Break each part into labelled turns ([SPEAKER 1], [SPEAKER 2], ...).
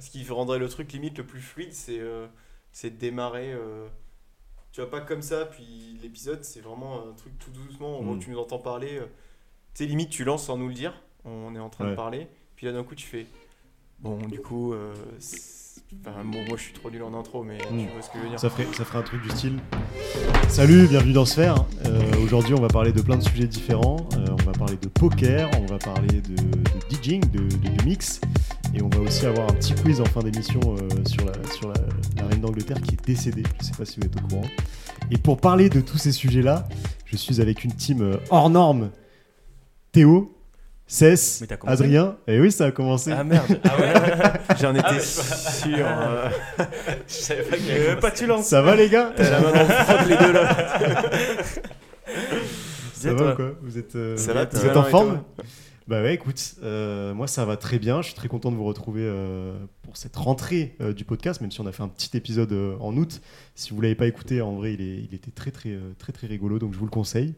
[SPEAKER 1] Ce qui rendrait le truc limite le plus fluide, c'est euh, c'est de démarrer. euh, tu vois, pas comme ça, puis l'épisode, c'est vraiment un truc tout doucement. au moment où
[SPEAKER 2] Mm.
[SPEAKER 1] tu nous entends parler. euh, tu sais, limite, tu lances sans nous le dire. On est en train de
[SPEAKER 2] Ouais.
[SPEAKER 1] parler. Puis là, d'un coup, tu fais. Bon, du coup. euh, c'est- enfin, bon, moi, je suis trop nul en intro, mais
[SPEAKER 2] Mm.
[SPEAKER 1] tu vois ce que je veux dire.
[SPEAKER 2] Ça ferait, ça ferait un truc du style. Salut, bienvenue dans Sphère. Euh, Aujourd'hui, on va parler de plein de sujets différents. Euh, on va parler de poker, on va parler de, de DJing, de, de- de mix. Et on va aussi avoir un petit quiz en fin d'émission euh, sur, la, sur la, la reine d'Angleterre qui est décédée. Je sais pas si vous êtes au courant. Et pour parler de tous ces sujets-là, je suis avec une team euh, hors norme. Théo, Cess,
[SPEAKER 3] Mais t'as commencé
[SPEAKER 2] Adrien. Et oui, ça a commencé.
[SPEAKER 3] Ah merde
[SPEAKER 1] Ah ouais, j'en étais
[SPEAKER 4] Ah ouais.
[SPEAKER 1] sûr. euh,
[SPEAKER 4] Je savais pas qu'il y
[SPEAKER 1] Je
[SPEAKER 4] avait
[SPEAKER 1] veux pas
[SPEAKER 4] commencé.
[SPEAKER 1] tu lances.
[SPEAKER 2] ça va les gars
[SPEAKER 1] T'as la main dans le froc, les deux là.
[SPEAKER 2] Ça va ou quoi Vous êtes, euh,
[SPEAKER 1] Ça va,
[SPEAKER 2] vous
[SPEAKER 1] t'es
[SPEAKER 2] êtes en
[SPEAKER 1] malin et
[SPEAKER 2] forme
[SPEAKER 1] toi
[SPEAKER 2] Bah ouais, écoute, euh, moi ça va très bien. Je suis très content de vous retrouver euh, pour cette rentrée euh, du podcast, même si on a fait un petit épisode euh, en août. Si vous l'avez pas écouté, en vrai, il, est- il était très très euh, très très rigolo, donc je vous le conseille.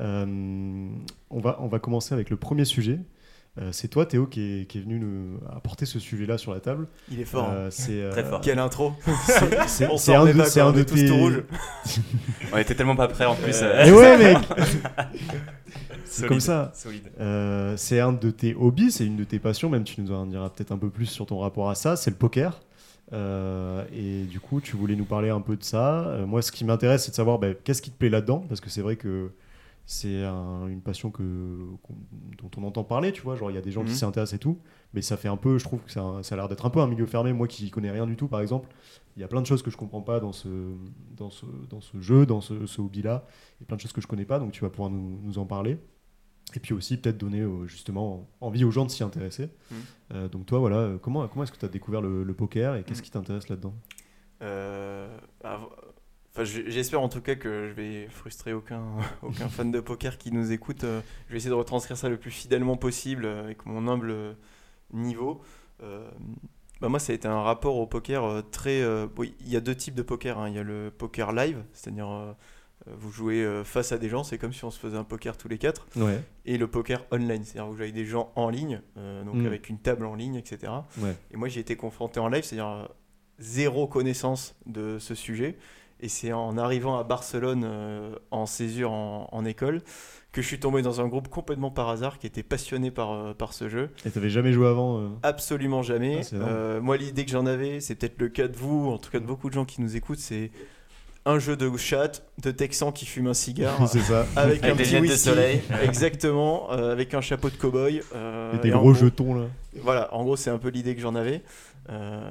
[SPEAKER 2] Euh, on va on va commencer avec le premier sujet. Euh, c'est toi Théo qui est, qui est venu nous apporter ce sujet-là sur la table.
[SPEAKER 1] Il est fort. hein.
[SPEAKER 2] Euh, c'est euh,
[SPEAKER 3] Très fort.
[SPEAKER 1] Quelle intro
[SPEAKER 2] c'est- C'est
[SPEAKER 1] On
[SPEAKER 2] c'est
[SPEAKER 1] s'en
[SPEAKER 2] un,
[SPEAKER 1] remet
[SPEAKER 2] de-
[SPEAKER 1] pas,
[SPEAKER 2] c'est
[SPEAKER 1] quoi,
[SPEAKER 2] un
[SPEAKER 1] on
[SPEAKER 2] de
[SPEAKER 1] est tous
[SPEAKER 2] tes
[SPEAKER 1] tout rouges.
[SPEAKER 3] On était tellement pas prêts en plus.
[SPEAKER 4] euh,
[SPEAKER 2] Mais ouais mec, c'est
[SPEAKER 3] Solide.
[SPEAKER 2] comme ça.
[SPEAKER 3] Solide.
[SPEAKER 2] Euh, c'est un de tes hobbies, c'est une de tes passions, même tu nous en diras peut-être un peu plus sur ton rapport à ça, c'est le poker. Euh, et du coup, tu voulais nous parler un peu de ça. Euh, moi, ce qui m'intéresse, c'est de savoir bah, qu'est-ce qui te plaît là-dedans, parce que c'est vrai que c'est un- une passion que, qu'on- dont on entend parler, tu vois. Genre, il y a des gens
[SPEAKER 1] Mhm.
[SPEAKER 2] qui s'intéressent et tout, mais ça fait un peu, je trouve que ça, ça a l'air d'être un peu un milieu fermé. Moi qui connais rien du tout, par exemple, il y a plein de choses que je comprends pas dans ce, dans ce, dans ce jeu, dans ce, ce hobby-là, et plein de choses que je connais pas, donc tu vas pouvoir nous, nous en parler. Et puis aussi, peut-être donner euh, justement envie aux gens de s'y intéresser.
[SPEAKER 1] Mhm.
[SPEAKER 2] Euh, donc, toi, voilà, euh, comment, comment est-ce que tu as découvert le, le poker et qu'est-ce
[SPEAKER 1] Mm.
[SPEAKER 2] qui t'intéresse là-dedans
[SPEAKER 1] Euh, av- enfin, je- j'espère en tout cas que je vais frustrer aucun, aucun fan de poker qui nous écoute. Euh, Je vais essayer de retranscrire ça le plus fidèlement possible euh, avec mon humble euh, niveau. Euh, bah, moi, ça a été un rapport au poker euh, très. euh, oui, il y a deux types de poker. hein. Il y a le poker live, c'est-à-dire euh, euh, vous jouez euh, face à des gens. C'est comme si on se faisait un poker tous les quatre.
[SPEAKER 2] Ouais,
[SPEAKER 1] et le poker online, c'est-à-dire vous jouez avec des gens en ligne, euh, donc
[SPEAKER 2] Mm.
[SPEAKER 1] avec une table en ligne, etc.
[SPEAKER 2] Ouais.
[SPEAKER 1] Et moi j'y ai été confronté en live, c'est-à-dire euh, zéro connaissance de ce sujet. Et c'est en arrivant à Barcelone euh, en césure en, en école que je suis tombé dans un groupe complètement par hasard qui était passionné par, euh, par ce jeu.
[SPEAKER 2] et t'avais jamais joué avant euh
[SPEAKER 1] Absolument jamais.
[SPEAKER 2] Ah, c'est Mm. énorme.
[SPEAKER 1] Euh, moi, l'idée que j'en avais, c'est peut-être le cas de vous, en tout cas de beaucoup de gens qui nous écoutent, c'est un jeu de chat, de Texans qui fument un cigare
[SPEAKER 2] C'est ça.
[SPEAKER 1] avec,
[SPEAKER 4] Avec
[SPEAKER 1] un
[SPEAKER 4] des
[SPEAKER 1] petit
[SPEAKER 4] lunettes de
[SPEAKER 1] whisky,
[SPEAKER 4] soleil.
[SPEAKER 1] exactement, euh, avec un chapeau de cow-boy. euh,
[SPEAKER 2] Et tes
[SPEAKER 1] et en
[SPEAKER 2] gros
[SPEAKER 1] gros-
[SPEAKER 2] jetons là.
[SPEAKER 1] Voilà, en gros, c'est un peu l'idée que j'en avais, euh,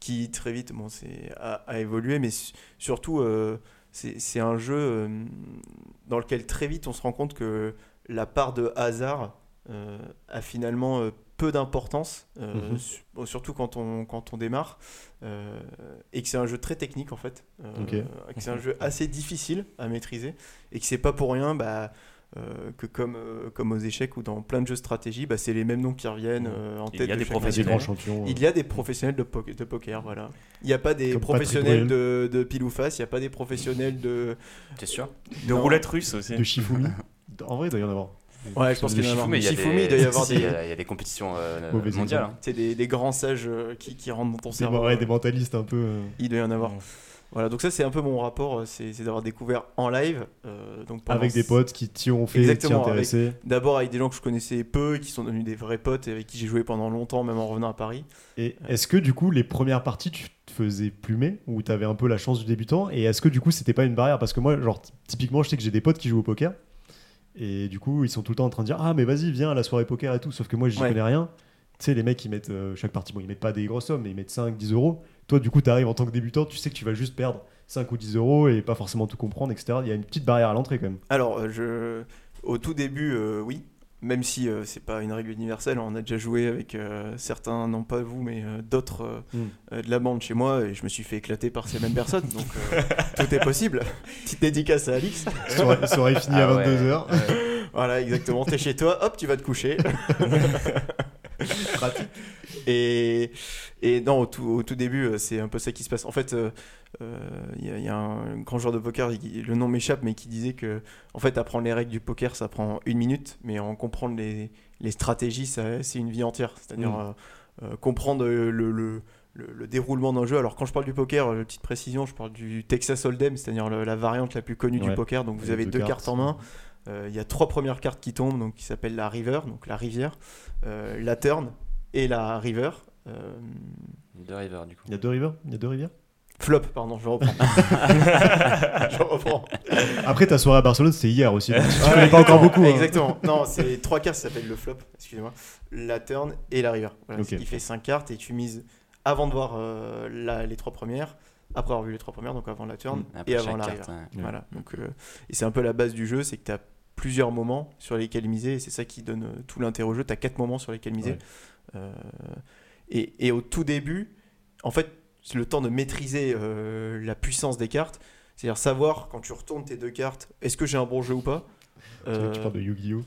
[SPEAKER 1] qui très vite, bon, c'est a, a évolué, mais su- surtout, euh, c'est c'est un jeu euh, dans lequel très vite on se rend compte que la part de hasard euh, a finalement euh, peu d'importance, euh,
[SPEAKER 2] Mhm.
[SPEAKER 1] su- bon, surtout quand on, quand on démarre, euh, et que c'est un jeu très technique en fait, euh,
[SPEAKER 2] Ok.
[SPEAKER 1] que c'est un jeu assez difficile à maîtriser, et que c'est pas pour rien bah, euh, que comme, euh, comme aux échecs ou dans plein de jeux de stratégie, bah, c'est les mêmes noms qui reviennent euh, en
[SPEAKER 3] Mmh. Il y
[SPEAKER 1] tête.
[SPEAKER 3] a
[SPEAKER 1] de
[SPEAKER 3] des
[SPEAKER 1] chacun.
[SPEAKER 2] Enfin, des
[SPEAKER 3] professionnels.
[SPEAKER 2] grands champions. euh.
[SPEAKER 1] Il y a des professionnels de, poke- de poker, voilà. Il n'y a pas des
[SPEAKER 2] Comme Patrick
[SPEAKER 1] professionnels de, de pile ou face, il n'y a pas des professionnels de,
[SPEAKER 3] T'es sûr De
[SPEAKER 1] Non.
[SPEAKER 3] roulette russe aussi.
[SPEAKER 2] euh, De Shifumi. en vrai, il doit y en avoir.
[SPEAKER 1] Ouais, je pense qu'il y en a
[SPEAKER 3] Shifumi,
[SPEAKER 1] marre.
[SPEAKER 4] il y a
[SPEAKER 1] Shifumi,
[SPEAKER 4] des-
[SPEAKER 1] il doit y avoir
[SPEAKER 4] si,
[SPEAKER 1] des-
[SPEAKER 4] Il y a, il y a des compétitions euh,
[SPEAKER 2] Mauvais
[SPEAKER 4] mondiales.
[SPEAKER 2] exemple.
[SPEAKER 4] hein.
[SPEAKER 1] c'est des, des grands sages euh, qui, qui rentrent dans ton
[SPEAKER 2] C'est
[SPEAKER 1] cerveau.
[SPEAKER 2] ouais, des mentalistes un peu. euh.
[SPEAKER 1] Il doit y en avoir.
[SPEAKER 3] Mm.
[SPEAKER 1] Voilà, donc ça c'est un peu mon rapport, euh, c'est c'est d'avoir découvert en live. euh, donc pendant
[SPEAKER 2] Avec des
[SPEAKER 1] ce-
[SPEAKER 2] potes qui t'y ont fait, t'y
[SPEAKER 1] Exactement,
[SPEAKER 2] intéressaient.
[SPEAKER 1] D'abord avec des gens que je connaissais peu, qui sont devenus des vrais potes et avec qui j'ai joué pendant longtemps, même en revenant à Paris.
[SPEAKER 2] Et est-ce que du coup, les premières parties, tu te faisais plumer ou t'avais un peu la chance du débutant Et est-ce que du coup, c'était pas une barrière Parce que moi, genre, t- typiquement, je sais que j'ai des potes qui jouent au poker. Et du coup, ils sont tout le temps en train de dire Ah, mais vas-y, viens à la soirée poker et tout. Sauf que moi, j'y
[SPEAKER 1] Ouais.
[SPEAKER 2] connais rien. Tu sais, les mecs, ils mettent euh, chaque partie, bon, ils mettent pas des grosses sommes, mais ils mettent 5, 10 euros. Toi, du coup, t'arrives en tant que débutant, tu sais que tu vas juste perdre 5 ou 10 euros et pas forcément tout comprendre, etc. Il y a une petite barrière à l'entrée quand même.
[SPEAKER 1] Alors, euh, je... au tout début, euh, oui. Même si euh, c'est pas une règle universelle, on a déjà joué avec euh, certains, non pas vous, mais euh, d'autres euh,
[SPEAKER 2] Mm.
[SPEAKER 1] euh, de la bande chez moi, et je me suis fait éclater par ces mêmes personnes, donc euh, tout est possible. Petite dédicace à Alix.
[SPEAKER 2] Ça aurait, ça aurait fini
[SPEAKER 4] Ah
[SPEAKER 2] à
[SPEAKER 4] ouais.
[SPEAKER 2] 22h.
[SPEAKER 4] Ouais.
[SPEAKER 1] Voilà, exactement. T'es chez toi, hop, tu vas te coucher. Pratique. Et, et non, au tout, au tout début, euh, c'est un peu ça qui se passe. En fait, euh, euh, il y, a- il y a un grand joueur de poker, il- le nom m'échappe, mais qui disait que, en fait, apprendre les règles du poker, ça prend une minute, mais en comprendre les, les stratégies, ça- c'est une vie entière. C'est-à-dire,
[SPEAKER 2] Mm.
[SPEAKER 1] euh, euh, comprendre euh, le, le- le- le déroulement d'un jeu. Alors quand je parle du poker, euh, petite précision, je parle du Texas Hold'em, c'est-à-dire le- la variante la plus connue
[SPEAKER 2] Ouais.
[SPEAKER 1] du poker. Donc vous
[SPEAKER 2] Avec
[SPEAKER 1] avez deux cartes en main. Euh, Il y a trois premières cartes qui tombent, donc qui s'appellent la river, donc la rivière, euh, la turn et la river. Euh,
[SPEAKER 4] De River, du coup.
[SPEAKER 2] Il y a deux rivières Il y a deux rivières
[SPEAKER 1] flop, pardon, je reprends. je reprends.
[SPEAKER 2] Après, ta soirée à Barcelone, c'était hier aussi. donc tu connais pas encore beaucoup. hein.
[SPEAKER 1] Exactement. Non, c'est trois cartes qui s'appellent le flop, excusez-moi, la turn et la river. Voilà,
[SPEAKER 2] Ok.
[SPEAKER 1] ce qui fait cinq cartes et tu mises avant de voir euh, la- les trois premières, après avoir vu les trois premières, donc avant la turn
[SPEAKER 4] Hmm, Après
[SPEAKER 1] et avant
[SPEAKER 4] chaque
[SPEAKER 1] la river.
[SPEAKER 4] carte, ouais.
[SPEAKER 2] Ouais.
[SPEAKER 1] Voilà. Donc, euh, et c'est un peu la base du jeu, c'est que tu as plusieurs moments sur lesquels miser, et c'est ça qui donne euh, tout l'intérêt au jeu. Tu as quatre moments sur lesquels miser.
[SPEAKER 2] Ouais.
[SPEAKER 1] Euh, et, et au tout début, en fait, c'est le temps de maîtriser euh, la puissance des cartes, c'est-à-dire savoir quand tu retournes tes deux cartes, est-ce que j'ai un bon jeu ou pas
[SPEAKER 2] Tu vois,
[SPEAKER 1] Euh,
[SPEAKER 2] Tu parles de Yu-Gi-Oh!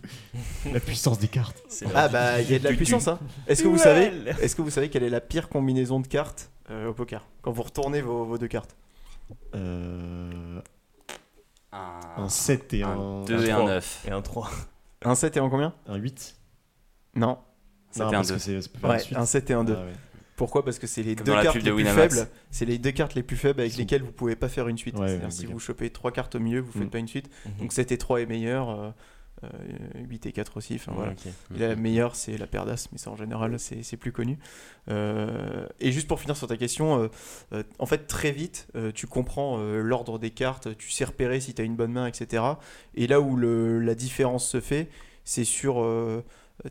[SPEAKER 2] La puissance des cartes.
[SPEAKER 3] C'est
[SPEAKER 1] Ah bah, il y a de la
[SPEAKER 3] Du- du-
[SPEAKER 1] puissance, hein. Est-ce que vous savez, est-ce que vous savez quelle est la pire combinaison de cartes euh, au poker quand vous retournez vos, vos deux cartes
[SPEAKER 2] Euh,
[SPEAKER 4] Un
[SPEAKER 1] Ah,
[SPEAKER 2] un 7 et un,
[SPEAKER 4] 2 et un
[SPEAKER 3] trois.
[SPEAKER 4] 9.
[SPEAKER 3] Et un 3.
[SPEAKER 1] Un 7 et un combien
[SPEAKER 2] un 8.
[SPEAKER 1] Non,
[SPEAKER 2] Non,
[SPEAKER 4] C'était un
[SPEAKER 2] parce
[SPEAKER 4] 2.
[SPEAKER 2] que c'est c'est pas
[SPEAKER 1] ouais,
[SPEAKER 2] Bah, la suite.
[SPEAKER 1] un 7 et un 2.
[SPEAKER 2] Ah ouais.
[SPEAKER 1] Pourquoi Parce que c'est les
[SPEAKER 4] Comme
[SPEAKER 1] deux
[SPEAKER 4] dans la
[SPEAKER 1] cartes
[SPEAKER 4] pub
[SPEAKER 1] les
[SPEAKER 4] de
[SPEAKER 1] plus
[SPEAKER 4] Winamax.
[SPEAKER 1] faibles. C'est les deux cartes les plus faibles avec
[SPEAKER 2] Ils sont-
[SPEAKER 1] lesquelles vous pouvez pas faire une suite.
[SPEAKER 2] Ouais,
[SPEAKER 1] C'est-à-dire
[SPEAKER 2] ouais,
[SPEAKER 1] si
[SPEAKER 2] d'accord.
[SPEAKER 1] vous chopez trois cartes au milieu, vous faites
[SPEAKER 2] Mm.
[SPEAKER 1] pas une suite.
[SPEAKER 4] Mm-hmm.
[SPEAKER 3] Mhm.
[SPEAKER 1] Donc 7 et 3 est meilleur, euh, euh, 8 et 4 aussi. Enfin voilà. Et la meilleure, c'est la paire d'as, mais ça en général, c'est c'est plus connu. Euh, et juste pour finir sur ta question, euh, euh, en fait, très vite, euh, tu comprends euh, l'ordre des cartes, tu sais repérer si tu as une bonne main, etc. Et là où le- la différence se fait, c'est sur euh,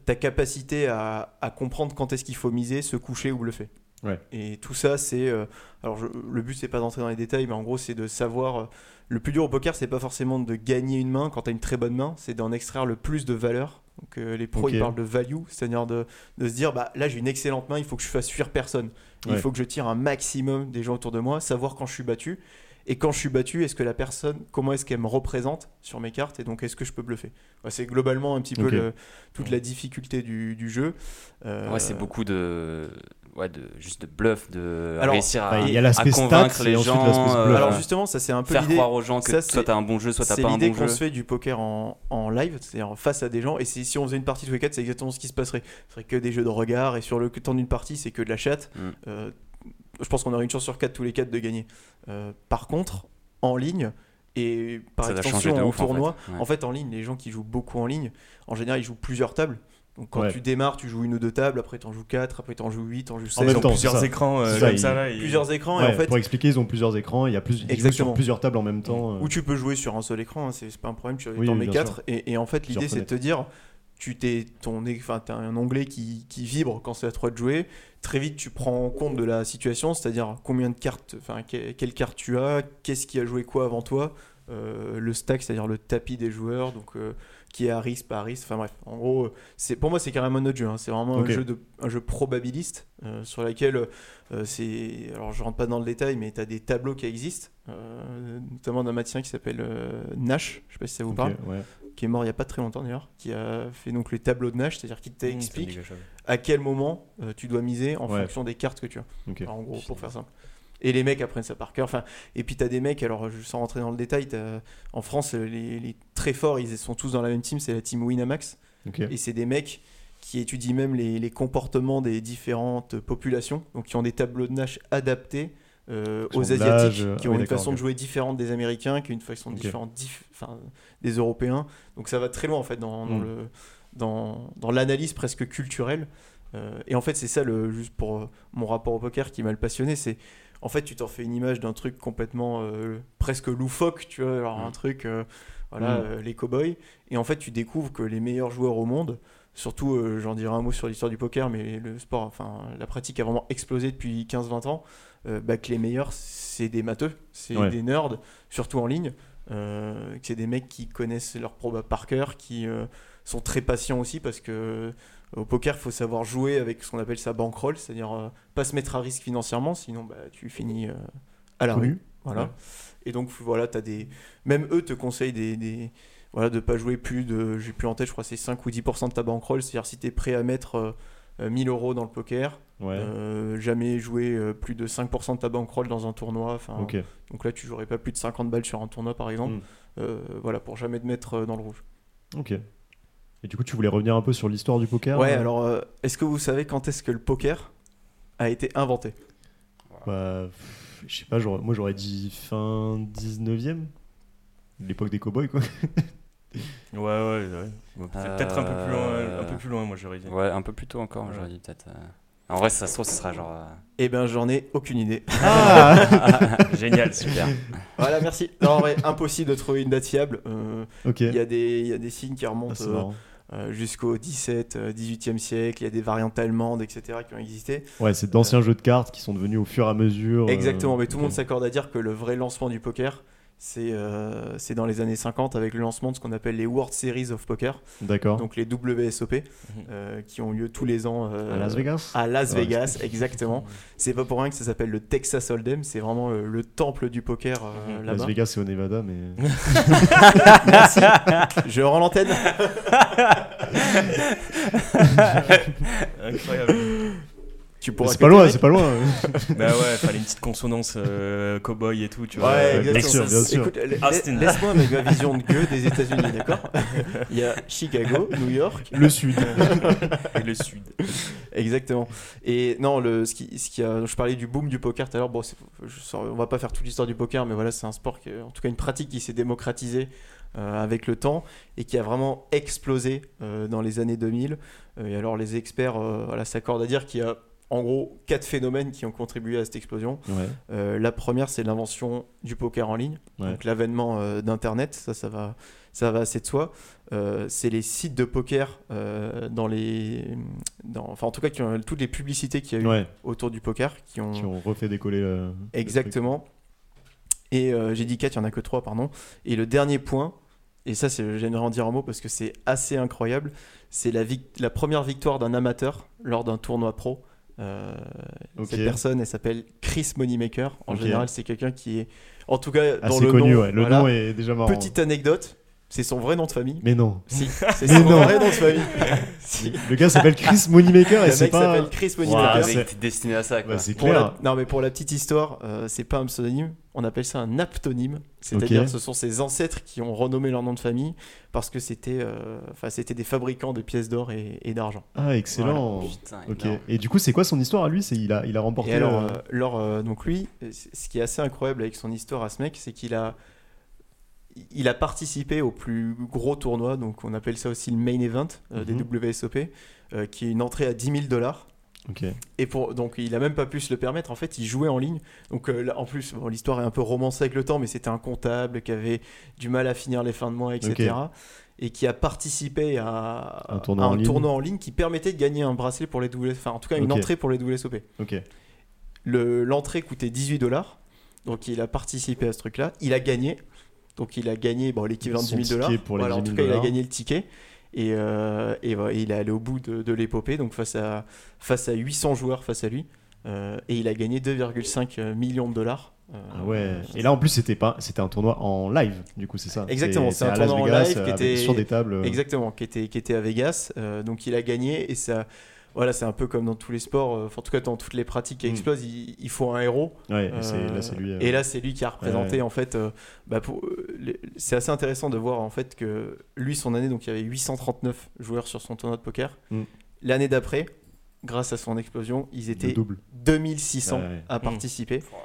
[SPEAKER 1] ta capacité à, à comprendre quand est-ce qu'il faut miser, se coucher ou bluffer.
[SPEAKER 2] Ouais.
[SPEAKER 1] Et tout ça, c'est. euh, alors, je- le but, c'est pas d'entrer dans les détails, mais en gros, c'est de savoir. euh, le plus dur au poker, c'est pas forcément de gagner une main quand t'as une très bonne main, c'est d'en extraire le plus de valeur. Donc, euh, les pros,
[SPEAKER 2] Ok.
[SPEAKER 1] ils parlent de value, c'est-à-dire de, de se dire, bah là, j'ai une excellente main, il faut que je fasse fuir personne. Et
[SPEAKER 2] Ouais.
[SPEAKER 1] Il faut que je tire un maximum des gens autour de moi, savoir quand je suis battu. Et quand je suis battu, est-ce que la personne, comment est-ce qu'elle me représente sur mes cartes et donc est-ce que je peux bluffer Ouais, C'est globalement un petit peu
[SPEAKER 2] Ok.
[SPEAKER 1] le- toute la difficulté du, du jeu. Euh,
[SPEAKER 4] Ouais, c'est beaucoup de. Ouais, de, juste de bluff, de
[SPEAKER 1] Alors,
[SPEAKER 4] réussir à,
[SPEAKER 2] enfin, bah, il y a
[SPEAKER 4] à
[SPEAKER 2] l'aspect
[SPEAKER 4] convaincre
[SPEAKER 2] stats et
[SPEAKER 4] les
[SPEAKER 2] ensuite
[SPEAKER 4] gens,
[SPEAKER 2] l'aspect
[SPEAKER 4] euh,
[SPEAKER 2] bluff.
[SPEAKER 1] Alors justement, ça c'est un peu
[SPEAKER 4] faire
[SPEAKER 1] l'idée.
[SPEAKER 4] croire aux gens que
[SPEAKER 1] ça,
[SPEAKER 4] soit
[SPEAKER 1] c'est-
[SPEAKER 4] t'as un bon jeu, soit t'as
[SPEAKER 1] C'est
[SPEAKER 4] pas un
[SPEAKER 1] l'idée
[SPEAKER 4] bon
[SPEAKER 1] qu'on
[SPEAKER 4] jeu.
[SPEAKER 1] se fait du poker en, en live, c'est-à-dire face à des gens. Et c'est- si on faisait une partie tous les quatre, c'est exactement ce qui se passerait. Ce serait que des jeux de regard, et sur le temps d'une partie, c'est que de la chatte.
[SPEAKER 4] Mm.
[SPEAKER 1] Euh, je pense qu'on aurait une chance sur quatre tous les quatre de gagner. Euh, par contre, en ligne, et par
[SPEAKER 4] Ça va changer
[SPEAKER 1] extension
[SPEAKER 4] de
[SPEAKER 1] en
[SPEAKER 4] ouf, en
[SPEAKER 1] tournoi,
[SPEAKER 4] fait. Ouais.
[SPEAKER 1] en fait, en ligne, les gens qui jouent beaucoup en ligne, en général, ils jouent plusieurs tables. Donc quand
[SPEAKER 2] Ouais.
[SPEAKER 1] tu démarres, tu joues une ou deux tables, après t'en joues quatre, après t'en joues huit, t'en joues
[SPEAKER 2] En
[SPEAKER 1] seize.
[SPEAKER 2] même
[SPEAKER 3] Ils ont
[SPEAKER 2] temps, c'est
[SPEAKER 3] plusieurs
[SPEAKER 2] ça.
[SPEAKER 3] écrans euh,
[SPEAKER 2] C'est ça,
[SPEAKER 3] comme
[SPEAKER 2] il-
[SPEAKER 3] ça là. et-
[SPEAKER 1] plusieurs écrans et
[SPEAKER 2] Ouais,
[SPEAKER 1] en fait
[SPEAKER 2] Pour expliquer, ils ont plusieurs écrans, il y a plus, ils jouent
[SPEAKER 1] Exactement.
[SPEAKER 2] sur plusieurs tables en même temps. euh,
[SPEAKER 1] Ou tu peux jouer sur un seul écran, hein, c'est c'est pas un problème, tu
[SPEAKER 2] Oui,
[SPEAKER 1] t'en
[SPEAKER 2] oui,
[SPEAKER 1] mets
[SPEAKER 2] bien
[SPEAKER 1] 4. Et, et en fait, l'idée, c'est de
[SPEAKER 2] Plusieurs
[SPEAKER 1] te dire tu t'es ton é- enfin, t'as un onglet qui, qui vibre quand c'est à toi de jouer très vite tu prends en compte de la situation c'est à dire combien de cartes enfin que- quelle carte tu as qu'est-ce qui a joué quoi avant toi euh, le stack c'est à dire le tapis des joueurs donc euh, qui est à risque pas à risque enfin bref en gros euh, c'est pour moi c'est carrément notre jeu hein. c'est vraiment
[SPEAKER 2] Ok.
[SPEAKER 1] un jeu de un jeu probabiliste euh, sur laquelle euh, c'est alors je rentre pas dans le détail mais tu as des tableaux qui existent euh, notamment d'un mathématicien qui s'appelle euh, Nash je sais pas si ça vous
[SPEAKER 2] ok,
[SPEAKER 1] parle
[SPEAKER 2] ouais.
[SPEAKER 1] qui est mort il y a pas très longtemps d'ailleurs qui a fait donc les tableaux de Nash c'est-à-dire qui t'explique à quel moment euh, tu dois miser en
[SPEAKER 2] Mmh, Ouais.
[SPEAKER 1] fonction des cartes que tu as
[SPEAKER 2] Ok.
[SPEAKER 1] Alors, en gros pour faire simple et les mecs apprennent ça par cœur enfin et puis t'as des mecs alors je- sans rentrer dans le détail t'as- en France euh, les, les très forts ils sont tous dans la même team c'est la team Winamax
[SPEAKER 2] Ok.
[SPEAKER 1] et c'est des mecs qui étudient même les, les comportements des différentes populations, donc qui ont des tableaux de Nash adaptés euh,
[SPEAKER 2] Qui ont
[SPEAKER 1] aux
[SPEAKER 2] de l'âge,
[SPEAKER 1] Asiatiques,
[SPEAKER 2] euh,
[SPEAKER 1] qui
[SPEAKER 2] ah
[SPEAKER 1] ont
[SPEAKER 2] oui,
[SPEAKER 1] une
[SPEAKER 2] d'accord,
[SPEAKER 1] façon
[SPEAKER 2] ok.
[SPEAKER 1] de jouer différente des Américains, qui ont une façon
[SPEAKER 2] Ok.
[SPEAKER 1] différente dif- enfin, des Européens. Donc ça va très loin en fait dans, dans
[SPEAKER 2] Mm.
[SPEAKER 1] le- dans- dans l'analyse presque culturelle. Euh, et en fait, c'est ça, le, juste pour euh, mon rapport au poker qui m'a le passionné, c'est en fait, tu t'en fais une image d'un truc complètement euh, presque loufoque, tu vois, alors un
[SPEAKER 4] Mm.
[SPEAKER 1] truc, euh, voilà,
[SPEAKER 2] Mm.
[SPEAKER 1] euh, les cowboys. Et en fait, tu découvres que les meilleurs joueurs au monde, surtout, euh, j'en dirai un mot sur l'histoire du poker, mais le sport, enfin, la pratique a vraiment explosé depuis 15-20 ans, euh, bah, que les meilleurs, c'est des matheux, c'est
[SPEAKER 2] Ouais.
[SPEAKER 1] des nerds, surtout en ligne, euh, que c'est des mecs qui connaissent leur proba par cœur, qui euh, sont très patients aussi, parce que euh, au poker, il faut savoir jouer avec ce qu'on appelle sa bankroll, c'est-à-dire euh, pas se mettre à risque financièrement, sinon bah, tu finis euh, à la rue.
[SPEAKER 2] Connu.
[SPEAKER 1] Voilà.
[SPEAKER 2] Ouais.
[SPEAKER 1] Et donc, voilà, as des... même eux te conseillent des, des- voilà, de pas jouer plus de. J'ai plus en tête, je crois, c'est 5 ou 10% de ta bankroll. C'est-à-dire, si tu es prêt à mettre euh, euh, 1000 euros dans le poker,
[SPEAKER 2] Ouais.
[SPEAKER 1] euh, jamais jouer euh, plus de 5% de ta bankroll dans un tournoi. Enfin,
[SPEAKER 2] Ok.
[SPEAKER 1] Donc là, tu jouerais pas plus de 50 balles sur un tournoi, par exemple.
[SPEAKER 2] Mm.
[SPEAKER 1] Euh, voilà, pour jamais te mettre euh, dans le rouge.
[SPEAKER 2] Ok. Et du coup, tu voulais revenir un peu sur l'histoire du poker
[SPEAKER 1] Ouais,
[SPEAKER 2] euh,
[SPEAKER 1] alors, euh, est-ce que vous savez quand est-ce que le poker a été inventé
[SPEAKER 2] Bah, pff, je sais pas, j'aurais- moi j'aurais dit fin 19e, l'époque des cowboys quoi.
[SPEAKER 3] Ouais, ouais, ouais. Bon, peut-
[SPEAKER 4] Euh,
[SPEAKER 3] Peut-être un, peu plus loin, un peu plus loin, moi j'aurais dit.
[SPEAKER 4] Ouais, un peu plus tôt encore, j'aurais dit peut-être. euh. En vrai, si ça se trouve, ce sera genre. euh,
[SPEAKER 1] Eh ben, j'en ai aucune idée.
[SPEAKER 3] Génial, super.
[SPEAKER 1] voilà, merci. Non, en vrai, impossible de trouver une date fiable. Euh,
[SPEAKER 2] Ok,
[SPEAKER 1] Il y, a des- il y a des signes qui
[SPEAKER 2] Ah,
[SPEAKER 1] remontent
[SPEAKER 2] c'est
[SPEAKER 1] euh,
[SPEAKER 2] marrant.
[SPEAKER 1] euh, jusqu'au 17, euh, 18e siècle. Il y a des variantes allemandes, etc., qui ont existé.
[SPEAKER 2] Ouais, c'est d'anciens jeux de cartes qui sont devenus au fur et à mesure. euh,
[SPEAKER 1] Exactement, mais tout le
[SPEAKER 2] ok.
[SPEAKER 1] monde s'accorde à dire que le vrai lancement du poker, c'est euh, c'est dans les années 50 avec le lancement de ce qu'on appelle les World Series of Poker,
[SPEAKER 2] D'accord. Mhm.
[SPEAKER 1] donc les WSOP, euh, qui ont lieu tous les ans euh,
[SPEAKER 2] à Las Vegas
[SPEAKER 1] à Las
[SPEAKER 2] Ouais.
[SPEAKER 1] Vegas, exactement. C'est pas pour rien que ça s'appelle le Texas Hold'em, c'est vraiment euh, le temple du poker euh,
[SPEAKER 3] Mhm.
[SPEAKER 1] là-bas.
[SPEAKER 2] Las Vegas, c'est au Nevada, mais.
[SPEAKER 1] Merci. Je rends l'antenne.
[SPEAKER 3] Incroyable.
[SPEAKER 1] Tu pourras.
[SPEAKER 2] c'est pas loin, c'est pas loin. hein.
[SPEAKER 3] bah ouais, fallait une petite consonance euh, cowboy et tout, tu vois.
[SPEAKER 1] Ouais,
[SPEAKER 2] Euh,
[SPEAKER 1] exactement.
[SPEAKER 2] bien sûr, bien sûr.
[SPEAKER 1] Écoute, la-
[SPEAKER 3] Austin.
[SPEAKER 1] laisse-moi avec ma vision de gueux des États-Unis, d'accord Il y a Chicago, New York,
[SPEAKER 2] Le sud.
[SPEAKER 3] Et le sud.
[SPEAKER 1] Exactement. Et non, le, ce qui, ce qui a- je parlais du boom du poker tout à l'heure. Bon, c'est- je sors- on va pas faire toute l'histoire du poker, mais voilà, c'est un sport, qui, en tout cas une pratique qui s'est démocratisée euh, avec le temps et qui a vraiment explosé euh, dans les années 2000. Euh, et alors, les experts euh, voilà, s'accordent à dire qu'il y a en gros quatre phénomènes qui ont contribué à cette explosion.
[SPEAKER 2] Ouais.
[SPEAKER 1] Euh, la première, c'est l'invention du poker en ligne,
[SPEAKER 2] Ouais.
[SPEAKER 1] donc l'avènement euh, d'Internet, ça, ça va, ça va assez de soi. Euh, c'est les sites de poker euh, dans les, dans- enfin en tout cas qui ont- toutes les publicités qu'il y a eu
[SPEAKER 2] ouais,
[SPEAKER 1] autour du poker qui ont,
[SPEAKER 2] qui ont refait décoller euh, le. le
[SPEAKER 1] exactement. Et euh, j'ai dit 4, il y en a que 3 pardon. Et le dernier point, et ça c'est, j'aimerais en dire un mot parce que c'est assez incroyable, c'est la, vic- la première victoire d'un amateur lors d'un tournoi pro. Euh,
[SPEAKER 2] Ok.
[SPEAKER 1] Cette personne, elle s'appelle Chris Moneymaker. En
[SPEAKER 2] Ok.
[SPEAKER 1] général, c'est quelqu'un qui est, en tout cas,
[SPEAKER 2] truc.
[SPEAKER 1] dans
[SPEAKER 2] Assez
[SPEAKER 1] le
[SPEAKER 2] connu,
[SPEAKER 1] nom.
[SPEAKER 2] ouais. Le
[SPEAKER 1] voilà.
[SPEAKER 2] nom est déjà marrant.
[SPEAKER 1] Petite anecdote, c'est son vrai nom de famille.
[SPEAKER 2] Mais non.
[SPEAKER 1] Si, c'est
[SPEAKER 2] Mais
[SPEAKER 1] son
[SPEAKER 2] non.
[SPEAKER 1] vrai nom de famille. si.
[SPEAKER 2] Le gars s'appelle Chris Moneymaker et
[SPEAKER 1] Le
[SPEAKER 2] c'est
[SPEAKER 1] mec
[SPEAKER 2] pas.
[SPEAKER 1] s'appelle Chris
[SPEAKER 2] Ouah,
[SPEAKER 4] Ah,
[SPEAKER 1] Moneymaker.
[SPEAKER 2] c'est-
[SPEAKER 4] mais t'es destiné à ça, quoi.
[SPEAKER 2] Bah, c'est
[SPEAKER 1] Pour
[SPEAKER 2] clair.
[SPEAKER 1] la- Non, mais pour la petite histoire, euh, c'est pas un pseudonyme, on appelle ça un aptonyme. C'est-à-dire
[SPEAKER 2] Ok.
[SPEAKER 1] ce sont ses ancêtres qui ont renommé leur nom de famille parce que c'était euh, enfin, c'était des fabricants de pièces d'or et, et d'argent.
[SPEAKER 2] Ah, excellent.
[SPEAKER 4] Putain,
[SPEAKER 2] Ok.
[SPEAKER 4] énorme.
[SPEAKER 2] Et du coup, c'est quoi son histoire à lui C'est il a, il a remporté.
[SPEAKER 1] Et alors,
[SPEAKER 2] euh,
[SPEAKER 1] euh, leur, euh, donc lui, euh, c- ce qui est assez incroyable avec son histoire à ce mec, c'est qu'il a, il a participé au plus gros tournoi, donc on appelle ça aussi le main event euh,
[SPEAKER 2] Mhm.
[SPEAKER 1] des WSOP, euh, qui est une entrée à 10 000 dollars.
[SPEAKER 2] Ok.
[SPEAKER 1] Et pour, donc il a même pas pu se le permettre. En fait, il jouait en ligne. Donc euh, là, en plus, bon, l'histoire est un peu romancée avec le temps, mais c'était un comptable qui avait du mal à finir les fins de mois, etc. Et qui a participé à
[SPEAKER 2] Un tournoi
[SPEAKER 1] à
[SPEAKER 2] en ligne.
[SPEAKER 1] tournoi en ligne qui permettait de gagner un bracelet pour les WSOP. Enfin, en tout cas, une
[SPEAKER 2] Ok.
[SPEAKER 1] entrée pour les WSOP.
[SPEAKER 2] Ok.
[SPEAKER 1] Le- L'entrée coûtait 18 dollars. Donc il a participé à ce truc-là. Il a gagné. Donc il a gagné bon, l'équivalent de
[SPEAKER 2] Son
[SPEAKER 1] 10 000 dollars.
[SPEAKER 2] ticket pour les
[SPEAKER 1] Voilà, en
[SPEAKER 2] 10
[SPEAKER 1] tout
[SPEAKER 2] 000
[SPEAKER 1] cas, il a
[SPEAKER 2] dollars.
[SPEAKER 1] gagné le ticket. Et, euh, et voilà, il est allé au bout de, de l'épopée, donc face à, face à 800 joueurs face à lui. Euh, et il a gagné 2,5 millions de dollars. Euh,
[SPEAKER 2] Ah ouais. Et là, en plus, c'était pas, c'était un tournoi en live. Du coup, c'est ça.
[SPEAKER 1] Exactement, c'est un
[SPEAKER 2] à
[SPEAKER 1] tournoi en
[SPEAKER 2] Las Vegas,
[SPEAKER 1] live qui
[SPEAKER 2] avec-
[SPEAKER 1] était-
[SPEAKER 2] sur des tables. euh,
[SPEAKER 1] Exactement, qui était, qui était à Vegas. Euh, donc il a gagné et ça. Voilà, c'est un peu comme dans tous les sports, euh, enfin, en tout cas dans toutes les pratiques qui
[SPEAKER 2] Mm.
[SPEAKER 1] explosent, il, il faut un héros.
[SPEAKER 2] Ouais. et c'est-
[SPEAKER 1] Euh,
[SPEAKER 2] là, c'est lui. euh,
[SPEAKER 1] Et là, c'est lui qui a représenté
[SPEAKER 2] Ouais, ouais.
[SPEAKER 1] en fait. euh, bah, pour- euh, les- c'est assez intéressant de voir en fait que lui, son année, donc il y avait 839 joueurs sur son tournoi de poker.
[SPEAKER 2] Mm.
[SPEAKER 1] L'année d'après, grâce à son explosion, ils
[SPEAKER 2] le
[SPEAKER 1] étaient
[SPEAKER 2] double.
[SPEAKER 1] 2600
[SPEAKER 2] Ouais, ouais.
[SPEAKER 1] à participer.
[SPEAKER 2] Ah,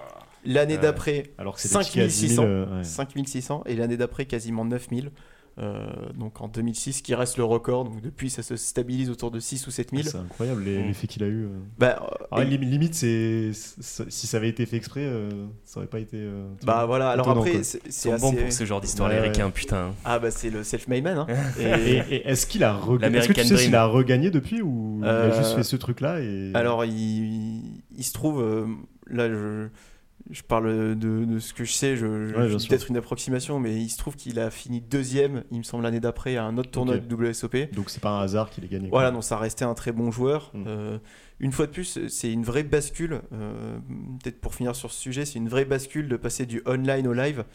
[SPEAKER 1] L'année
[SPEAKER 2] Ouais.
[SPEAKER 1] d'après,
[SPEAKER 2] Alors que c'est des tickets à 10
[SPEAKER 1] 5600.
[SPEAKER 2] 000, euh, ouais.
[SPEAKER 1] 5600 et l'année d'après quasiment 9000. Euh, donc en 2006, qui reste le record. Donc depuis, ça se stabilise autour de 6 ou 7000.
[SPEAKER 2] Ah, C'est incroyable les-
[SPEAKER 3] Mm.
[SPEAKER 2] l'effet qu'il a eu. euh.
[SPEAKER 1] bah, euh,
[SPEAKER 2] Ah,
[SPEAKER 1] et-
[SPEAKER 2] lim- limite, c'est c'est- si ça avait été fait exprès, euh, ça aurait pas été. euh, tu
[SPEAKER 1] bah
[SPEAKER 2] vois.
[SPEAKER 1] voilà. Alors
[SPEAKER 2] Étonnant,
[SPEAKER 1] après,
[SPEAKER 2] quoi.
[SPEAKER 1] c'est
[SPEAKER 3] Ils
[SPEAKER 1] c'est
[SPEAKER 3] sont bons
[SPEAKER 1] assez-
[SPEAKER 3] pour ce genre d'histoire,
[SPEAKER 2] Ouais,
[SPEAKER 3] les
[SPEAKER 2] ouais.
[SPEAKER 3] requins, putain.
[SPEAKER 1] Ah bah c'est le self-made man. hein.
[SPEAKER 2] Et, et est-ce qu'il a regagné Est-ce que
[SPEAKER 3] L'American
[SPEAKER 2] tu sais
[SPEAKER 3] Dream.
[SPEAKER 2] s'il a regagné depuis ou il a
[SPEAKER 1] Euh,
[SPEAKER 2] juste fait ce truc-là et
[SPEAKER 1] Alors, il, il- il se trouve, euh, là, je, je parle de, de ce que je sais, je, je-
[SPEAKER 2] Ouais, bien
[SPEAKER 1] je dis
[SPEAKER 2] sûr.
[SPEAKER 1] peut-être une approximation, mais il se trouve qu'il a fini deuxième, il me semble, l'année d'après à un autre tournoi
[SPEAKER 2] Ok.
[SPEAKER 1] de WSOP.
[SPEAKER 2] donc c'est pas un hasard qu'il ait gagné.
[SPEAKER 1] Voilà,
[SPEAKER 2] quoi.
[SPEAKER 1] donc ça restait un très bon joueur.
[SPEAKER 2] Mm.
[SPEAKER 1] Euh, une fois de plus, c'est une vraie bascule, euh, peut-être pour finir sur ce sujet, c'est une vraie bascule de passer du online au live.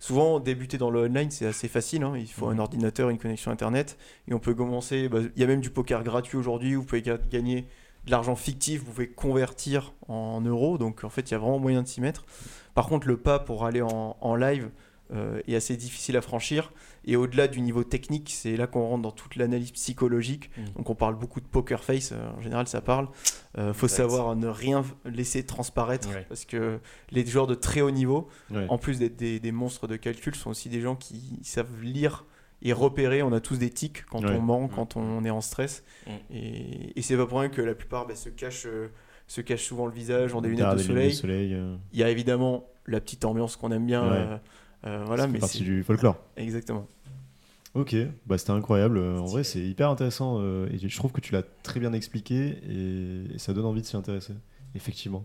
[SPEAKER 1] Souvent, débuter dans le online, c'est assez facile. hein, Il
[SPEAKER 2] Mm.
[SPEAKER 1] faut un ordinateur, une connexion Internet. Et on peut commencer. bah, Il y a même du poker gratuit aujourd'hui. où Vous pouvez ga- gagner de l'argent fictif. Vous pouvez convertir en euros. Donc, en fait, il y a vraiment moyen de s'y mettre. Par contre, le pas pour aller en, en live, euh, et assez difficile à franchir. Et au-delà du niveau technique, c'est là qu'on rentre dans toute l'analyse psychologique.
[SPEAKER 2] Mm.
[SPEAKER 3] Mhm.
[SPEAKER 1] Donc on parle beaucoup de poker face, euh, en général ça parle. Euh, faut
[SPEAKER 3] Exact.
[SPEAKER 1] savoir ne rien laisser transparaître
[SPEAKER 3] Ouais.
[SPEAKER 1] parce que les joueurs de très haut niveau,
[SPEAKER 2] Ouais.
[SPEAKER 1] en plus d'être des, des monstres de calcul, sont aussi des gens qui savent lire et repérer. On a tous des tics quand
[SPEAKER 2] Ouais. Mm.
[SPEAKER 1] on ment, quand on est en stress.
[SPEAKER 3] Mm.
[SPEAKER 1] Et, et c'est pas pour rien que la plupart bah, se, cachent, euh, se cachent souvent le visage, ont des
[SPEAKER 2] Tard,
[SPEAKER 1] lunettes de
[SPEAKER 2] des lunettes
[SPEAKER 1] soleil.
[SPEAKER 2] de soleil. euh,
[SPEAKER 1] Il y a évidemment la petite ambiance qu'on aime bien.
[SPEAKER 2] Ouais.
[SPEAKER 1] euh, euh, voilà,
[SPEAKER 2] ça fait
[SPEAKER 1] mais
[SPEAKER 2] partie
[SPEAKER 1] c'est...
[SPEAKER 2] du folklore.
[SPEAKER 1] Exactement.
[SPEAKER 2] Ok, bah c'était incroyable. Euh, En vrai, c'est hyper intéressant euh, et je trouve que tu l'as très bien expliqué et, et ça donne envie de s'y intéresser, effectivement.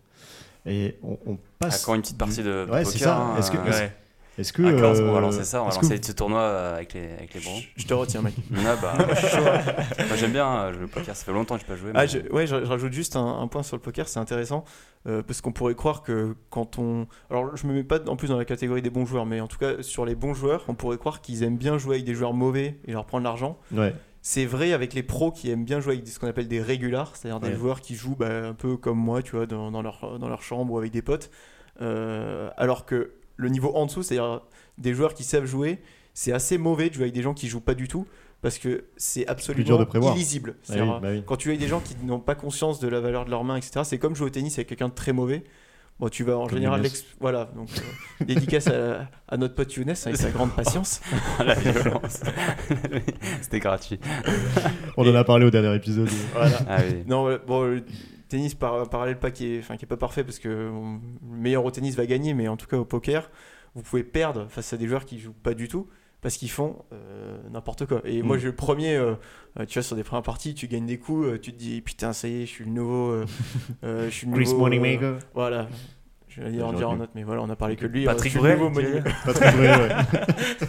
[SPEAKER 2] Et on, on passe.
[SPEAKER 4] Encore une petite partie de
[SPEAKER 2] Ouais,
[SPEAKER 4] poker.
[SPEAKER 2] c'est ça.
[SPEAKER 4] hein,
[SPEAKER 2] Est-ce que-
[SPEAKER 4] euh,
[SPEAKER 2] est-ce
[SPEAKER 3] Ouais.
[SPEAKER 2] Est-ce que
[SPEAKER 4] à Clarence, on
[SPEAKER 2] euh,
[SPEAKER 4] va lancer ça, on va
[SPEAKER 2] est-ce que
[SPEAKER 4] lancer ce tournoi euh, avec les, avec les bros.
[SPEAKER 1] Je, je te retiens, mec.
[SPEAKER 4] Ah bah, moi, je suis chaud. Moi, j'aime bien euh, le poker, ça fait longtemps que je n'ai pas joué.
[SPEAKER 1] Ah,
[SPEAKER 4] mais-
[SPEAKER 1] je, ouais, je, je rajoute juste un, un point sur le poker, c'est intéressant, euh, parce qu'on pourrait croire que quand on... Alors je me mets pas en plus dans la catégorie des bons joueurs, mais en tout cas sur les bons joueurs, on pourrait croire qu'ils aiment bien jouer avec des joueurs mauvais et leur prendre l'argent.
[SPEAKER 2] Ouais, bah
[SPEAKER 1] C'est vrai avec les pros qui aiment bien jouer avec des- ce qu'on appelle des régulars, c'est-à-dire des
[SPEAKER 2] Ouais.
[SPEAKER 1] joueurs qui jouent bah, un peu comme moi, tu vois, dans, dans leur, dans leur chambre ou avec des potes. Euh, alors que le niveau en dessous, c'est-à-dire des joueurs qui savent jouer, c'est assez mauvais de jouer avec des gens qui jouent pas du tout, parce que c'est
[SPEAKER 2] dur de
[SPEAKER 1] absolument
[SPEAKER 2] prévoir.
[SPEAKER 1] illisible.
[SPEAKER 2] ah
[SPEAKER 1] C'est-à-dire,
[SPEAKER 2] oui, bah oui.
[SPEAKER 1] quand tu es avec des gens qui n'ont pas conscience de la valeur de leurs mains, etc., c'est comme jouer au tennis avec quelqu'un de très mauvais. Bon, tu vas en
[SPEAKER 2] Comme
[SPEAKER 1] général.
[SPEAKER 2] Younes.
[SPEAKER 1] l'ex- Voilà, donc euh, dédicace à, à notre pote Younes avec sa grande patience.
[SPEAKER 4] la violence. C'était gratuit.
[SPEAKER 2] On en a parlé au dernier épisode. euh,
[SPEAKER 4] Ah oui.
[SPEAKER 1] Non, voilà, bon, le tennis par, parallèle pas qui est, enfin, qui est pas parfait parce que bon, le meilleur au tennis va gagner, mais en tout cas au poker, vous pouvez perdre face à des joueurs qui jouent pas du tout parce qu'ils font euh, n'importe quoi. Et moi,
[SPEAKER 2] Mm.
[SPEAKER 1] j'ai le premier, euh, euh, tu vois, sur des premières parties, tu gagnes des coups, euh, tu te dis putain, ça y est, je suis le nouveau, euh, euh, je suis le nouveau, euh, Voilà. Je vais en
[SPEAKER 2] J'aurais
[SPEAKER 1] dire
[SPEAKER 2] pu.
[SPEAKER 1] un autre, mais voilà, on a parlé que de lui.
[SPEAKER 3] Patrick
[SPEAKER 1] Euh, je suis le
[SPEAKER 3] Bruel,
[SPEAKER 1] nouveau
[SPEAKER 3] tu veux
[SPEAKER 1] Monument.
[SPEAKER 2] Pas très vrai, ouais.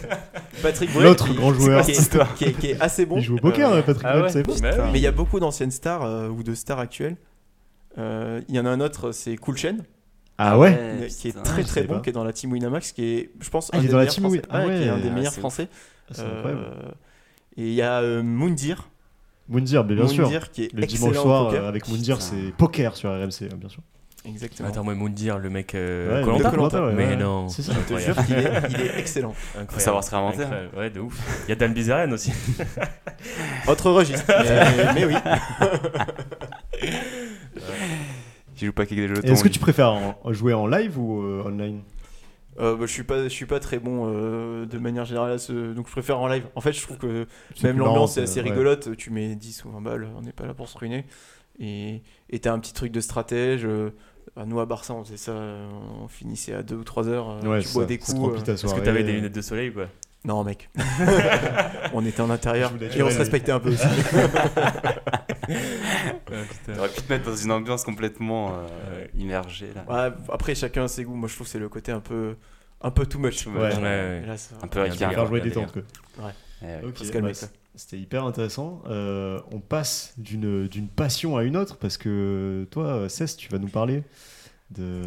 [SPEAKER 1] Patrick Bruel,
[SPEAKER 2] L'autre
[SPEAKER 1] qui-
[SPEAKER 2] grand joueur.
[SPEAKER 1] Qui est, qui est- qui est assez bon.
[SPEAKER 2] Il joue au poker,
[SPEAKER 1] Euh,
[SPEAKER 2] euh, Patrick
[SPEAKER 3] ah
[SPEAKER 2] Bell,
[SPEAKER 3] ouais.
[SPEAKER 2] tu savais pas
[SPEAKER 3] Bah oui.
[SPEAKER 1] mais il y a beaucoup d'anciennes stars euh, ou de stars actuelles. Euh, Il y en a un autre, c'est Cool Chen,
[SPEAKER 2] Ah ouais
[SPEAKER 1] euh, qui est
[SPEAKER 4] putain.
[SPEAKER 1] très
[SPEAKER 2] Ah, je
[SPEAKER 1] très
[SPEAKER 2] sais
[SPEAKER 1] bon,
[SPEAKER 2] pas.
[SPEAKER 1] qui est dans la team Winamax, qui est, je pense,
[SPEAKER 2] Ah,
[SPEAKER 1] un
[SPEAKER 2] il est
[SPEAKER 1] des
[SPEAKER 2] dans la
[SPEAKER 1] meilleurs
[SPEAKER 2] team
[SPEAKER 1] français.
[SPEAKER 2] Win- ah
[SPEAKER 1] ouais, qui est un
[SPEAKER 2] ouais.
[SPEAKER 1] des
[SPEAKER 4] Ah,
[SPEAKER 1] meilleurs
[SPEAKER 4] c'est
[SPEAKER 1] français.
[SPEAKER 2] C'est
[SPEAKER 1] Euh,
[SPEAKER 2] incroyable.
[SPEAKER 1] et il y a euh, Moundir,
[SPEAKER 2] Moundir, mais bien sûr.
[SPEAKER 1] Moundir, qui est
[SPEAKER 2] Le
[SPEAKER 1] excellent
[SPEAKER 2] dimanche
[SPEAKER 1] au
[SPEAKER 2] soir,
[SPEAKER 1] poker.
[SPEAKER 2] euh, avec Moundir,
[SPEAKER 4] Putain.
[SPEAKER 2] c'est poker sur RMC, hein, bien sûr.
[SPEAKER 1] Exactement.
[SPEAKER 3] Attends, moi, Moundir, le mec.
[SPEAKER 2] Ouais,
[SPEAKER 3] Euh,
[SPEAKER 2] le
[SPEAKER 3] Koh-Lanta
[SPEAKER 2] Koh-Lanta, ouais,
[SPEAKER 3] Mais
[SPEAKER 2] ouais.
[SPEAKER 3] non.
[SPEAKER 2] C'est ça.
[SPEAKER 1] Je te jure qu'il est, il est excellent.
[SPEAKER 3] Incroyable.
[SPEAKER 4] Faut savoir se réinventer. hein.
[SPEAKER 3] Incroyable. Ouais, de ouf. Il y a Dan Bizarren aussi.
[SPEAKER 1] Autre registre, mais, mais oui.
[SPEAKER 4] Tu joues pas avec des jetons.
[SPEAKER 2] Et Est-ce que
[SPEAKER 4] lui.
[SPEAKER 2] tu préfères en- jouer en live ou euh, online
[SPEAKER 1] Euh, bah, je suis pas, je suis pas très bon euh, de manière générale, à ce... donc je préfère en live. En fait, je trouve que
[SPEAKER 2] C'est
[SPEAKER 1] même
[SPEAKER 2] plus
[SPEAKER 1] l'ambiance est
[SPEAKER 2] marrant,
[SPEAKER 1] assez
[SPEAKER 2] euh, ouais.
[SPEAKER 1] rigolote. Tu mets 10 ou 20 balles, on n'est pas là pour se ruiner. Et et t'as un petit truc de stratège. euh, à Nous à Barça, on faisait ça, euh, on finissait à 2 ou 3 heures. euh,
[SPEAKER 2] Ouais,
[SPEAKER 1] tu
[SPEAKER 2] c'est
[SPEAKER 1] bois
[SPEAKER 2] ça.
[SPEAKER 1] des
[SPEAKER 2] Ça te
[SPEAKER 1] coups.
[SPEAKER 2] remplit
[SPEAKER 1] euh,
[SPEAKER 2] ta
[SPEAKER 3] Est-ce que
[SPEAKER 2] soirée,
[SPEAKER 3] t'avais des
[SPEAKER 2] euh,
[SPEAKER 3] lunettes de soleil ou quoi
[SPEAKER 1] Non, mec. on était en intérieur
[SPEAKER 2] Je voulais
[SPEAKER 1] et on
[SPEAKER 2] dire,
[SPEAKER 1] se
[SPEAKER 2] ouais.
[SPEAKER 1] respectait un peu aussi.
[SPEAKER 4] T'aurais pu te mettre dans une ambiance complètement euh,
[SPEAKER 3] Ouais.
[SPEAKER 4] immergée là.
[SPEAKER 1] Ouais, après, chacun a ses goûts. Moi, je trouve que c'est le côté un peu, un peu too much.
[SPEAKER 4] Too
[SPEAKER 2] much. Ouais.
[SPEAKER 3] Ouais, ouais.
[SPEAKER 1] Et là, ça-
[SPEAKER 4] Un peu avec
[SPEAKER 3] Bien
[SPEAKER 2] Faire jouer
[SPEAKER 3] Ouais,
[SPEAKER 2] des
[SPEAKER 3] bien
[SPEAKER 2] tentes, quoi.
[SPEAKER 4] Ouais, ouais.
[SPEAKER 2] Ok,
[SPEAKER 1] se calmer,
[SPEAKER 2] bah,
[SPEAKER 1] quoi.
[SPEAKER 2] C'était hyper intéressant. Euh, on passe d'une d'une passion à une autre parce que toi, Cess, tu vas nous parler de.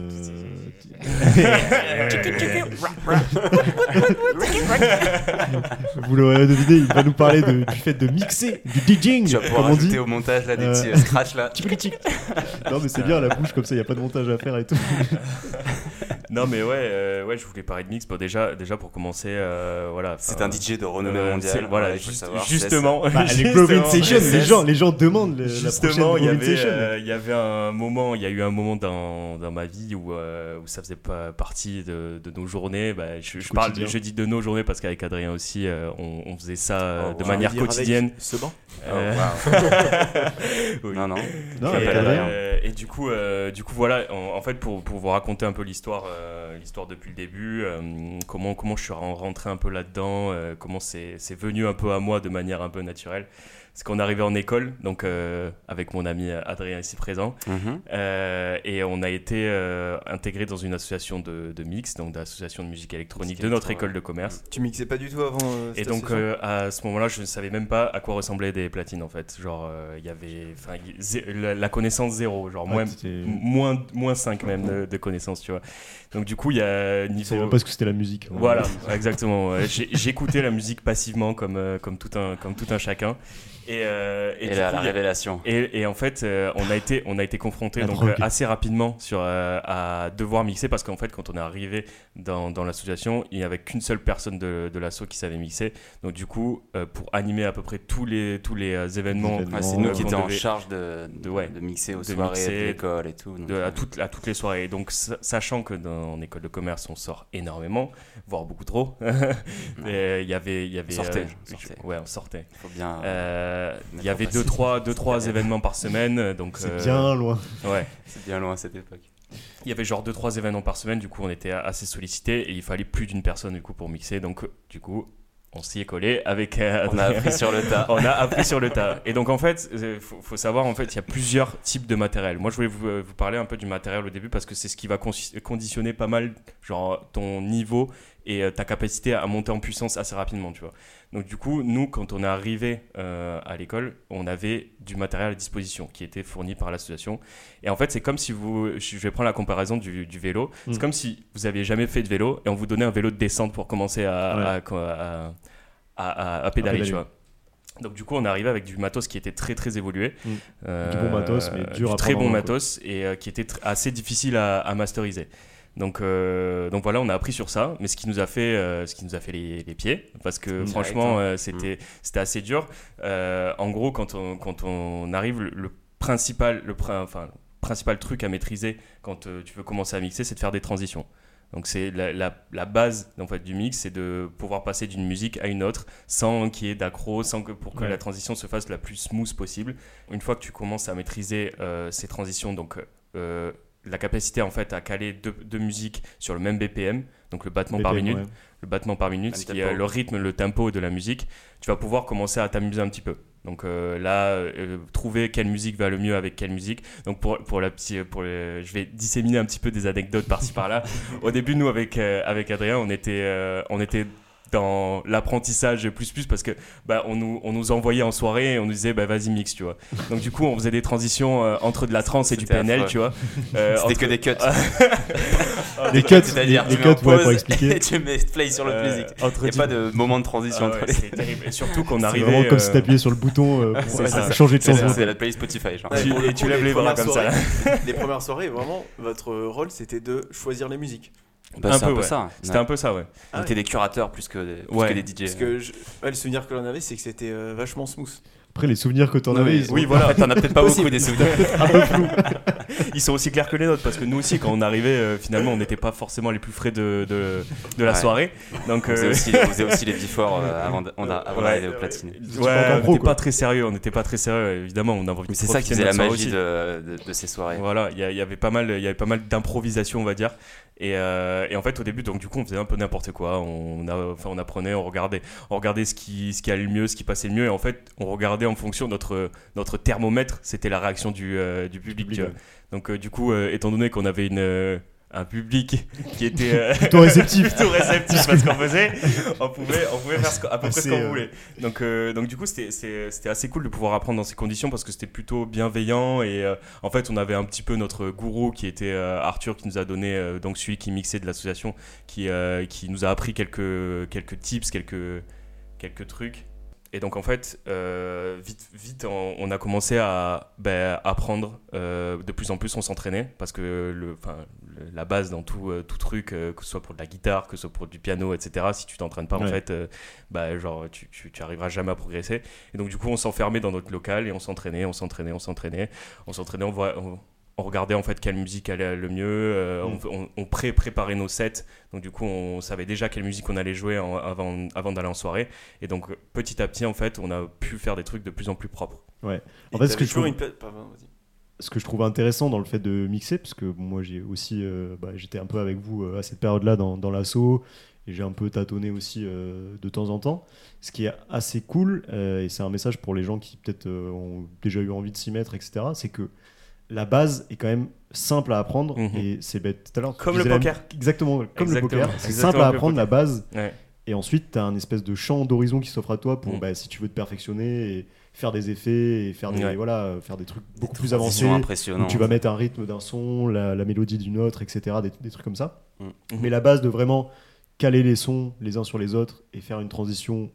[SPEAKER 2] Vous l'aurez deviné, il va nous parler de- du fait de mixer, du DJing,
[SPEAKER 4] Tu vas pouvoir
[SPEAKER 2] comme on dit.
[SPEAKER 4] ajouter au montage là des
[SPEAKER 2] Euh,
[SPEAKER 4] petits euh, scratchs là.
[SPEAKER 2] Non, mais c'est bien la bouche comme ça, il n'y a pas de montage à faire et tout.
[SPEAKER 3] Non, mais ouais, euh, ouais, je voulais parler de mix. Bon, déjà, déjà pour commencer, euh, voilà.
[SPEAKER 4] C'est
[SPEAKER 3] enfin,
[SPEAKER 4] un DJ de renommée
[SPEAKER 3] euh, c'est-
[SPEAKER 4] mondiale.
[SPEAKER 3] Voilà,
[SPEAKER 4] ouais, il faut le
[SPEAKER 3] juste-
[SPEAKER 4] savoir, c'est ça.
[SPEAKER 3] justement.
[SPEAKER 2] Bah, les
[SPEAKER 3] justement,
[SPEAKER 2] Globin Sessions, les
[SPEAKER 3] SS.
[SPEAKER 2] gens, les gens demandent le-
[SPEAKER 3] Justement,
[SPEAKER 2] la
[SPEAKER 3] il y
[SPEAKER 2] prochaine Globin
[SPEAKER 3] avait,
[SPEAKER 2] Session.
[SPEAKER 3] euh, il y avait un moment, il y a eu un moment dans, dans ma vie où, euh, où ça faisait pas partie de, de nos journées. Bah, je, je parle,
[SPEAKER 2] quotidien.
[SPEAKER 3] je dis de nos journées parce qu'avec Adrien aussi, euh, on, on faisait ça euh,
[SPEAKER 4] Oh,
[SPEAKER 3] de
[SPEAKER 4] wow.
[SPEAKER 3] manière
[SPEAKER 1] Dire avec
[SPEAKER 3] quotidienne.
[SPEAKER 1] Ce banc.
[SPEAKER 4] Oh,
[SPEAKER 3] Euh,
[SPEAKER 4] wow.
[SPEAKER 3] oui.
[SPEAKER 4] Non, non.
[SPEAKER 2] Non,
[SPEAKER 3] et,
[SPEAKER 2] avec
[SPEAKER 4] euh,
[SPEAKER 2] Adrien.
[SPEAKER 3] euh, et du coup, euh, du coup, voilà. En, en fait, pour, pour vous raconter un peu l'histoire, euh, l'histoire depuis le début, euh, comment comment je suis ren- rentré un peu là-dedans, euh, comment c'est c'est venu un peu à moi de manière un peu naturelle. C'est qu'on arrivait en école, donc euh, avec mon ami Adrien ici présent.
[SPEAKER 4] Mhm.
[SPEAKER 3] Euh, et on a été euh, intégré dans une association de, de mix, donc d'association de musique électronique
[SPEAKER 4] Musique
[SPEAKER 3] de notre
[SPEAKER 4] électro,
[SPEAKER 3] école de commerce.
[SPEAKER 1] Tu mixais pas du tout avant. euh,
[SPEAKER 3] Et
[SPEAKER 1] cette
[SPEAKER 3] donc
[SPEAKER 1] session
[SPEAKER 3] euh, à ce moment-là, je ne savais même pas à quoi ressemblaient des platines en fait. Genre, euh, il y avait enfin, il- zé- la, la connaissance zéro, genre
[SPEAKER 2] Ouais,
[SPEAKER 3] moins,
[SPEAKER 2] Ah, c'était-
[SPEAKER 3] moins, moins 5 même de, de connaissances, tu vois. Donc du coup, il y a
[SPEAKER 2] Je savais
[SPEAKER 3] niveau.
[SPEAKER 2] même pas ce que c'était la musique. hein.
[SPEAKER 3] Voilà, exactement. ouais. J'ai- J'écoutais la musique passivement comme, euh, comme, tout un, comme tout un chacun. Et, euh, et
[SPEAKER 4] Et,
[SPEAKER 3] du
[SPEAKER 4] la,
[SPEAKER 3] coup,
[SPEAKER 4] la
[SPEAKER 3] il y a-
[SPEAKER 4] révélation.
[SPEAKER 3] et, et en fait, euh, on a été, on a été confronté
[SPEAKER 2] La
[SPEAKER 3] donc
[SPEAKER 2] drogue.
[SPEAKER 3] euh, assez rapidement sur euh, à devoir mixer parce qu'en fait, quand on est arrivé dans, dans l'association, il n'y avait qu'une seule personne de, de l'asso qui savait mixer. Donc du coup, euh, pour animer à peu près tous les tous les euh, événements,
[SPEAKER 2] événements.
[SPEAKER 4] Ouais, c'est
[SPEAKER 2] Non,
[SPEAKER 4] nous qui
[SPEAKER 3] qu'on
[SPEAKER 4] étions en
[SPEAKER 3] devait-
[SPEAKER 4] charge de, de,
[SPEAKER 3] de- ouais,
[SPEAKER 4] de mixer aux
[SPEAKER 3] de
[SPEAKER 4] soirées
[SPEAKER 3] mixer,
[SPEAKER 4] de l'école et tout. donc,
[SPEAKER 3] de-
[SPEAKER 4] euh,
[SPEAKER 3] à, toutes, à toutes les soirées. Et donc, sa- sachant que dans en école de commerce, on sort énormément, voire beaucoup trop. Et euh, Il y avait, il y avait,
[SPEAKER 4] Mmh. On sortait, Ah.
[SPEAKER 3] euh,
[SPEAKER 4] on sortait.
[SPEAKER 3] ouais, on sortait.
[SPEAKER 4] faut bien.
[SPEAKER 3] Euh, Il y
[SPEAKER 4] Mettre
[SPEAKER 3] avait
[SPEAKER 4] en
[SPEAKER 3] deux,
[SPEAKER 4] place.
[SPEAKER 3] trois, deux, trois événements par semaine, donc
[SPEAKER 2] C'est
[SPEAKER 3] euh,
[SPEAKER 2] bien loin.
[SPEAKER 3] ouais.
[SPEAKER 4] C'est bien loin à cette époque.
[SPEAKER 3] Euh, Il y avait genre 2-3 événements par semaine, du coup on était assez sollicité et il fallait plus d'une personne du coup pour mixer, donc du coup on s'y est collé avec. euh,
[SPEAKER 4] On a appris sur le tas.
[SPEAKER 3] on a appris sur le tas. Et donc en fait, il faut, faut savoir en fait, il y a plusieurs types de matériel. Moi, je voulais vous, euh, vous parler un peu du matériel au début parce que c'est ce qui va consi- conditionner pas mal genre ton niveau et euh, ta capacité à monter en puissance assez rapidement, tu vois. Donc du coup, nous, quand on est arrivé euh, à l'école, on avait du matériel à disposition qui était fourni par l'association. Et en fait, c'est comme si vous, je vais prendre la comparaison du, du vélo.
[SPEAKER 2] Mm.
[SPEAKER 3] C'est comme si vous aviez jamais fait de vélo et on vous donnait un vélo de descente pour commencer à,
[SPEAKER 2] Ouais.
[SPEAKER 3] à- à- à- à- à pédaler,
[SPEAKER 2] pédaler.
[SPEAKER 3] tu vois. Donc du coup, on est arrivé avec du matos qui était très très évolué.
[SPEAKER 2] Mm.
[SPEAKER 3] Euh,
[SPEAKER 2] Du bon matos, mais dur
[SPEAKER 3] du
[SPEAKER 2] à
[SPEAKER 3] très
[SPEAKER 2] prendre hein, en
[SPEAKER 3] bon
[SPEAKER 2] main,
[SPEAKER 3] matos et euh, qui était tr- assez difficile à, à masteriser. Donc, euh, donc voilà, on a appris sur ça, mais ce qui nous a fait, euh, ce qui nous a fait les, les pieds, parce que
[SPEAKER 4] Direct,
[SPEAKER 3] franchement,
[SPEAKER 4] hein.
[SPEAKER 3] euh, c'était c'était assez dur. Euh, en gros, quand on, quand on arrive, le, le principal, le prin- enfin, le principal truc à maîtriser quand euh, tu veux commencer à mixer, c'est de faire des transitions. Donc c'est la, la- la base en fait, du mix, c'est de pouvoir passer d'une musique à une autre sans qu'il y ait d'accro, sans que pour que
[SPEAKER 2] Ouais.
[SPEAKER 3] la transition se fasse la plus smooth possible. Une fois que tu commences à maîtriser euh, ces transitions, donc euh, la capacité en fait à caler deux, deux musiques sur le même BPM, donc le battement par
[SPEAKER 2] BPM,
[SPEAKER 3] minute,
[SPEAKER 2] ouais.
[SPEAKER 3] le battement par minute,
[SPEAKER 4] Même
[SPEAKER 3] ce qui est
[SPEAKER 4] tempo.
[SPEAKER 3] le rythme, le tempo de la musique, tu vas pouvoir commencer à t'amuser un petit peu. Donc euh, là, euh, trouver quelle musique va le mieux avec quelle musique. Donc pour, pour la petite, pour le- je vais disséminer un petit peu des anecdotes par-ci par-là. Au début, nous avec euh, avec Adrien, on était euh, on était dans l'apprentissage plus plus parce que bah on nous on nous envoyait en soirée et on nous disait bah vas-y mix tu vois. Donc du coup, on faisait des transitions euh, entre de la trance et du
[SPEAKER 4] C'était
[SPEAKER 3] PNL
[SPEAKER 4] affreux.
[SPEAKER 3] tu vois. Euh,
[SPEAKER 4] C'était
[SPEAKER 3] entre-
[SPEAKER 4] que des cuts. Ah,
[SPEAKER 2] Les cuts,
[SPEAKER 4] C'est-à-dire,
[SPEAKER 2] les
[SPEAKER 4] tu mets en
[SPEAKER 2] cuts, ouais, pour
[SPEAKER 4] pause
[SPEAKER 2] expliquer.
[SPEAKER 4] Et tu mets play sur l'autre
[SPEAKER 3] euh,
[SPEAKER 4] musique.
[SPEAKER 3] entre
[SPEAKER 4] Il n'y a
[SPEAKER 3] du-
[SPEAKER 4] pas de moment de
[SPEAKER 3] Ah
[SPEAKER 4] transition
[SPEAKER 3] ouais,
[SPEAKER 4] entre les.
[SPEAKER 3] c'est terrible. Et surtout qu'on
[SPEAKER 2] C'est
[SPEAKER 3] arrivait.
[SPEAKER 2] vraiment comme si
[SPEAKER 3] euh,
[SPEAKER 2] t'appuyais sur le bouton euh, pour
[SPEAKER 3] c'est ça.
[SPEAKER 2] changer de
[SPEAKER 4] C'est
[SPEAKER 2] chanson.
[SPEAKER 4] la, c'est la play Spotify. Genre.
[SPEAKER 1] Ouais,
[SPEAKER 3] Tu-
[SPEAKER 1] pour le
[SPEAKER 3] et tu
[SPEAKER 1] coup,
[SPEAKER 3] lèves les bras
[SPEAKER 1] premières
[SPEAKER 3] comme ça.
[SPEAKER 1] soirées- les premières soirées, vraiment, votre rôle c'était de choisir les musiques.
[SPEAKER 4] Bah,
[SPEAKER 3] Un
[SPEAKER 4] c'est un
[SPEAKER 3] peu,
[SPEAKER 4] peu
[SPEAKER 3] ouais.
[SPEAKER 4] ça.
[SPEAKER 3] C'était un peu ça, ouais.
[SPEAKER 1] Ah
[SPEAKER 4] On
[SPEAKER 1] ouais.
[SPEAKER 4] était des curateurs plus que des, plus
[SPEAKER 3] Ouais.
[SPEAKER 4] que des DJ.
[SPEAKER 1] Parce que je- ouais, le souvenir que l'on avait, c'est que c'était euh, vachement smooth.
[SPEAKER 2] Après, les souvenirs que t'en
[SPEAKER 4] Non, mais-
[SPEAKER 2] avais, ils sont
[SPEAKER 4] oui, voilà. En fait, T'en as peut-être pas
[SPEAKER 1] Possible.
[SPEAKER 4] beaucoup des souvenirs.
[SPEAKER 3] Ils sont aussi clairs que les nôtres parce que nous aussi, quand on arrivait, euh, finalement, on n'était pas forcément les plus frais de, de, de la
[SPEAKER 4] Ouais.
[SPEAKER 3] soirée. Donc,
[SPEAKER 4] On faisait
[SPEAKER 3] euh,
[SPEAKER 4] aussi, on faisait aussi les before euh, avant, de- on a- avant
[SPEAKER 3] Ouais.
[SPEAKER 4] d'arriver au platine.
[SPEAKER 3] ouais,
[SPEAKER 2] pas encore
[SPEAKER 3] on
[SPEAKER 2] pro,
[SPEAKER 3] n'était
[SPEAKER 2] quoi.
[SPEAKER 3] pas très sérieux. On n'était pas très sérieux. Évidemment, on a envie
[SPEAKER 4] Mais
[SPEAKER 3] de
[SPEAKER 4] c'est ça qui
[SPEAKER 3] profiter
[SPEAKER 4] faisait
[SPEAKER 3] de
[SPEAKER 4] la
[SPEAKER 3] notre soirée
[SPEAKER 4] magie de,
[SPEAKER 3] aussi.
[SPEAKER 4] de- de ces soirées.
[SPEAKER 3] Voilà, il y, a- il y avait pas mal, il y avait pas mal d'improvisation, on va dire. Et, euh, et en fait, au début, donc du coup, on faisait un peu n'importe quoi. On, a, enfin, on apprenait, on regardait, on regardait ce qui, ce qui allait le mieux, ce qui passait le mieux. Et en fait, on regardait en fonction de notre, notre thermomètre. C'était la réaction du, euh, du public. tu vois. Donc euh, du coup, euh, étant donné qu'on avait une, euh, un public qui était euh,
[SPEAKER 2] plutôt réceptifs.
[SPEAKER 3] plutôt réceptif à ce qu'on faisait, on pouvait, on pouvait faire ce qu'on- à peu près ce
[SPEAKER 2] Assez,
[SPEAKER 3] qu'on
[SPEAKER 2] euh,
[SPEAKER 3] voulait. Donc, euh, donc du coup, c'était- c'était c'était assez cool de pouvoir apprendre dans ces conditions parce que c'était plutôt bienveillant et euh, en fait, on avait un petit peu notre gourou qui était euh, Arthur qui nous a donné, euh, donc celui qui mixait de l'association, qui, euh, qui nous a appris quelques, quelques tips, quelques, quelques trucs. Et donc en fait, euh, vite, vite, on, on a commencé à ben, apprendre. euh, de plus en plus, on s'entraînait parce que le, enfin, le- la base dans tout, euh, tout truc, euh, que ce soit pour de la guitare, que ce soit pour du piano, etc. Si tu t'entraînes pas, en
[SPEAKER 2] Ouais.
[SPEAKER 3] fait, euh, bah, genre, tu, tu, tu arriveras jamais à progresser. Et donc du coup, on s'enfermait dans notre local et on s'entraînait, on s'entraînait, on s'entraînait, on s'entraînait. On, voit- on- on regardait en fait quelle musique allait le mieux. euh,
[SPEAKER 2] Mm.
[SPEAKER 3] On, on- on pré-préparait nos sets. Donc du coup, on savait déjà quelle musique on allait jouer en- avant, avant d'aller en soirée. Et donc petit à petit, en fait, on a pu faire des trucs de plus en plus propres.
[SPEAKER 2] En
[SPEAKER 1] Et
[SPEAKER 2] fait, ce
[SPEAKER 1] t'avais
[SPEAKER 2] que je
[SPEAKER 1] toujours
[SPEAKER 2] trouve-
[SPEAKER 1] une pa- pardon, vas-y.
[SPEAKER 2] ce que je trouve intéressant dans le fait de mixer, parce que moi j'ai aussi, euh, bah, j'étais un peu avec vous euh, à cette période-là dans, dans l'assaut, et j'ai un peu tâtonné aussi euh, de temps en temps. Ce qui est assez cool, euh, et c'est un message pour les gens qui peut-être euh, ont déjà eu envie de s'y mettre, etc., c'est que la base est quand même simple à apprendre,
[SPEAKER 3] Mhm.
[SPEAKER 2] et c'est bête. Tout à l'heure, tu
[SPEAKER 3] Comme le
[SPEAKER 2] disais la-
[SPEAKER 3] poker.
[SPEAKER 2] Exactement, comme le
[SPEAKER 3] Exactement.
[SPEAKER 2] poker. C'est
[SPEAKER 3] Exactement
[SPEAKER 2] simple à
[SPEAKER 3] comme le
[SPEAKER 2] apprendre la base
[SPEAKER 3] Ouais.
[SPEAKER 2] et ensuite, tu as un espèce de champ d'horizon qui s'offre à toi pour,
[SPEAKER 3] Mm.
[SPEAKER 2] bah, si tu veux te perfectionner, et faire des effets, et faire des,
[SPEAKER 3] Ouais.
[SPEAKER 2] voilà, euh, faire des trucs beaucoup plus
[SPEAKER 4] Ils
[SPEAKER 2] avancés.
[SPEAKER 4] sont
[SPEAKER 2] où
[SPEAKER 4] impressionnants.
[SPEAKER 2] tu vas mettre un rythme d'un son, la, la mélodie d'une autre, etc. Des, des trucs comme ça.
[SPEAKER 4] Mm.
[SPEAKER 2] Mais la base de vraiment caler les sons les uns sur les autres et faire une transition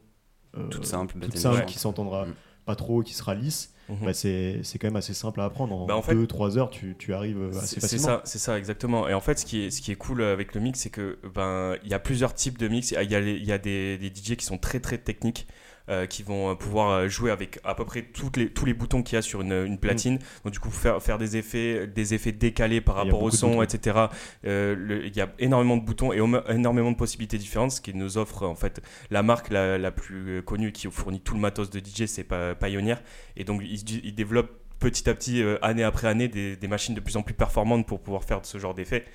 [SPEAKER 2] euh,
[SPEAKER 4] Toute simple, bête
[SPEAKER 2] toute
[SPEAKER 4] et
[SPEAKER 2] simple
[SPEAKER 4] méchante.
[SPEAKER 2] qui s'entendra
[SPEAKER 4] Mm.
[SPEAKER 2] pas trop, qui sera lisse,
[SPEAKER 3] Mhm.
[SPEAKER 2] bah, c'est c'est quand même assez simple à apprendre. En
[SPEAKER 3] Bah, en fait-
[SPEAKER 2] 2-3 heures, tu, tu arrives euh, assez
[SPEAKER 3] C'est c'est
[SPEAKER 2] facilement.
[SPEAKER 3] ça, c'est ça exactement. Et en fait, ce qui est, ce qui est cool avec le mix, c'est que ben il y a plusieurs types de mix. Il y a, les- il y a des, des DJ qui sont très très techniques. euh, qui vont euh, pouvoir euh, jouer avec à peu près toutes les, tous les boutons qu'il y a sur une, une platine. Donc du coup faire, faire des effets des effets décalés par
[SPEAKER 2] Mm. Il y a
[SPEAKER 3] rapport au
[SPEAKER 2] beaucoup de
[SPEAKER 3] son,
[SPEAKER 2] boutons.
[SPEAKER 3] etc. Euh, le- Il y a énormément de boutons et homo- énormément de possibilités différentes, ce qui nous offre en fait la marque la, la plus euh, connue qui fournit tout le matos de DJ, c'est Pa- Pioneer. Et donc ils, du- ils développent petit à petit, euh, année après année, des, des machines de plus en plus performantes pour pouvoir faire ce genre d'effet.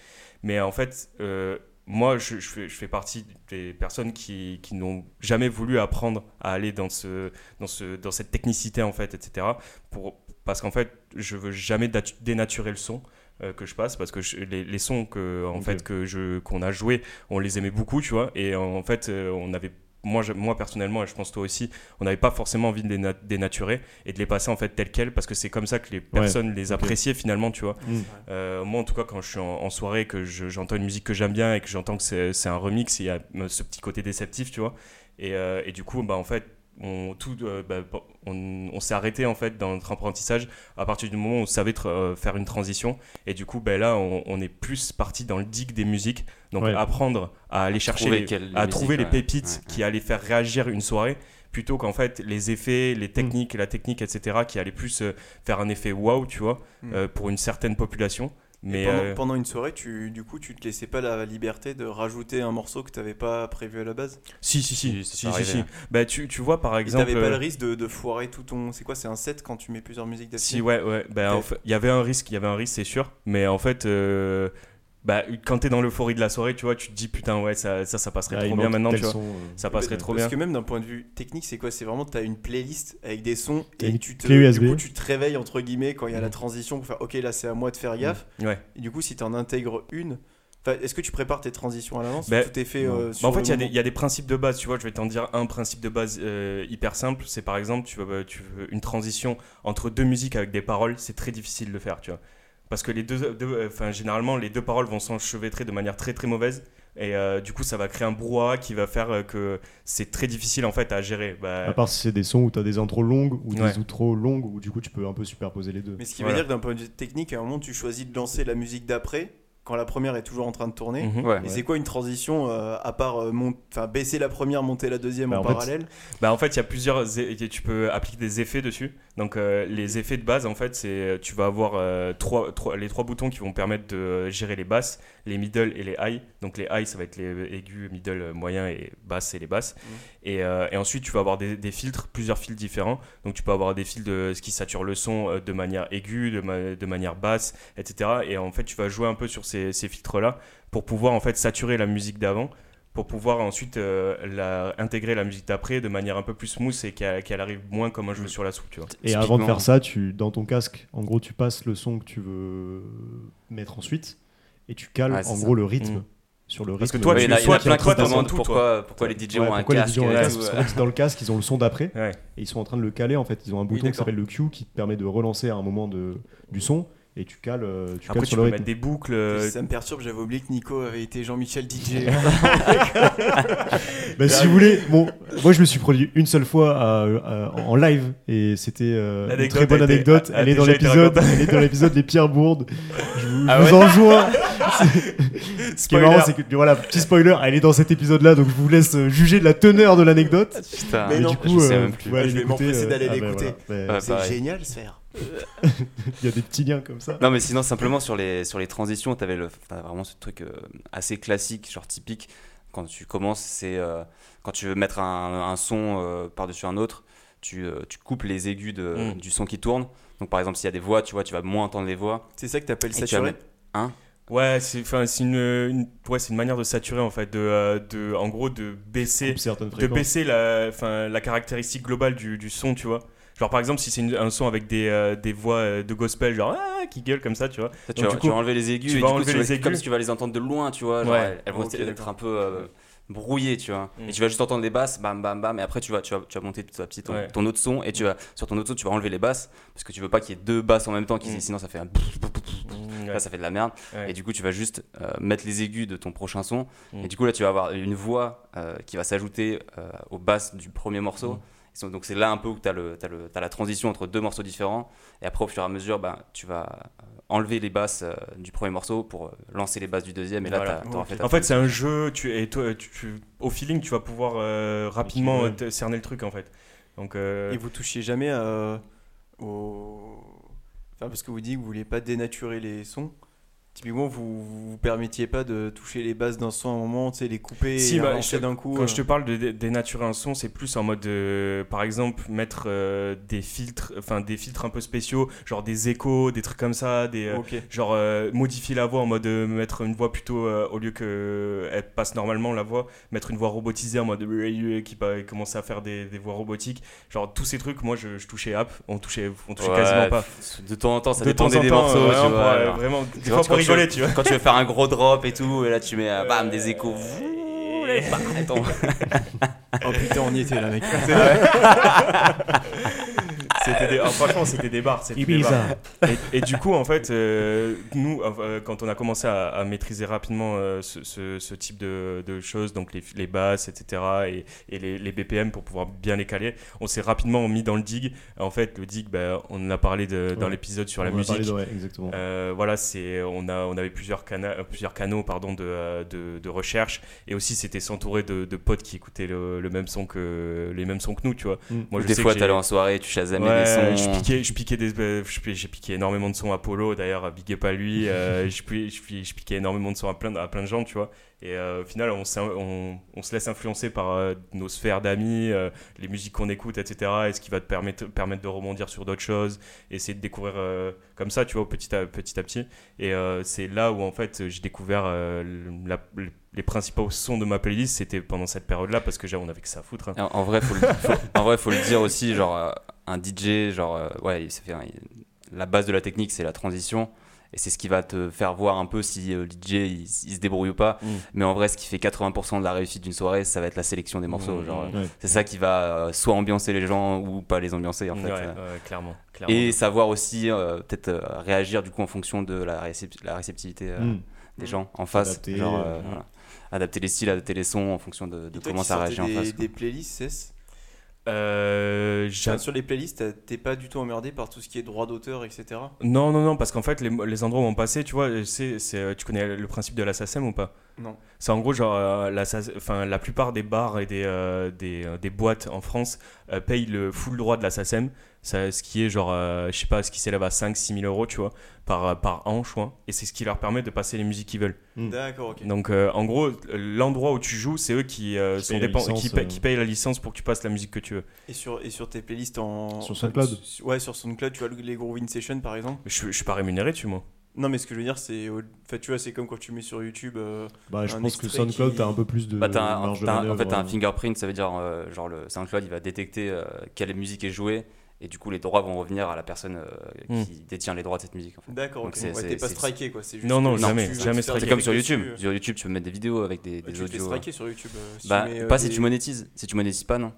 [SPEAKER 3] Mais euh, en fait, euh, moi, je, je fais, je fais partie des personnes qui, qui n'ont jamais voulu apprendre à aller dans, ce, dans, ce, dans cette technicité, en fait, etc. Pour, parce qu'en fait, je veux jamais datu- dénaturer le son. euh, que je passe parce que je- les, les sons que en
[SPEAKER 2] Ok.
[SPEAKER 3] fait que je qu'on a joué on les aimait beaucoup tu vois et en, fait euh, on avait moi je- moi personnellement et je pense toi aussi on n'avait pas forcément envie de les na- dénaturer et de les passer en fait tels quels parce que c'est comme ça que les personnes les appréciaient finalement tu vois
[SPEAKER 2] Mm.
[SPEAKER 3] Euh, moi en tout cas quand je suis en, en soirée que je- j'entends une musique que j'aime bien et que j'entends que c'est c'est un remix il y a euh, ce petit côté déceptif tu vois et, euh, et du coup bah en fait on, tout, euh, bah, bon, on, on s'est arrêté en fait dans notre apprentissage à partir du moment où on savait tra- euh, faire une transition et du coup bah, là on, on est plus parti dans le dig des musiques donc
[SPEAKER 2] Ouais.
[SPEAKER 3] apprendre à aller chercher les-
[SPEAKER 4] quelle
[SPEAKER 3] à
[SPEAKER 4] musique,
[SPEAKER 3] trouver les
[SPEAKER 4] ouais.
[SPEAKER 3] pépites
[SPEAKER 4] Ouais,
[SPEAKER 3] qui allaient faire réagir une soirée plutôt qu'en fait les effets,
[SPEAKER 1] Mm.
[SPEAKER 3] les techniques, la technique, etc. qui allaient plus euh, faire un effet wow, tu vois,
[SPEAKER 1] Mm.
[SPEAKER 3] euh, pour une certaine population. Mais
[SPEAKER 1] Pendant,
[SPEAKER 3] euh,
[SPEAKER 1] pendant une soirée, tu, du coup, tu te laissais pas la liberté de rajouter un morceau que t'avais pas prévu à la base.
[SPEAKER 3] si, si,
[SPEAKER 4] Si,
[SPEAKER 3] si, si,
[SPEAKER 4] ça
[SPEAKER 3] si,
[SPEAKER 4] peut
[SPEAKER 3] si.
[SPEAKER 4] arriver,
[SPEAKER 3] Bah, tu, tu vois par
[SPEAKER 1] hein. Et
[SPEAKER 3] exemple.
[SPEAKER 1] t'avais pas le
[SPEAKER 3] euh,
[SPEAKER 1] risque de, de foirer tout ton. C'est quoi C'est un set quand tu mets plusieurs musiques d'affilée
[SPEAKER 3] Si ouais ouais bah, en
[SPEAKER 1] Ok.
[SPEAKER 3] fait, il y avait un risque, il y avait un risque c'est sûr, mais en fait euh, bah quand t'es dans l'euphorie de la soirée, tu vois, tu te dis putain ouais ça ça, ça passerait
[SPEAKER 2] Ah, il
[SPEAKER 3] trop bien
[SPEAKER 2] manque
[SPEAKER 3] maintenant,
[SPEAKER 2] tel
[SPEAKER 3] tu vois.
[SPEAKER 2] son, euh,
[SPEAKER 3] Ça passerait
[SPEAKER 2] Parce
[SPEAKER 3] trop bien.
[SPEAKER 1] Parce que même d'un point de vue technique, c'est quoi C'est vraiment t'as une playlist avec des sons
[SPEAKER 2] T'as
[SPEAKER 1] et
[SPEAKER 2] une
[SPEAKER 1] tu te,
[SPEAKER 2] clé USB.
[SPEAKER 1] du coup tu te réveilles entre guillemets quand il y a la
[SPEAKER 3] Mhm.
[SPEAKER 1] transition pour faire ok là c'est à moi de faire gaffe.
[SPEAKER 3] Ouais.
[SPEAKER 1] Et du coup si t'en intègres une, enfin, est-ce que tu prépares tes transitions à l'avance
[SPEAKER 3] Ben,
[SPEAKER 1] ou Tout est fait.
[SPEAKER 2] non.
[SPEAKER 1] euh,
[SPEAKER 3] Bah,
[SPEAKER 1] sur
[SPEAKER 3] en fait,
[SPEAKER 1] le
[SPEAKER 3] il y, a des-
[SPEAKER 1] moment
[SPEAKER 3] il y a des principes de base, tu vois. Je vais t'en dire un principe de base euh, hyper simple. C'est par exemple, tu veux, bah, tu veux une transition entre deux musiques avec des paroles, c'est très difficile de faire, tu vois. Parce que les deux, deux- euh, enfin, généralement, les deux paroles vont s'enchevêtrer de manière très très mauvaise. Et euh, du coup, ça va créer un brouhaha qui va faire euh, que c'est très difficile en fait à gérer.
[SPEAKER 1] Ah,
[SPEAKER 3] Bah,
[SPEAKER 2] À part si c'est des sons où t'as des intros longues ou
[SPEAKER 3] Ouais.
[SPEAKER 2] des outros longues, où du coup tu peux un peu superposer les deux.
[SPEAKER 1] Mais ce qui
[SPEAKER 3] Voilà.
[SPEAKER 1] veut dire que d'un point de vue technique, à un moment, tu choisis de lancer la musique d'après quand la première est toujours en train de tourner.
[SPEAKER 3] mhm.
[SPEAKER 4] ouais.
[SPEAKER 1] Et
[SPEAKER 4] Ouais.
[SPEAKER 1] c'est quoi une transition euh, à part euh, mon- enfin, baisser la première, monter la deuxième
[SPEAKER 2] Bah,
[SPEAKER 1] en,
[SPEAKER 2] en fait,
[SPEAKER 1] parallèle
[SPEAKER 3] Bah en fait, il y a plusieurs. é- Tu peux appliquer des effets dessus. Donc euh, les effets de base, en fait, c'est tu vas avoir euh, trois, trois- les trois boutons qui vont permettre de euh, gérer les basses, les middle et les high. Donc les high, ça va être les aigus, middle, euh, moyen et basse et les basses. Et, euh, et ensuite, tu vas avoir des, des filtres, plusieurs filtres différents. Donc tu peux avoir des filtres de ce qui sature le son euh, de manière aiguë, de, ma- de manière basse, etc. Et en fait, tu vas jouer un peu sur ces, ces filtres-là pour pouvoir en fait saturer la musique d'avant pour pouvoir ensuite euh, la, intégrer la musique d'après de manière un peu plus smooth et qu'elle qu'elle arrive moins comme un jeu sur la soupe, tu vois.
[SPEAKER 2] Et avant de
[SPEAKER 4] Typiquement,
[SPEAKER 2] faire ça, tu, dans ton casque, en gros, tu passes le son que tu veux mettre ensuite et tu cales
[SPEAKER 4] Ouais, c'est
[SPEAKER 2] en
[SPEAKER 4] ça.
[SPEAKER 2] gros le rythme.
[SPEAKER 3] Mm.
[SPEAKER 2] Sur le rythme.
[SPEAKER 3] Parce que toi,
[SPEAKER 4] Ouais,
[SPEAKER 3] tu
[SPEAKER 4] il y en a-
[SPEAKER 3] sois-
[SPEAKER 4] il y en a plein
[SPEAKER 3] tu
[SPEAKER 4] qui se
[SPEAKER 3] sois dans
[SPEAKER 4] demandent
[SPEAKER 3] tout,
[SPEAKER 4] pourquoi, pourquoi les
[SPEAKER 2] Ouais,
[SPEAKER 4] DJ ont un
[SPEAKER 2] pourquoi les
[SPEAKER 4] casque.
[SPEAKER 2] DJ ont un
[SPEAKER 4] et
[SPEAKER 2] casque
[SPEAKER 4] tout,
[SPEAKER 2] Parce
[SPEAKER 4] euh,
[SPEAKER 2] qu'en fait, dans le casque, ils ont le son d'après
[SPEAKER 3] Ouais.
[SPEAKER 2] et ils sont en train de le caler. En fait, ils ont un bouton qui
[SPEAKER 1] d'accord.
[SPEAKER 2] s'appelle le Q qui te permet de relancer à un moment de, du son et tu cales, euh, tu
[SPEAKER 3] Après,
[SPEAKER 2] cales
[SPEAKER 3] tu
[SPEAKER 2] sur
[SPEAKER 3] peux
[SPEAKER 2] le rythme.
[SPEAKER 3] mettre des boucles. euh,
[SPEAKER 1] Ça me perturbe, j'avais oublié que Nico avait été Jean-Michel DJ.
[SPEAKER 2] Bah, si vous voulez, bon, moi je me suis produit une seule fois à- à- en live et c'était euh, une
[SPEAKER 3] L'anecdote
[SPEAKER 2] très bonne
[SPEAKER 3] a été-
[SPEAKER 2] anecdote.
[SPEAKER 3] a- a
[SPEAKER 2] elle, est dans
[SPEAKER 3] déjà été
[SPEAKER 2] l'épisode,
[SPEAKER 3] racontée.
[SPEAKER 2] elle est dans l'épisode des Pierres Bourdes. Je vous, je
[SPEAKER 4] Ah
[SPEAKER 2] vous
[SPEAKER 4] ouais
[SPEAKER 2] enjoins. Ce qui est
[SPEAKER 3] Spoiler.
[SPEAKER 2] marrant, c'est que voilà, petit spoiler, elle est dans cet épisode-là, donc je vous laisse euh, juger de la teneur de l'anecdote.
[SPEAKER 4] Putain,
[SPEAKER 1] Mais
[SPEAKER 2] Mais
[SPEAKER 1] non,
[SPEAKER 2] du
[SPEAKER 4] je
[SPEAKER 2] coup,
[SPEAKER 4] sais
[SPEAKER 2] euh,
[SPEAKER 4] même
[SPEAKER 2] vous
[SPEAKER 4] plus.
[SPEAKER 2] pouvez aller
[SPEAKER 1] Je vais
[SPEAKER 2] l'écouter,
[SPEAKER 1] m'empresser
[SPEAKER 2] euh,
[SPEAKER 1] d'aller
[SPEAKER 2] ah bah
[SPEAKER 1] l'écouter.
[SPEAKER 2] voilà. Bah,
[SPEAKER 4] Ouais.
[SPEAKER 1] c'est
[SPEAKER 4] pareil.
[SPEAKER 1] génial ce faire.
[SPEAKER 2] Il y a des petits liens comme ça.
[SPEAKER 4] Non, mais sinon, simplement sur les, sur les transitions, t'avais le- t'avais vraiment ce truc euh, assez classique, genre typique. Quand tu commences, c'est euh, quand tu veux mettre un, un son euh, par-dessus un autre, tu, euh, tu coupes les aigus de-
[SPEAKER 3] Mm.
[SPEAKER 4] du son qui tourne. Donc, par exemple, s'il y a des voix, tu vois, tu vas moins entendre les voix.
[SPEAKER 1] C'est ça que t'appelles
[SPEAKER 4] Et tu vas
[SPEAKER 1] saturé
[SPEAKER 4] mettre-
[SPEAKER 3] Ouais, c'est enfin, c'est une, une- ouais, c'est une manière de saturer en fait, de, euh, de, en gros, de baisser
[SPEAKER 2] Coupe certaines
[SPEAKER 3] de
[SPEAKER 2] fréquences.
[SPEAKER 3] baisser la, enfin, la caractéristique globale du, du son, tu vois. Genre par exemple, si c'est une- un son avec des, euh, des voix euh, de gospel, genre ah, qui gueule comme ça, tu vois.
[SPEAKER 4] Ça, tu,
[SPEAKER 3] Donc,
[SPEAKER 4] vas, tu
[SPEAKER 3] du coup,
[SPEAKER 4] vas enlever les aigus,
[SPEAKER 3] tu
[SPEAKER 4] et
[SPEAKER 3] vas
[SPEAKER 4] du coup,
[SPEAKER 3] enlever
[SPEAKER 4] tu vas-
[SPEAKER 3] les aigus.
[SPEAKER 4] comme si tu vas les entendre de loin, tu vois. genre,
[SPEAKER 3] Ouais.
[SPEAKER 4] elles, elles vont
[SPEAKER 1] Ok,
[SPEAKER 4] être
[SPEAKER 1] d'accord.
[SPEAKER 4] un peu euh, brouillées, tu vois.
[SPEAKER 3] Mm.
[SPEAKER 4] Et tu vas juste entendre les basses, bam, bam, bam. Et après, tu vas, tu vas, tu vas monter petit à petit ton,
[SPEAKER 3] Ouais.
[SPEAKER 4] ton autre son. Et tu vas, sur ton autre son, tu vas enlever les basses. Parce que tu veux pas qu'il y ait deux basses en même temps, qui,
[SPEAKER 3] Mm.
[SPEAKER 4] sinon ça fait un.
[SPEAKER 3] Ouais.
[SPEAKER 4] Là, ça fait de la merde.
[SPEAKER 3] Ouais.
[SPEAKER 4] Et du coup, tu vas juste euh, mettre les aigus de ton prochain son.
[SPEAKER 3] Mm.
[SPEAKER 4] Et du coup, là, tu vas avoir une voix euh, qui va s'ajouter euh, aux basses du premier morceau.
[SPEAKER 3] Mm.
[SPEAKER 4] Ils sont- donc c'est là un peu où tu as, la transition entre deux morceaux différents. Et après, au fur et à mesure, ben, tu vas euh, enlever les basses euh, du premier morceau pour euh, lancer les basses du deuxième. Et là,
[SPEAKER 3] Voilà.
[SPEAKER 4] t'as- t'auras fait ta
[SPEAKER 3] En fait, c'est un jeu, tu, et toi, tu- tu- au feeling, tu vas pouvoir euh, rapidement
[SPEAKER 2] Ouais.
[SPEAKER 3] euh, te- cerner le truc en fait. Donc, euh,
[SPEAKER 1] Et vous touchiez jamais à- au. Enfin, parce que vous dites que vous vouliez pas dénaturer les sons. Typiquement, vous vous vous permettiez pas de toucher les basses d'un son à un moment, tu sais, les couper
[SPEAKER 3] Si,
[SPEAKER 1] et
[SPEAKER 3] bah,
[SPEAKER 1] avancer
[SPEAKER 3] je-
[SPEAKER 1] d'un coup.
[SPEAKER 3] quand
[SPEAKER 1] euh.
[SPEAKER 3] je te parle de dé- dénaturer un son, c'est plus en mode, euh, par exemple, mettre euh, des filtres, enfin des filtres un peu spéciaux, genre des échos, des trucs comme ça, des, euh,
[SPEAKER 1] Ok.
[SPEAKER 3] genre euh, modifier la voix en mode euh, mettre une voix plutôt euh, au lieu que elle passe normalement la voix mettre une voix robotisée en mode euh, qui pa- commencer à faire des, des voix robotiques genre tous ces trucs moi je, je touchais app on touchait on touchait
[SPEAKER 4] Ouais,
[SPEAKER 3] quasiment pas
[SPEAKER 4] De temps en temps, ça
[SPEAKER 3] De temps
[SPEAKER 4] dépendait
[SPEAKER 3] en
[SPEAKER 4] des
[SPEAKER 3] temps,
[SPEAKER 4] morceaux.
[SPEAKER 3] euh,
[SPEAKER 4] tu
[SPEAKER 3] vraiment,
[SPEAKER 4] vois,
[SPEAKER 3] pour, euh,
[SPEAKER 4] alors.
[SPEAKER 3] vraiment, des
[SPEAKER 4] Tu vois,
[SPEAKER 3] fois pour
[SPEAKER 4] quand
[SPEAKER 3] rigoler tu vois
[SPEAKER 4] Quand tu veux faire un gros drop et tout, et là, tu mets euh, bam,
[SPEAKER 3] Euh,
[SPEAKER 4] des échos. Vous, les barres, attends.
[SPEAKER 1] Oh putain, on y était là, mec.
[SPEAKER 3] c'était des- ah, franchement c'était des barres c'était des barres. et, et du coup, en fait, euh, nous, euh, quand on a commencé à, à maîtriser rapidement euh, ce, ce- ce type de, de choses, donc les, les basses, etc., et, et les, les BPM pour pouvoir bien les caler, on s'est rapidement mis dans le dig. En fait, le dig, bah, on en a parlé de- dans
[SPEAKER 2] Ouais.
[SPEAKER 3] l'épisode sur la
[SPEAKER 2] On en a parlé
[SPEAKER 3] musique.
[SPEAKER 2] de- ouais, exactement.
[SPEAKER 3] Euh, voilà, c'est on a on avait plusieurs cana- euh, plusieurs canaux pardon de, euh, de, de recherche et aussi c'était s'entourer de, de potes qui écoutaient le, le même son que les mêmes sons que nous, tu vois.
[SPEAKER 2] Mm.
[SPEAKER 3] Moi, je
[SPEAKER 4] Des
[SPEAKER 3] sais
[SPEAKER 4] fois,
[SPEAKER 3] que j'ai-
[SPEAKER 4] t'allais en soirée, tu chasamais
[SPEAKER 3] Ouais,
[SPEAKER 4] des
[SPEAKER 3] Je
[SPEAKER 4] sons.
[SPEAKER 3] piquais, je piquais des, euh, je pi- j'ai piqué énormément de sons à Polo d'ailleurs, big up à lui. euh, je, pi- je, pi- je piquais énormément de sons à plein, à plein de gens, tu vois. Et euh, au final, on, s'in- on, on se laisse influencer par euh, nos sphères d'amis, euh, les musiques qu'on écoute, etc. Et ce qui va te permettre, permettre de rebondir sur d'autres choses, essayer de découvrir euh, comme ça, tu vois, petit à petit. À petit. Et euh, c'est là où en fait j'ai découvert euh, la- les principaux sons de ma playlist, c'était pendant cette période-là parce que genre, on avait que ça à foutre. hein.
[SPEAKER 4] En, en vrai, faut le, faut- en vrai, faut le dire aussi, genre euh, un DJ, genre euh, ouais, il sait faire- il- la base de la technique, c'est la transition. Et c'est ce qui va te faire voir un peu si euh, le DJ il, s- il se débrouille ou pas.
[SPEAKER 3] Mm.
[SPEAKER 4] Mais en vrai, ce qui fait 80% de la réussite d'une soirée, ça va être la sélection des morceaux.
[SPEAKER 3] Mm.
[SPEAKER 4] Genre, euh,
[SPEAKER 2] Ouais.
[SPEAKER 4] c'est ça qui va euh, soit ambiancer les gens ou pas les ambiancer en fait.
[SPEAKER 3] Ouais,
[SPEAKER 4] euh.
[SPEAKER 3] ouais, clairement, clairement.
[SPEAKER 4] Et savoir aussi euh, peut-être euh, réagir du coup en fonction de la, récep- la réceptivité euh,
[SPEAKER 2] Mm.
[SPEAKER 4] des gens en face.
[SPEAKER 2] Adapter,
[SPEAKER 4] genre,
[SPEAKER 2] euh,
[SPEAKER 4] euh, voilà. Adapter les styles, adapter les sons en fonction de, de
[SPEAKER 1] Toi qui
[SPEAKER 4] comment ça
[SPEAKER 1] sortais
[SPEAKER 4] réagit en
[SPEAKER 1] des,
[SPEAKER 4] face. quoi.
[SPEAKER 1] des playlists, c'est
[SPEAKER 3] Euh, j'a-
[SPEAKER 1] Enfin, sur les playlists, t'es pas du tout emmerdé par tout ce qui est droit d'auteur, etc.
[SPEAKER 3] Non, non, non, parce qu'en fait, les, les endroits où on passait, tu vois, c'est, c'est, euh, tu connais le principe de la SACEM ou pas
[SPEAKER 1] Non.
[SPEAKER 3] C'est en gros, genre, euh, la, SACEM enfin, la plupart des bars et des, euh, des, euh, des boîtes en France euh, payent le full droit de la SACEM, ça, ce qui est genre, euh, je sais pas, ce qui s'élève à 5-6 000 euros, tu vois, par, euh, par an, je crois, et c'est ce qui leur permet de passer les musiques qu'ils veulent.
[SPEAKER 2] Mm.
[SPEAKER 1] D'accord, ok.
[SPEAKER 3] Donc euh, en gros, l'endroit où tu joues, c'est eux qui, euh, sont
[SPEAKER 2] payent la
[SPEAKER 3] dépend-
[SPEAKER 2] licence,
[SPEAKER 3] qui, pa-
[SPEAKER 2] euh.
[SPEAKER 3] qui payent la licence pour que tu passes la musique que tu veux.
[SPEAKER 1] Et sur, et sur tes playlists en.
[SPEAKER 2] Sur SoundCloud
[SPEAKER 1] Ouais, sur SoundCloud, tu vois les gros Win Sessions par exemple.
[SPEAKER 3] Je, je suis pas rémunéré, tu vois.
[SPEAKER 1] Non, mais ce que je veux dire, c'est. au- Enfin, tu vois, c'est comme quand tu mets sur YouTube. euh,
[SPEAKER 2] Bah, je
[SPEAKER 1] Un
[SPEAKER 2] pense que
[SPEAKER 1] extrait
[SPEAKER 2] SoundCloud,
[SPEAKER 1] qui-
[SPEAKER 2] t'as un peu plus de
[SPEAKER 4] Bah, t'as un-
[SPEAKER 2] marge de
[SPEAKER 4] t'as un-
[SPEAKER 2] manœuvre.
[SPEAKER 4] en fait, t'as un
[SPEAKER 2] euh.
[SPEAKER 4] fingerprint, ça veut dire, euh, genre, le SoundCloud, il va détecter euh, quelle musique est jouée, et du coup, les droits vont revenir à la personne euh,
[SPEAKER 3] Mm.
[SPEAKER 4] qui détient les droits de cette musique. en fait.
[SPEAKER 1] D'accord,
[SPEAKER 4] Donc
[SPEAKER 1] ok.
[SPEAKER 4] c'est-
[SPEAKER 1] Ouais,
[SPEAKER 4] c'est-
[SPEAKER 1] t'es pas
[SPEAKER 4] c'est-
[SPEAKER 1] striké quoi. c'est juste
[SPEAKER 3] Non, non,
[SPEAKER 1] que tu-
[SPEAKER 3] jamais,
[SPEAKER 1] tu- tu
[SPEAKER 3] jamais
[SPEAKER 1] veux te faire
[SPEAKER 3] striké.
[SPEAKER 4] C'est
[SPEAKER 1] des
[SPEAKER 4] comme sur
[SPEAKER 1] trucs
[SPEAKER 4] YouTube.
[SPEAKER 1] dessus. euh.
[SPEAKER 4] Sur YouTube, tu peux mettre des vidéos avec des,
[SPEAKER 1] Ouais,
[SPEAKER 4] des
[SPEAKER 1] Tu te fais
[SPEAKER 4] audios. hein.
[SPEAKER 1] striker sur YouTube. euh, si
[SPEAKER 4] Bah,
[SPEAKER 1] tu mets, euh,
[SPEAKER 4] pas si
[SPEAKER 1] des-
[SPEAKER 4] tu monétises. Si tu monétises pas, non.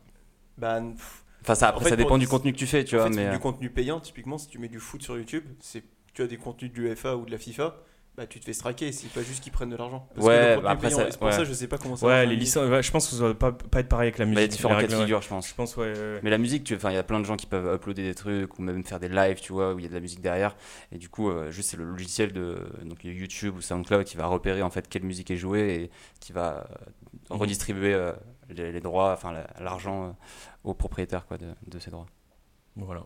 [SPEAKER 1] Bah, pff,
[SPEAKER 4] Enfin, ça, après,
[SPEAKER 1] En fait,
[SPEAKER 4] ça
[SPEAKER 1] pour-
[SPEAKER 4] dépend du contenu que tu fais, tu
[SPEAKER 1] en
[SPEAKER 4] vois.
[SPEAKER 1] fait,
[SPEAKER 4] mais,
[SPEAKER 1] du
[SPEAKER 4] euh,
[SPEAKER 1] contenu payant, typiquement, si tu mets du foot sur YouTube, c'est tu as des contenus du FA ou de la FIFA, bah tu te fais striker. C'est pas juste qu'ils prennent de l'argent. Parce que
[SPEAKER 4] Ouais,
[SPEAKER 1] le contenu
[SPEAKER 4] bah, après,
[SPEAKER 1] payant,
[SPEAKER 4] ça-
[SPEAKER 1] et c'est pour
[SPEAKER 4] ouais.
[SPEAKER 1] ça, je sais pas comment ça.
[SPEAKER 3] Ouais,
[SPEAKER 1] marche,
[SPEAKER 3] les
[SPEAKER 1] mais-
[SPEAKER 3] licences, ouais, je pense que ça va pas, pas être pareil avec la musique.
[SPEAKER 4] bah, il y a différents
[SPEAKER 3] les
[SPEAKER 4] cas de
[SPEAKER 3] règles, ouais.
[SPEAKER 4] figure, je pense.
[SPEAKER 3] Je pense, ouais. ouais.
[SPEAKER 4] Mais la musique, tu, enfin, il y a plein de gens qui peuvent uploader des trucs ou même faire des lives, tu vois, où il y a de la musique derrière. Et du coup, euh, juste c'est le logiciel de donc YouTube ou SoundCloud qui va repérer en fait quelle musique est jouée et qui va euh,
[SPEAKER 3] Mhm.
[SPEAKER 4] redistribuer euh, les, les droits, enfin la- l'argent euh, aux propriétaires quoi de, de ces droits.
[SPEAKER 3] Voilà.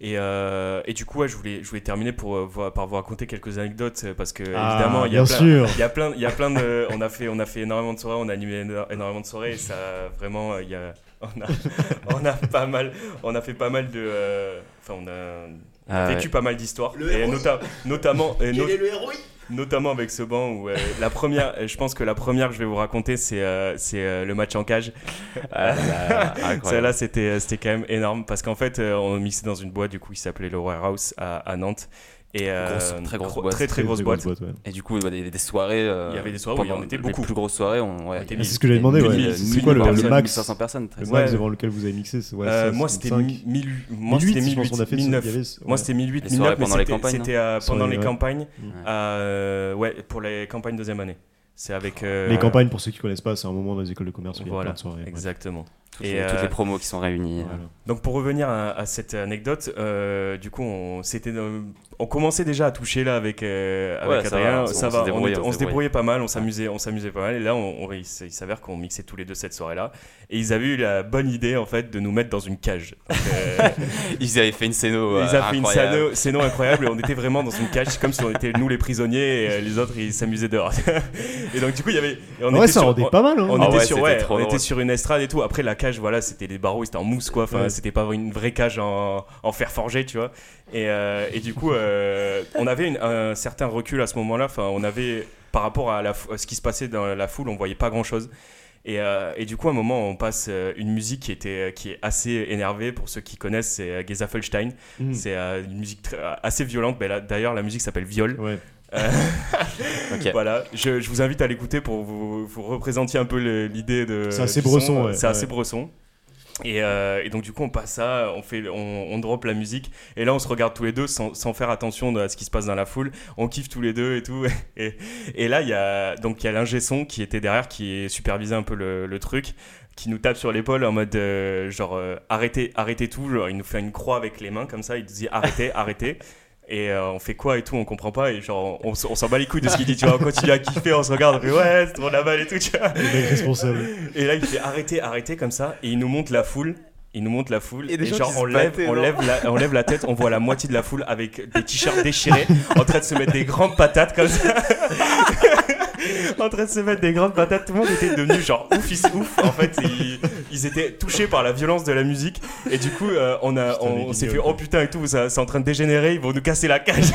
[SPEAKER 3] Et, euh, et du coup, ouais, je, voulais, je voulais terminer pour, euh, voir- par vous raconter quelques anecdotes euh, parce que,
[SPEAKER 2] Ah,
[SPEAKER 3] évidemment, il y a
[SPEAKER 2] bien
[SPEAKER 3] plein.
[SPEAKER 2] sûr.
[SPEAKER 3] Il y a plein, il y a plein de, on a fait, on a fait énormément de soirées, on a animé éno- énormément de soirées et ça vraiment, euh, il y a, on a, on a pas mal, on a fait pas mal de, euh, enfin on a, on a
[SPEAKER 4] Ah ouais.
[SPEAKER 3] vécu pas mal d'histoires
[SPEAKER 1] Le
[SPEAKER 3] et
[SPEAKER 1] héros.
[SPEAKER 3] nota- notamment, et no-
[SPEAKER 1] Quel est le héros
[SPEAKER 3] notamment avec ce banc où euh, la première, euh, je pense que la première que je vais vous raconter c'est, euh, c'est euh, le match en cage. Ah,
[SPEAKER 4] Ah, incroyable.
[SPEAKER 3] Celle-là, c'était euh, c'était quand même énorme parce qu'en fait, euh, on mixait dans une boîte du coup qui s'appelait le Warehouse à, à Nantes. Et,
[SPEAKER 4] Grosse- très grosse
[SPEAKER 3] gro-
[SPEAKER 4] boîte.
[SPEAKER 3] Très, très grosse boîte.
[SPEAKER 2] ouais.
[SPEAKER 4] Et du coup, il y avait des, des soirées. euh,
[SPEAKER 3] Il y avait des soirées où il y en
[SPEAKER 4] pendant
[SPEAKER 3] était
[SPEAKER 4] les
[SPEAKER 3] beaucoup.
[SPEAKER 4] plus grosses soirées, on, ouais,
[SPEAKER 3] On était
[SPEAKER 2] Ah,
[SPEAKER 4] il y avait
[SPEAKER 2] C'est ce que j'avais demandé,
[SPEAKER 4] mille-
[SPEAKER 3] Mille-
[SPEAKER 2] ouais. C'est quoi le-
[SPEAKER 4] personnes,
[SPEAKER 2] le max
[SPEAKER 4] 1500 personnes. très-
[SPEAKER 2] Le
[SPEAKER 3] Ouais.
[SPEAKER 2] max devant lequel vous avez mixé c'est- ouais,
[SPEAKER 3] Euh,
[SPEAKER 2] ça,
[SPEAKER 3] moi,
[SPEAKER 2] c'est
[SPEAKER 3] c'était
[SPEAKER 2] 5.
[SPEAKER 3] 1000 moi,
[SPEAKER 2] 1008,
[SPEAKER 3] c'était
[SPEAKER 2] je pense qu'on a fait ce-
[SPEAKER 3] 1008,
[SPEAKER 2] il y
[SPEAKER 3] 1009.
[SPEAKER 2] avait ce-
[SPEAKER 3] Moi,
[SPEAKER 2] ouais.
[SPEAKER 3] c'était 1008,
[SPEAKER 4] Les soirées
[SPEAKER 3] 1009, mais
[SPEAKER 4] pendant les
[SPEAKER 3] c'était-
[SPEAKER 4] campagnes, hein. Mm.
[SPEAKER 3] c'était euh, pendant
[SPEAKER 2] Soirées,
[SPEAKER 3] les
[SPEAKER 2] ouais.
[SPEAKER 3] campagnes.
[SPEAKER 4] Ouais.
[SPEAKER 3] euh, ouais, pour les campagnes deuxième année. C'est avec. euh,
[SPEAKER 2] Les campagnes, pour ceux qui connaissent pas, c'est un moment dans les écoles de commerce où il y a
[SPEAKER 3] Voilà,
[SPEAKER 2] plein de soirées. ouais.
[SPEAKER 3] Exactement.
[SPEAKER 4] toutes,
[SPEAKER 3] Et,
[SPEAKER 4] les, toutes
[SPEAKER 3] euh,
[SPEAKER 4] les promos qui sont réunies.
[SPEAKER 2] Voilà.
[SPEAKER 3] Donc pour revenir à, à cette anecdote, euh, du coup on, c'était, euh, on commençait déjà à toucher là avec, euh, avec
[SPEAKER 4] Ouais, ça
[SPEAKER 3] Adrien,
[SPEAKER 4] va, on- on se
[SPEAKER 3] on,
[SPEAKER 4] débrouille,
[SPEAKER 3] était-
[SPEAKER 4] on
[SPEAKER 3] on
[SPEAKER 4] se
[SPEAKER 3] se débrouillait pas mal, on s'amusait, on s'amusait pas mal, et là on, on- il s- il s'avère qu'on mixait tous les deux cette soirée là, et ils avaient eu la bonne idée en fait de nous mettre dans une cage. Donc, euh,
[SPEAKER 4] Ils avaient fait une scéno. euh,
[SPEAKER 3] ils avaient fait une
[SPEAKER 4] incroyable.
[SPEAKER 3] scéno, scéno incroyable et on était vraiment dans une cage, c'est comme si on était nous les prisonniers et euh, les autres ils s'amusaient dehors. et donc du coup il y avait... et on
[SPEAKER 2] Ouais,
[SPEAKER 3] était
[SPEAKER 2] ça
[SPEAKER 3] sur-
[SPEAKER 2] rendait
[SPEAKER 3] on-
[SPEAKER 2] pas mal. hein.
[SPEAKER 3] on,
[SPEAKER 4] Ah
[SPEAKER 3] était,
[SPEAKER 4] ouais,
[SPEAKER 3] sur,
[SPEAKER 4] c'était
[SPEAKER 3] ouais,
[SPEAKER 4] trop
[SPEAKER 3] on
[SPEAKER 4] drôle.
[SPEAKER 3] était sur une estrade et tout. Après, la cage, voilà, c'était les barreaux, c'était en mousse, quoi. Enfin,
[SPEAKER 2] Ouais.
[SPEAKER 3] c'était pas une vraie cage en, en fer forgé, tu vois. Et, euh, et du coup, euh, on avait une- un certain recul à ce moment-là. Enfin, on avait, par rapport à, la, fou- à ce qui se passait dans la foule, on voyait pas grand-chose. Et, euh, et du coup, à un moment, on passe euh, une musique qui, était, qui est assez énervée. Pour ceux qui connaissent, c'est euh, Gezafelstein.
[SPEAKER 4] Hmm.
[SPEAKER 2] Mm.
[SPEAKER 3] C'est euh, une musique très- assez violente. mais là, D'ailleurs, la musique s'appelle Viol.
[SPEAKER 2] Hmm. Ouais.
[SPEAKER 3] Euh,
[SPEAKER 4] Ok.
[SPEAKER 3] Voilà, je, je vous invite à l'écouter pour vous, vous représenter un peu le- l'idée de.
[SPEAKER 2] C'est assez
[SPEAKER 3] du son.
[SPEAKER 2] bresson, ouais.
[SPEAKER 3] C'est assez
[SPEAKER 2] Ouais.
[SPEAKER 3] bresson. Et, euh, et donc du coup on passe ça, on fait, on, on drop la musique et là on se regarde tous les deux sans, sans faire attention à ce qui se passe dans la foule. On kiffe tous les deux et tout. Et, et là il y a donc il y a l'ingé son qui était derrière qui supervisait un peu le, le truc, qui nous tape sur l'épaule en mode euh, genre euh, arrêtez arrêtez tout. Genre, il nous fait une croix avec les mains comme ça. Il nous dit arrêtez arrêtez. Et euh, on fait quoi et tout, on comprend pas, et genre on, s- on s'en bat les couilles de ce qu'il dit, tu vois, on continue à kiffer, on se regarde, on fait ouais, c'est trop la balle et tout, tu vois.
[SPEAKER 2] Le mec responsable.
[SPEAKER 3] Et là, il fait arrêter, arrêter comme ça, et il nous montre la foule. Il nous montre la foule,
[SPEAKER 1] Et
[SPEAKER 3] et,
[SPEAKER 1] des gens
[SPEAKER 3] genre
[SPEAKER 1] qui se
[SPEAKER 3] on lève,
[SPEAKER 1] battaient,
[SPEAKER 3] on,
[SPEAKER 1] non
[SPEAKER 3] lève la, on lève la tête, on voit la moitié de la foule avec des t-shirts déchirés, en train de se mettre des grandes patates comme ça. en train de se mettre des grandes patates, tout le monde était devenu genre ouf, ils- ouf. En fait, ils, ils étaient touchés par la violence de la musique, et du coup, euh, on, a,
[SPEAKER 2] Putain,
[SPEAKER 3] on-
[SPEAKER 2] les
[SPEAKER 3] on s'est fait
[SPEAKER 2] vidéos,
[SPEAKER 3] oh
[SPEAKER 2] quoi.
[SPEAKER 3] putain et tout, ça, c'est en train de dégénérer, ils vont nous casser la cage.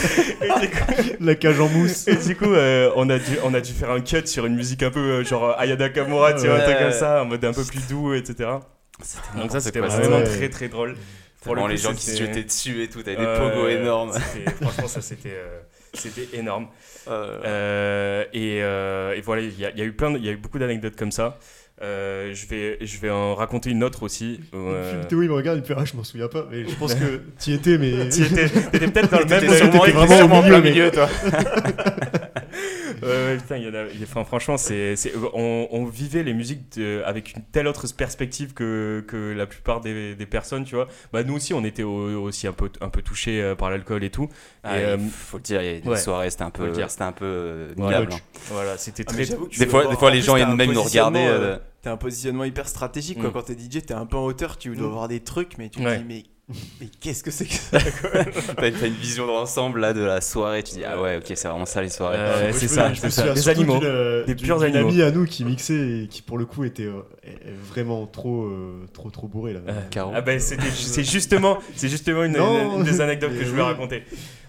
[SPEAKER 3] et du coup,
[SPEAKER 2] La cage en mousse.
[SPEAKER 3] et du coup, euh, on, a dû, on a dû faire un cut sur une musique un peu euh, genre euh, Ayada Kamura, tu vois, un
[SPEAKER 1] Ouais.
[SPEAKER 3] truc comme ça, en mode un peu plus doux, etc. Donc ça, c'était
[SPEAKER 4] Ah, quoi,
[SPEAKER 3] vraiment
[SPEAKER 2] ouais.
[SPEAKER 3] très très drôle. Pour
[SPEAKER 4] Vraiment,
[SPEAKER 3] le
[SPEAKER 4] les
[SPEAKER 3] coup,
[SPEAKER 4] gens qui se
[SPEAKER 3] c'était- Euh,
[SPEAKER 4] jetaient dessus et tout, t'avais
[SPEAKER 3] Ouais,
[SPEAKER 4] des pogos
[SPEAKER 3] ouais,
[SPEAKER 4] énormes.
[SPEAKER 3] c'était- Franchement, ça, c'était... euh, C'était énorme.
[SPEAKER 4] Euh,
[SPEAKER 3] Euh, et, euh, et voilà, il y, a- il y a eu plein, de- il y a eu beaucoup d'anecdotes comme ça. Euh, je vais, je vais en raconter une autre aussi. où, euh,
[SPEAKER 2] Théo, il me regarde, il me fait Ah, je m'en souviens pas, mais je pense que t'y étais, mais.
[SPEAKER 3] t'y étais, t'étais peut-être dans le même
[SPEAKER 2] T'étais
[SPEAKER 3] moment.
[SPEAKER 2] sûrement- t'étais vraiment au milieu, mec.
[SPEAKER 1] toi.
[SPEAKER 3] Ouais, ouais, putain, il y en a- il y a- enfin, franchement, c'est, c'est- on, on vivait les musiques de- avec une telle autre perspective que, que la plupart des, des personnes, tu vois. Bah, nous aussi, on était au- aussi un peu, un peu touchés euh, par l'alcool et tout.
[SPEAKER 4] ah,
[SPEAKER 3] et,
[SPEAKER 4] il
[SPEAKER 3] euh,
[SPEAKER 4] faut le dire, il y a eu des
[SPEAKER 3] ouais.
[SPEAKER 4] soirées, c'était un
[SPEAKER 3] Faut
[SPEAKER 4] peu,
[SPEAKER 3] le dire.
[SPEAKER 4] c'était un peu euh,
[SPEAKER 3] Ouais,
[SPEAKER 4] minable,
[SPEAKER 2] Lodge.
[SPEAKER 4] hein.
[SPEAKER 3] Voilà, c'était
[SPEAKER 2] Ah,
[SPEAKER 3] très.
[SPEAKER 4] Des fois, des fois les gens ils même nous regardaient. euh,
[SPEAKER 1] T'as un positionnement hyper stratégique quoi.
[SPEAKER 3] Mm.
[SPEAKER 1] quand t'es DJ, t'es un peu en hauteur, tu dois
[SPEAKER 3] Mm.
[SPEAKER 1] voir des trucs, mais tu te
[SPEAKER 3] Ouais.
[SPEAKER 1] dis mais, mais qu'est-ce que c'est que ça
[SPEAKER 4] T'as t'as une vision de l'ensemble là de la soirée, tu dis ah ouais ok c'est vraiment ça les soirées.
[SPEAKER 3] Euh,
[SPEAKER 2] Moi, je
[SPEAKER 3] c'est
[SPEAKER 2] me-
[SPEAKER 3] ça,
[SPEAKER 2] je me
[SPEAKER 3] c'est ça.
[SPEAKER 2] souviens
[SPEAKER 3] Des
[SPEAKER 2] surtout
[SPEAKER 3] animaux.
[SPEAKER 2] d'une, euh,
[SPEAKER 3] Des
[SPEAKER 2] d'une-
[SPEAKER 3] purs
[SPEAKER 2] d'une
[SPEAKER 3] animaux.
[SPEAKER 2] amie à nous qui mixait et qui, pour le coup, était euh, euh, vraiment trop, euh, trop, trop bourré là.
[SPEAKER 3] Euh,
[SPEAKER 4] Caro.
[SPEAKER 3] Ah ben c'était- c'est justement, c'est justement une,
[SPEAKER 2] Non.
[SPEAKER 3] une- une des anecdotes que
[SPEAKER 2] Mais
[SPEAKER 3] je voulais
[SPEAKER 2] oui.
[SPEAKER 3] raconter.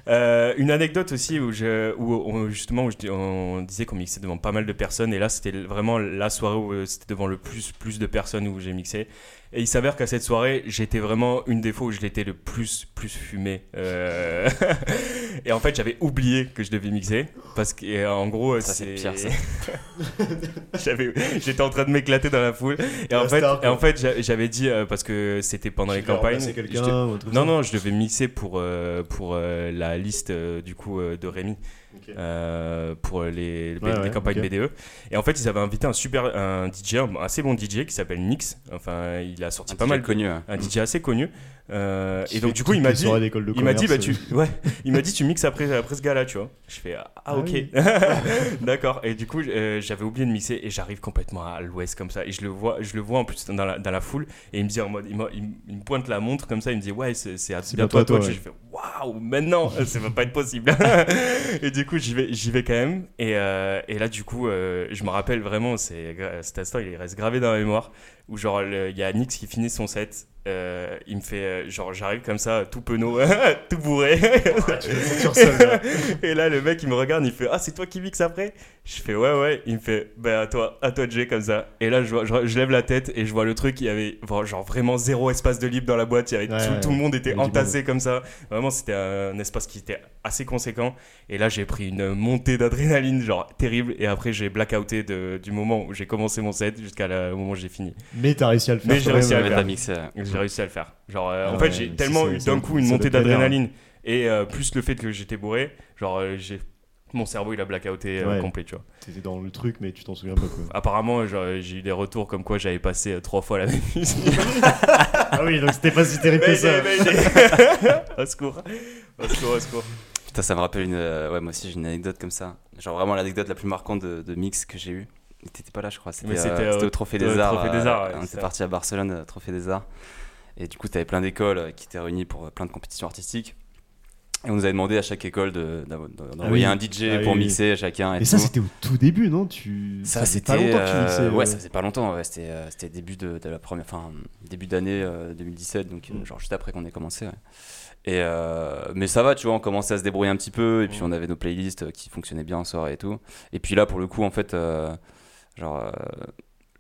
[SPEAKER 3] Euh, une anecdote aussi où, je, où on- justement où je dis- on disait qu'on mixait devant pas mal de personnes et là c'était vraiment la soirée où euh, c'était devant le plus plus de personnes où j'ai mixé et il s'avère qu'à cette soirée j'étais vraiment une des fois où je l'étais le plus plus fumé Euh, et en fait j'avais oublié que je devais mixer parce que et, euh, en gros euh,
[SPEAKER 4] Ça, c'est pire, ça.
[SPEAKER 3] J'avais- j'étais en train de m'éclater dans la foule et
[SPEAKER 2] La
[SPEAKER 3] en fait
[SPEAKER 2] star,
[SPEAKER 3] et en
[SPEAKER 2] quoi.
[SPEAKER 3] fait j'a- j'avais dit euh, parce que c'était pendant les
[SPEAKER 2] Tu devais
[SPEAKER 3] campagnes
[SPEAKER 2] remplacer quelqu'un
[SPEAKER 3] j'étais-
[SPEAKER 2] ou un truc
[SPEAKER 3] non,
[SPEAKER 2] comme ça.
[SPEAKER 3] non, je devais mixer pour, euh, pour euh, la liste euh, du coup euh, de Rémi
[SPEAKER 2] Ok.
[SPEAKER 3] euh, pour les, les-
[SPEAKER 2] Ouais,
[SPEAKER 3] les
[SPEAKER 2] ouais,
[SPEAKER 3] campagnes
[SPEAKER 2] ok.
[SPEAKER 3] BDE. Et en fait, ils avaient invité un super un DJ, un assez bon DJ qui s'appelle Nix. Enfin, il a sorti
[SPEAKER 4] Un
[SPEAKER 3] pas
[SPEAKER 4] DJ
[SPEAKER 3] mal
[SPEAKER 4] connu. hein.
[SPEAKER 3] un DJ assez connu. Euh,
[SPEAKER 2] Qui
[SPEAKER 3] et donc
[SPEAKER 2] fait
[SPEAKER 3] du coup, il
[SPEAKER 2] toutes
[SPEAKER 3] m'a
[SPEAKER 2] les
[SPEAKER 3] dit,
[SPEAKER 2] soirées d'école de
[SPEAKER 3] il m'a dit, bah,
[SPEAKER 2] commerce,
[SPEAKER 3] tu,
[SPEAKER 2] euh.
[SPEAKER 3] ouais, il m'a dit, tu mixes après, après ce gars-là, tu vois. Je fais, ah,
[SPEAKER 2] Ah
[SPEAKER 3] ok,
[SPEAKER 2] oui.
[SPEAKER 3] d'accord. Et du coup, euh, j'avais oublié de mixer et j'arrive complètement à l'ouest comme ça. Et je le vois, je le vois en plus dans la, dans la foule. Et il me dit en mode, il, m'a- il me- il me pointe la montre comme ça. Il me dit, ouais, c'est c'est à
[SPEAKER 2] C'est
[SPEAKER 3] bientôt à
[SPEAKER 2] bientôt à
[SPEAKER 3] toi.
[SPEAKER 2] toi,
[SPEAKER 3] Je fais, waouh, maintenant, ça va pas être possible. et du coup, j'y vais, j'y vais quand même. Et, euh, et là, du coup, euh, je me rappelle vraiment, c'est gra- cet instant, il reste gravé dans la mémoire où genre le- il y a Nix qui finit son set. euh, il me fait euh, genre j'arrive comme ça tout penaud tout bourré
[SPEAKER 2] Bah, Tu l'as fait sur scène, hein. là.
[SPEAKER 3] et là le mec il me regarde il fait ah c'est toi qui mixe après je fais ouais ouais il me fait bah à toi à toi Jay comme ça et là je, vois- je, je lève la tête et je vois le truc il y avait vra- genre vraiment zéro espace de libre dans la boîte il y avait
[SPEAKER 2] Ouais,
[SPEAKER 3] tout,
[SPEAKER 2] ouais.
[SPEAKER 3] tout le monde
[SPEAKER 2] Il y
[SPEAKER 3] était
[SPEAKER 2] avait du
[SPEAKER 3] entassé comme ça vraiment c'était un espace qui était assez conséquent et là j'ai pris une montée d'adrénaline genre terrible et après j'ai blackouté de- du moment où j'ai commencé mon set jusqu'à la- au moment où j'ai fini
[SPEAKER 2] Mais t'as réussi à le faire.
[SPEAKER 3] Mais j'ai
[SPEAKER 2] quand
[SPEAKER 3] réussi à
[SPEAKER 2] même.
[SPEAKER 3] le
[SPEAKER 4] Mais
[SPEAKER 3] faire.
[SPEAKER 4] t'as mixé. euh,
[SPEAKER 3] j'ai réussi à le faire. Genre, euh,
[SPEAKER 2] Ah
[SPEAKER 3] en fait,
[SPEAKER 2] ouais,
[SPEAKER 3] j'ai
[SPEAKER 2] mais
[SPEAKER 3] tellement
[SPEAKER 2] ça,
[SPEAKER 3] eu
[SPEAKER 2] ça,
[SPEAKER 3] d'un
[SPEAKER 2] ça,
[SPEAKER 3] coup une
[SPEAKER 2] ça doit
[SPEAKER 3] montée
[SPEAKER 2] être galère,
[SPEAKER 3] d'adrénaline et euh, plus le fait que j'étais bourré, genre, euh, j'ai mon cerveau il a blackouté euh,
[SPEAKER 2] Ouais.
[SPEAKER 3] complet, tu vois.
[SPEAKER 2] T'étais dans le truc, mais tu t'en souviens pas quoi.
[SPEAKER 3] Apparemment, j'ai j'ai eu des retours comme quoi j'avais passé euh, trois fois la même musique.
[SPEAKER 2] ah oui, donc c'était pas si terrible que ça.
[SPEAKER 3] au secours, au secours, au secours.
[SPEAKER 4] Putain, ça me rappelle une. euh, ouais, moi aussi j'ai une anecdote comme ça. Genre vraiment l'anecdote la plus marquante de, de mix que j'ai eu. T'étais pas là, je crois. C'était
[SPEAKER 3] Mais
[SPEAKER 4] euh,
[SPEAKER 3] c'était, euh,
[SPEAKER 4] c'était au Trophée
[SPEAKER 3] au
[SPEAKER 4] des Arts.
[SPEAKER 3] Trophée des
[SPEAKER 4] euh,
[SPEAKER 3] Arts, ouais,
[SPEAKER 4] on
[SPEAKER 3] c'est
[SPEAKER 4] était
[SPEAKER 3] ça.
[SPEAKER 4] parti à Barcelone, euh, Trophée des Arts. Et du coup, t'avais plein d'écoles euh, qui étaient réunies pour euh, plein de compétitions artistiques. Et on nous avait demandé à chaque école de- d'avo- d'en-
[SPEAKER 2] oui.
[SPEAKER 4] d'envoyer un DJ
[SPEAKER 2] Ah oui,
[SPEAKER 4] pour
[SPEAKER 2] oui.
[SPEAKER 4] mixer à chacun. Et,
[SPEAKER 2] Et ça,
[SPEAKER 4] tout.
[SPEAKER 2] c'était au tout début, non tu...
[SPEAKER 4] Ça,
[SPEAKER 2] faisait
[SPEAKER 4] c'était.
[SPEAKER 2] pas longtemps que tu
[SPEAKER 4] euh,
[SPEAKER 2] mixais,
[SPEAKER 4] ouais,
[SPEAKER 2] euh,
[SPEAKER 4] ça faisait pas longtemps. ouais, C'était euh, c'était début de, de la première, enfin début d'année euh, 2017, donc euh,
[SPEAKER 2] Mm.
[SPEAKER 4] genre juste après qu'on ait commencé. ouais. Et euh, mais ça va, tu vois, on commençait à se débrouiller un petit peu, et puis
[SPEAKER 3] Mm.
[SPEAKER 4] on avait nos playlists euh, qui fonctionnaient bien en soirée et tout. Et puis là, pour le coup, en fait, euh, genre. euh,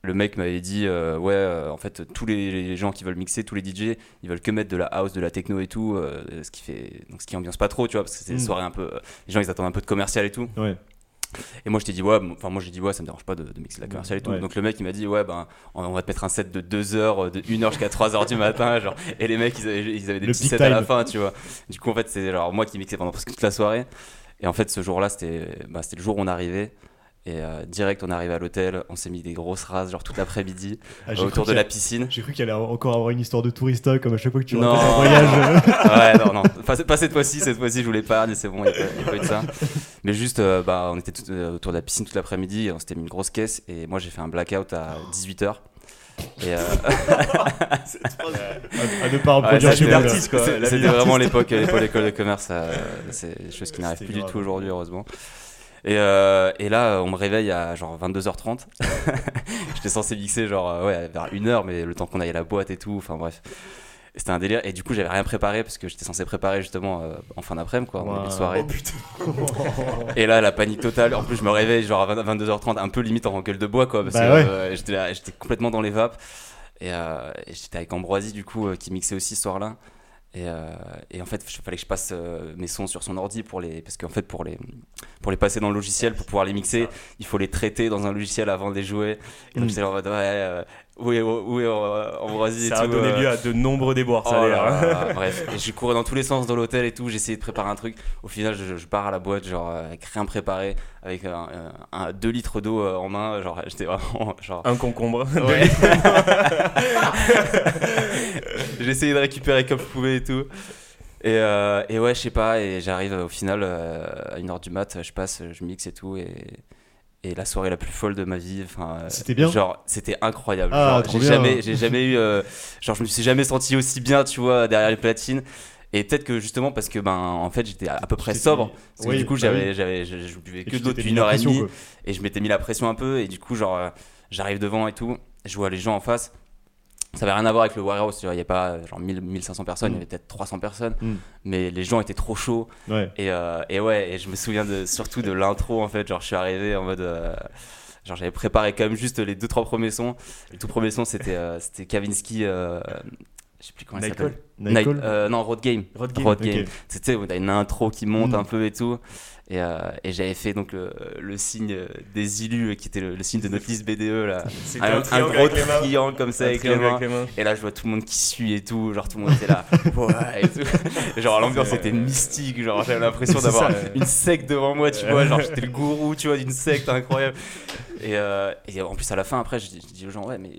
[SPEAKER 4] le mec m'avait dit, euh, ouais, euh, en fait, tous les, les gens qui veulent mixer, tous les DJ, ils veulent que mettre de la house, de la techno et tout, euh, ce qui fait, donc ce qui ambiance pas trop, tu vois, parce que c'est des
[SPEAKER 2] Mm.
[SPEAKER 4] soirées un peu, euh, les gens ils attendent un peu de commercial et tout.
[SPEAKER 2] Ouais.
[SPEAKER 4] Et moi, je t'ai dit, ouais, m- enfin, moi, j'ai dit, ouais, ça me dérange pas de, de mixer la commerciale et tout.
[SPEAKER 2] Mm. Ouais.
[SPEAKER 4] Donc, le mec, il m'a dit, ouais, ben, on, on va te mettre un set de 2 heures, euh, de 1 heure jusqu'à 3 heures du matin, genre. Et les mecs, ils avaient, ils avaient des
[SPEAKER 2] Le
[SPEAKER 4] petits
[SPEAKER 2] peak
[SPEAKER 4] sets à la
[SPEAKER 2] time.
[SPEAKER 4] fin, tu vois. Du coup, en fait, c'est genre moi qui mixais pendant presque toute la soirée. Et en fait, ce jour-là, c'était bah, c'était le jour où on arrivait. Et euh, direct, on arrivait à l'hôtel, on s'est mis des grosses rases, genre toute l'après-midi,
[SPEAKER 2] Ah, j'ai cru
[SPEAKER 4] autour de
[SPEAKER 2] qu'il y a-
[SPEAKER 4] la piscine.
[SPEAKER 2] J'ai cru qu'elle allait encore avoir une histoire de tourista, comme à chaque fois que tu
[SPEAKER 4] Non.
[SPEAKER 2] racontes un voyage. euh.
[SPEAKER 4] ouais, non, non. Pas, pas cette fois-ci, cette fois-ci, je vous l'épargne, c'est bon, il n'y a, pas- y a pas eu de ça. Mais juste, euh, bah, on était tout, euh, autour de la piscine toute l'après-midi, et on s'était mis une grosse caisse, et moi j'ai fait un blackout à 18h. Et euh,
[SPEAKER 2] à, à ne pas reproduire
[SPEAKER 4] ouais, Ah, ça,
[SPEAKER 2] chez
[SPEAKER 4] c'était
[SPEAKER 2] vous, là.
[SPEAKER 3] l'artiste, quoi.
[SPEAKER 4] c'est-
[SPEAKER 3] La vie
[SPEAKER 4] c'était
[SPEAKER 3] d'artiste.
[SPEAKER 4] vraiment l'époque l'époque école de commerce, euh, c'est des choses qui n'arrivent
[SPEAKER 2] C'était
[SPEAKER 4] plus du
[SPEAKER 2] grave.
[SPEAKER 4] tout aujourd'hui, heureusement. Et, euh, et là, on me réveille à genre 22h30. J'étais censé mixer genre euh, ouais, vers 1h, mais le temps qu'on aille à la boîte et tout, enfin bref. C'était un délire. Et du coup, j'avais rien préparé parce que j'étais censé préparer justement euh, en fin d'après-midi, quoi, en
[SPEAKER 2] Wow.
[SPEAKER 4] début de soirée.
[SPEAKER 1] Oh putain.
[SPEAKER 4] Et là, la panique totale. En plus, je me réveille genre à 20- 22h30, un peu limite en gueule de bois, quoi. Parce
[SPEAKER 2] Bah
[SPEAKER 4] que
[SPEAKER 2] ouais.
[SPEAKER 4] euh, j'étais là- j'étais complètement dans les vapes. Et, euh, et j'étais avec Ambroisie, du coup, euh, qui mixait aussi ce soir-là. Et, euh, et en fait, il fallait que je passe euh, mes sons sur son ordi pour les, parce qu'en fait, pour les, pour les passer dans le logiciel, pour pouvoir les mixer, il faut les traiter dans un logiciel avant de les jouer. Et donc,
[SPEAKER 2] Mm.
[SPEAKER 4] j'étais là en mode, ouais, euh, où est, où est euh, Ambroisie et
[SPEAKER 3] Ça a
[SPEAKER 4] tout,
[SPEAKER 3] donné
[SPEAKER 4] euh,
[SPEAKER 3] lieu à de nombreux déboires, ça hein.
[SPEAKER 4] Oh
[SPEAKER 3] d'ailleurs.
[SPEAKER 4] là là, bref, et je courais dans tous les sens dans l'hôtel et tout, j'essayais de préparer un truc. Au final, je, je pars à la boîte, genre euh, avec rien préparé, avec 2 litres d'eau euh, en main, genre j'étais vraiment genre.
[SPEAKER 3] Un concombre.
[SPEAKER 4] Ouais. J'ai essayé de récupérer comme je pouvais et tout. Et, euh, et ouais, je sais pas, et j'arrive euh, au final euh, à 1h du mat, je passe, je mixe et tout, et, et la soirée la plus folle de ma vie. enfin, euh,
[SPEAKER 2] C'était bien
[SPEAKER 4] Genre, c'était incroyable.
[SPEAKER 2] Ah,
[SPEAKER 4] Genre,
[SPEAKER 2] trop
[SPEAKER 4] j'ai
[SPEAKER 2] bien.
[SPEAKER 4] jamais, j'ai jamais eu. euh, genre, je me suis jamais senti aussi bien, tu vois, derrière les platines. Et peut-être que justement parce que ben en fait j'étais à, à peu près
[SPEAKER 2] J'étais-
[SPEAKER 4] sobre parce que
[SPEAKER 2] Oui,
[SPEAKER 4] du coup
[SPEAKER 2] bah
[SPEAKER 4] j'avais
[SPEAKER 2] oui.
[SPEAKER 4] j'avais je, je buvais
[SPEAKER 2] Et
[SPEAKER 4] que
[SPEAKER 2] tu
[SPEAKER 4] de l'eau
[SPEAKER 2] t'étais
[SPEAKER 4] depuis
[SPEAKER 2] mis
[SPEAKER 4] une
[SPEAKER 2] la
[SPEAKER 4] heure et
[SPEAKER 2] pression,
[SPEAKER 4] demie
[SPEAKER 2] quoi.
[SPEAKER 4] et je m'étais mis la pression un peu et du coup genre euh, j'arrive devant et tout je vois les gens en face ça avait rien à voir avec le warehouse tu vois, il y a pas euh, genre 1000, 1500 personnes il y
[SPEAKER 2] Mm.
[SPEAKER 4] avait peut-être 300 personnes
[SPEAKER 2] Mm.
[SPEAKER 4] mais les gens étaient trop chauds
[SPEAKER 2] Ouais.
[SPEAKER 4] et, euh, et ouais et je me souviens de, surtout de l'intro en fait genre je suis arrivé en mode euh, genre j'avais préparé quand même juste les deux trois premiers sons le tout premier son c'était euh, c'était Kavinsky euh, je sais plus comment il
[SPEAKER 3] Night
[SPEAKER 4] s'appelle Night-
[SPEAKER 2] Nicole
[SPEAKER 4] euh, non Road Game
[SPEAKER 3] Road
[SPEAKER 4] Road
[SPEAKER 2] Ok.
[SPEAKER 4] Game. C'était où t'as une intro qui monte
[SPEAKER 2] Mm.
[SPEAKER 4] un peu et tout. Et, euh, et j'avais fait donc le, le signe euh, des élus euh, qui était le, le signe de notre liste BDE là.
[SPEAKER 3] C'était
[SPEAKER 4] Un,
[SPEAKER 3] un,
[SPEAKER 4] un
[SPEAKER 3] triangle
[SPEAKER 4] gros
[SPEAKER 3] avec les mains.
[SPEAKER 4] triangle comme ça
[SPEAKER 3] Un
[SPEAKER 4] avec les
[SPEAKER 3] triangle
[SPEAKER 4] mains.
[SPEAKER 3] avec les mains.
[SPEAKER 4] Et là je vois tout le monde qui suit et tout, genre tout le monde était là. Ouais, et tout. Genre l'ambiance
[SPEAKER 3] C'est-
[SPEAKER 1] euh,
[SPEAKER 4] était mystique, genre j'avais l'impression
[SPEAKER 3] C'est
[SPEAKER 4] d'avoir euh,
[SPEAKER 3] ça, ouais.
[SPEAKER 4] une secte devant moi, tu vois, genre j'étais le gourou, tu vois, d'une secte incroyable. Et, euh, et en plus à la fin après je dis, je dis aux gens ouais mais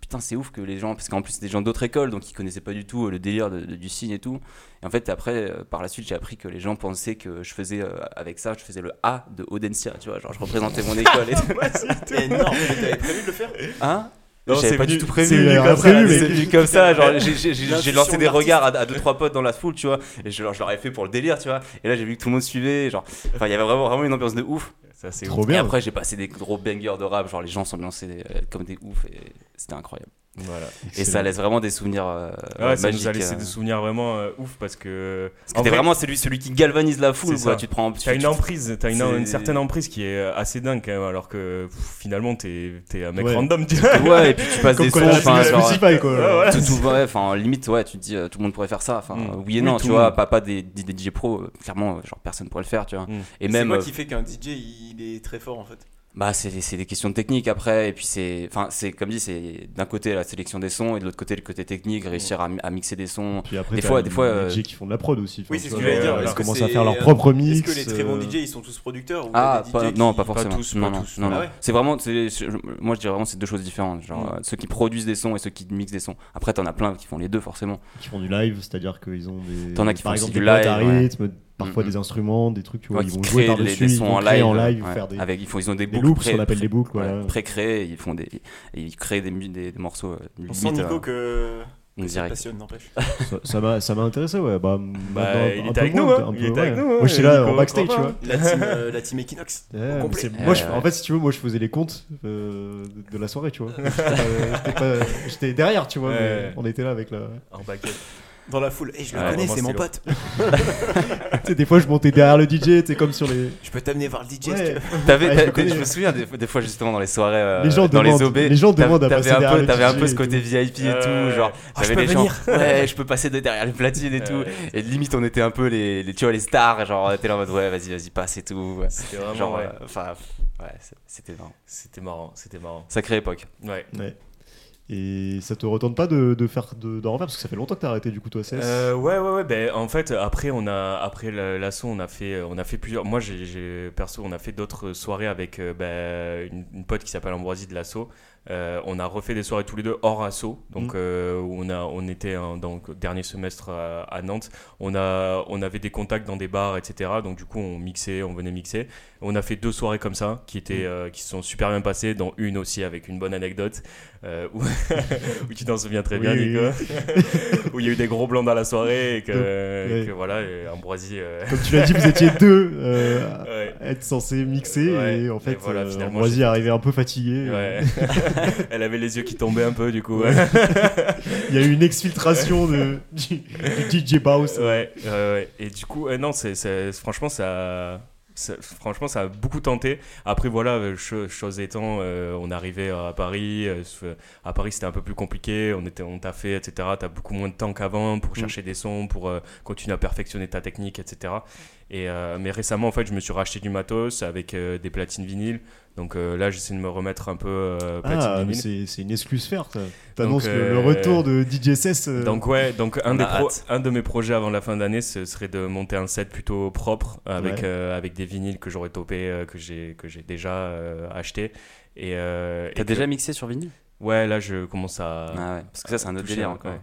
[SPEAKER 4] putain c'est ouf que les gens parce qu'en plus c'est des gens d'autres écoles donc ils connaissaient pas du tout euh, le délire de- de- du signe et tout et en fait après euh, par la suite j'ai appris que les gens pensaient que je faisais euh, avec ça je faisais le A de Audencia tu vois genre je représentais mon école et tout.
[SPEAKER 1] Ah C'est énorme. Mais T'avais prévu de le faire
[SPEAKER 4] hein
[SPEAKER 3] Non,
[SPEAKER 4] J'avais
[SPEAKER 3] c'est
[SPEAKER 4] pas
[SPEAKER 3] venu-
[SPEAKER 4] du tout
[SPEAKER 2] c'est venu
[SPEAKER 4] prévu. comme
[SPEAKER 2] comme
[SPEAKER 4] ça,
[SPEAKER 2] ça, mais-
[SPEAKER 4] c'est venu comme ça. Genre, j'ai- j'ai- j'ai j'ai
[SPEAKER 1] L'intuition
[SPEAKER 4] lancé des
[SPEAKER 1] de l'artiste.
[SPEAKER 4] regards à, à deux trois potes dans la foule, tu vois. Et je, leur- je leur ai fait pour le délire, tu vois. Et là, j'ai vu que tout le monde suivait. Genre, enfin, il y avait vraiment, vraiment une ambiance de ouf.
[SPEAKER 3] Ça, c'est
[SPEAKER 2] Trop
[SPEAKER 4] Et
[SPEAKER 2] bien.
[SPEAKER 4] après, j'ai passé des gros bangers de rap. Genre, les gens s'ambiançaient euh, comme des oufs. Et c'était incroyable.
[SPEAKER 3] ouf. Voilà.
[SPEAKER 4] Et
[SPEAKER 2] Excellent.
[SPEAKER 4] ça laisse vraiment des souvenirs euh,
[SPEAKER 3] Ouais, ça
[SPEAKER 4] magiques.
[SPEAKER 3] nous a laissé
[SPEAKER 4] euh,
[SPEAKER 3] des souvenirs vraiment euh, ouf parce que.
[SPEAKER 4] parce
[SPEAKER 3] en
[SPEAKER 4] que t'es
[SPEAKER 3] vrai,
[SPEAKER 4] vraiment celui, celui qui galvanise la foule,
[SPEAKER 3] C'est
[SPEAKER 4] quoi.
[SPEAKER 3] ça.
[SPEAKER 4] Tu te prends.
[SPEAKER 3] T'as
[SPEAKER 4] tu-
[SPEAKER 3] une
[SPEAKER 4] tu-
[SPEAKER 3] emprise, t'as une,
[SPEAKER 4] c'est-
[SPEAKER 3] une certaine emprise qui est euh, assez dingue quand même, alors que pff, finalement t'es t'es un mec
[SPEAKER 2] Ouais.
[SPEAKER 3] random, tu vois.
[SPEAKER 4] Ouais, et puis tu passes
[SPEAKER 2] Comme
[SPEAKER 4] des
[SPEAKER 2] quand
[SPEAKER 4] sons.
[SPEAKER 2] on a la
[SPEAKER 4] enfin,
[SPEAKER 2] playlist
[SPEAKER 4] genre,
[SPEAKER 2] musicale, quoi.
[SPEAKER 3] Ouais, voilà.
[SPEAKER 4] tout, tout- ouais, enfin, limite, ouais, tu te dis, euh, tout le monde pourrait faire ça. Enfin,
[SPEAKER 3] Mm.
[SPEAKER 4] oui et
[SPEAKER 2] Oui,
[SPEAKER 4] non,
[SPEAKER 2] tout
[SPEAKER 4] tu
[SPEAKER 2] le
[SPEAKER 4] vois,
[SPEAKER 2] monde.
[SPEAKER 4] pas, pas des, des des DJ pro, euh, clairement, euh, genre personne pourrait le faire, tu vois.
[SPEAKER 3] Mm.
[SPEAKER 4] Et
[SPEAKER 1] C'est
[SPEAKER 4] même,
[SPEAKER 1] moi
[SPEAKER 4] euh,
[SPEAKER 1] qui fait qu'un DJ il est très fort en fait.
[SPEAKER 4] Bah, c'est c'est des questions de technique après, et puis c'est, enfin, c'est comme dit, c'est d'un côté la sélection des sons et de l'autre côté le côté technique, réussir à, mi- à mixer des sons.
[SPEAKER 2] Puis après,
[SPEAKER 4] Des
[SPEAKER 2] t'as
[SPEAKER 4] fois-
[SPEAKER 2] les
[SPEAKER 4] des fois, euh,
[SPEAKER 2] DJ qui font de la prod aussi.
[SPEAKER 1] Oui,
[SPEAKER 2] Enfin,
[SPEAKER 1] c'est
[SPEAKER 2] tu
[SPEAKER 1] ce que
[SPEAKER 2] vois,
[SPEAKER 1] j'allais dire.
[SPEAKER 2] Ils
[SPEAKER 1] Est-ce que
[SPEAKER 2] commencent à
[SPEAKER 1] c'est-
[SPEAKER 2] faire leur propre mix.
[SPEAKER 1] Est-ce que les très bons
[SPEAKER 2] euh,
[SPEAKER 1] DJ ils sont tous producteurs ou
[SPEAKER 4] Ah,
[SPEAKER 1] t'as des
[SPEAKER 4] pas-
[SPEAKER 1] DJ
[SPEAKER 4] non,
[SPEAKER 1] qui-
[SPEAKER 4] pas forcément.
[SPEAKER 3] tous,
[SPEAKER 4] non,
[SPEAKER 3] pas
[SPEAKER 4] non,
[SPEAKER 3] tous.
[SPEAKER 4] non,
[SPEAKER 1] Ah
[SPEAKER 4] non.
[SPEAKER 1] ouais.
[SPEAKER 4] C'est vraiment, c'est- je- moi je dirais vraiment, c'est deux choses différentes. Genre,
[SPEAKER 3] Mm.
[SPEAKER 4] euh, ceux qui produisent des sons et ceux qui mixent des sons. Après, t'en as plein qui font les deux, forcément.
[SPEAKER 2] qui font du live, c'est-à-dire qu'ils ont des.
[SPEAKER 4] T'en as qui
[SPEAKER 2] par
[SPEAKER 4] font
[SPEAKER 2] exemple,
[SPEAKER 4] aussi
[SPEAKER 2] des
[SPEAKER 4] du
[SPEAKER 2] boîtes à
[SPEAKER 4] live, ouais.
[SPEAKER 2] rythme, parfois
[SPEAKER 4] Mm,
[SPEAKER 2] des instruments, des trucs, tu vois,
[SPEAKER 4] Ouais,
[SPEAKER 2] ils
[SPEAKER 4] qui
[SPEAKER 2] vont jouer
[SPEAKER 4] créent les,
[SPEAKER 2] par-dessus,
[SPEAKER 4] les
[SPEAKER 2] ils
[SPEAKER 4] sons
[SPEAKER 2] vont
[SPEAKER 4] en
[SPEAKER 2] créer
[SPEAKER 4] live.
[SPEAKER 2] en live,
[SPEAKER 4] ouais.
[SPEAKER 2] faire des,
[SPEAKER 4] Avec, ils, font, ils ont des
[SPEAKER 2] des
[SPEAKER 4] boucles.
[SPEAKER 2] loops, ce
[SPEAKER 4] pré-
[SPEAKER 2] qu'on appelle des boucles.
[SPEAKER 4] ouais,
[SPEAKER 2] Voilà.
[SPEAKER 4] pré-créés, ils font des, et ils créent des, mu- des, des morceaux. euh,
[SPEAKER 1] On sent
[SPEAKER 4] limite,
[SPEAKER 1] Nico
[SPEAKER 4] euh,
[SPEAKER 1] que
[SPEAKER 4] en direct.
[SPEAKER 1] passionne, n'empêche.
[SPEAKER 2] Ça- ça m'a ça m'a intéressé, ouais. Bah, maintenant,
[SPEAKER 3] il
[SPEAKER 2] un
[SPEAKER 3] était
[SPEAKER 2] peu
[SPEAKER 3] avec
[SPEAKER 2] moins,
[SPEAKER 3] nous, hein.
[SPEAKER 2] un
[SPEAKER 3] Il
[SPEAKER 2] peu,
[SPEAKER 3] était avec
[SPEAKER 2] ouais.
[SPEAKER 3] nous, hein,
[SPEAKER 2] Moi, j'étais là
[SPEAKER 3] Nico,
[SPEAKER 2] en backstage, tu
[SPEAKER 3] crois
[SPEAKER 2] vois.
[SPEAKER 3] pas.
[SPEAKER 1] La team, euh, la team Equinox.
[SPEAKER 2] Ouais, mais
[SPEAKER 1] complet.
[SPEAKER 2] c'est- moi, je-
[SPEAKER 4] Ouais,
[SPEAKER 2] en
[SPEAKER 4] ouais.
[SPEAKER 2] fait, si tu veux, moi, je faisais les comptes euh, de, de la soirée, tu vois. Euh, j'étais pas- J'étais derrière, tu vois. mais
[SPEAKER 3] Ouais.
[SPEAKER 2] on était là avec la.
[SPEAKER 3] En baguette.
[SPEAKER 1] Dans la foule. Et je le
[SPEAKER 4] Ouais,
[SPEAKER 1] connais,
[SPEAKER 3] vraiment,
[SPEAKER 1] c'est mon
[SPEAKER 3] c'est
[SPEAKER 1] pote.
[SPEAKER 2] Tu sais, des fois, je montais derrière le DJ, c'est comme sur les.
[SPEAKER 1] Je peux t'amener voir le DJ. si
[SPEAKER 2] Ouais.
[SPEAKER 1] tu veux.
[SPEAKER 4] T'avais,
[SPEAKER 2] Ouais,
[SPEAKER 4] t'avais-
[SPEAKER 2] je connais.
[SPEAKER 4] je me souviens des, des fois justement dans les soirées, euh,
[SPEAKER 2] Les gens
[SPEAKER 4] dans
[SPEAKER 2] demandent-
[SPEAKER 4] les OB,
[SPEAKER 2] les gens demandent à
[SPEAKER 4] t'avais
[SPEAKER 2] passer
[SPEAKER 4] un
[SPEAKER 2] derrière
[SPEAKER 4] peu,
[SPEAKER 2] le
[SPEAKER 4] t'avais un
[SPEAKER 2] DJ
[SPEAKER 4] peu ce
[SPEAKER 2] et
[SPEAKER 4] côté VIP et
[SPEAKER 3] Ouais, ouais.
[SPEAKER 4] tout, genre,
[SPEAKER 1] Ah, je
[SPEAKER 4] t'avais
[SPEAKER 1] peux
[SPEAKER 4] les gens,
[SPEAKER 1] venir.
[SPEAKER 4] ouais, je peux passer de derrière les platines et
[SPEAKER 2] Euh,
[SPEAKER 4] tout,
[SPEAKER 3] Euh,
[SPEAKER 4] et limite on était un peu les, les- tu vois, les stars, genre t'es là en mode ouais, vas-y, vas-y, passe et tout,
[SPEAKER 3] C'était vraiment,
[SPEAKER 4] genre,
[SPEAKER 3] ouais.
[SPEAKER 4] euh, enfin, ouais, c'est- c'était marrant,
[SPEAKER 3] C'était marrant, c'était marrant.
[SPEAKER 4] sacrée époque.
[SPEAKER 3] Ouais.
[SPEAKER 2] Ouais. Et ça te retente pas de, de faire de, d'en refaire parce que ça fait longtemps que t'as arrêté du coup toi CS.
[SPEAKER 3] Euh, ouais, ouais, ouais. Ben, en fait, après, on a, après la- l'assaut, on a fait, euh, on a fait plusieurs. Moi, j'ai, j'ai- perso, on a fait d'autres soirées avec euh, ben, une, une pote qui s'appelle Ambroisie de l'assaut. Euh, on a refait des soirées tous les deux hors assaut. Donc,
[SPEAKER 2] Mm.
[SPEAKER 3] euh, où on a, on était hein, donc dernier semestre à, à Nantes. On a, on avait des contacts dans des bars, etc. Donc, du coup, on mixait, on venait mixer. On a fait deux soirées comme ça qui étaient,
[SPEAKER 2] Mm.
[SPEAKER 3] euh, qui se sont super bien passées. Dans une aussi avec une bonne anecdote euh, où, où tu t'en souviens très
[SPEAKER 2] Oui,
[SPEAKER 3] bien,
[SPEAKER 2] oui,
[SPEAKER 3] Nico
[SPEAKER 2] oui.
[SPEAKER 3] où il y a eu des gros blancs dans la soirée et que,
[SPEAKER 2] Ouais.
[SPEAKER 3] et que voilà, et Ambroisie. euh,
[SPEAKER 2] Comme tu l'as dit, vous étiez deux euh, à
[SPEAKER 3] ouais.
[SPEAKER 2] être censés mixer
[SPEAKER 3] Ouais,
[SPEAKER 2] et en
[SPEAKER 3] et
[SPEAKER 2] fait
[SPEAKER 3] voilà,
[SPEAKER 2] euh,
[SPEAKER 3] finalement,
[SPEAKER 2] Ambroisie
[SPEAKER 3] j'ai-
[SPEAKER 2] est arrivé un peu fatigué.
[SPEAKER 3] Ouais.
[SPEAKER 2] euh.
[SPEAKER 3] Elle avait les yeux qui tombaient un peu du coup. Ouais,
[SPEAKER 2] Il y a eu une exfiltration de, du, du DJ Baus.
[SPEAKER 3] ouais, ouais, ouais. Et du coup, euh, non, c'est c'est- franchement, ça, ça- franchement, ça a beaucoup tenté. Après, voilà, euh, cho- chose étant, euh, on arrivait à Paris. euh, se- à Paris, c'était un peu plus compliqué. On était, on t'a fait, etc. T'as beaucoup moins de temps qu'avant
[SPEAKER 2] Mm.
[SPEAKER 3] pour chercher des sons, pour euh, continuer à perfectionner ta technique, etc. Et, euh, mais récemment, en fait, je me suis racheté du matos avec euh, des platines vinyles. Donc euh, là, j'essaie de me remettre un peu euh, platine
[SPEAKER 2] Ah, mais c'est,
[SPEAKER 3] vinyle.
[SPEAKER 2] c'est une excuse faire. ça. T'annonces
[SPEAKER 3] Donc,
[SPEAKER 2] le- le,
[SPEAKER 3] euh,
[SPEAKER 2] retour de DJ CS. euh,
[SPEAKER 3] Donc ouais, donc un,
[SPEAKER 4] On
[SPEAKER 3] des
[SPEAKER 4] a
[SPEAKER 3] pro-
[SPEAKER 4] hâte.
[SPEAKER 3] un de mes projets avant la fin d'année, ce serait de monter un set plutôt propre avec,
[SPEAKER 2] Ouais.
[SPEAKER 3] euh, avec des vinyles que j'aurais topé, euh, que j'ai que j'ai déjà euh, acheté. Et, euh,
[SPEAKER 4] T'as
[SPEAKER 3] et que-
[SPEAKER 4] déjà mixé sur vinyle
[SPEAKER 3] Ouais, là je commence à.
[SPEAKER 4] Ah ouais, parce que ça c'est un autre
[SPEAKER 3] toucher,
[SPEAKER 4] délire
[SPEAKER 3] ouais.
[SPEAKER 4] encore.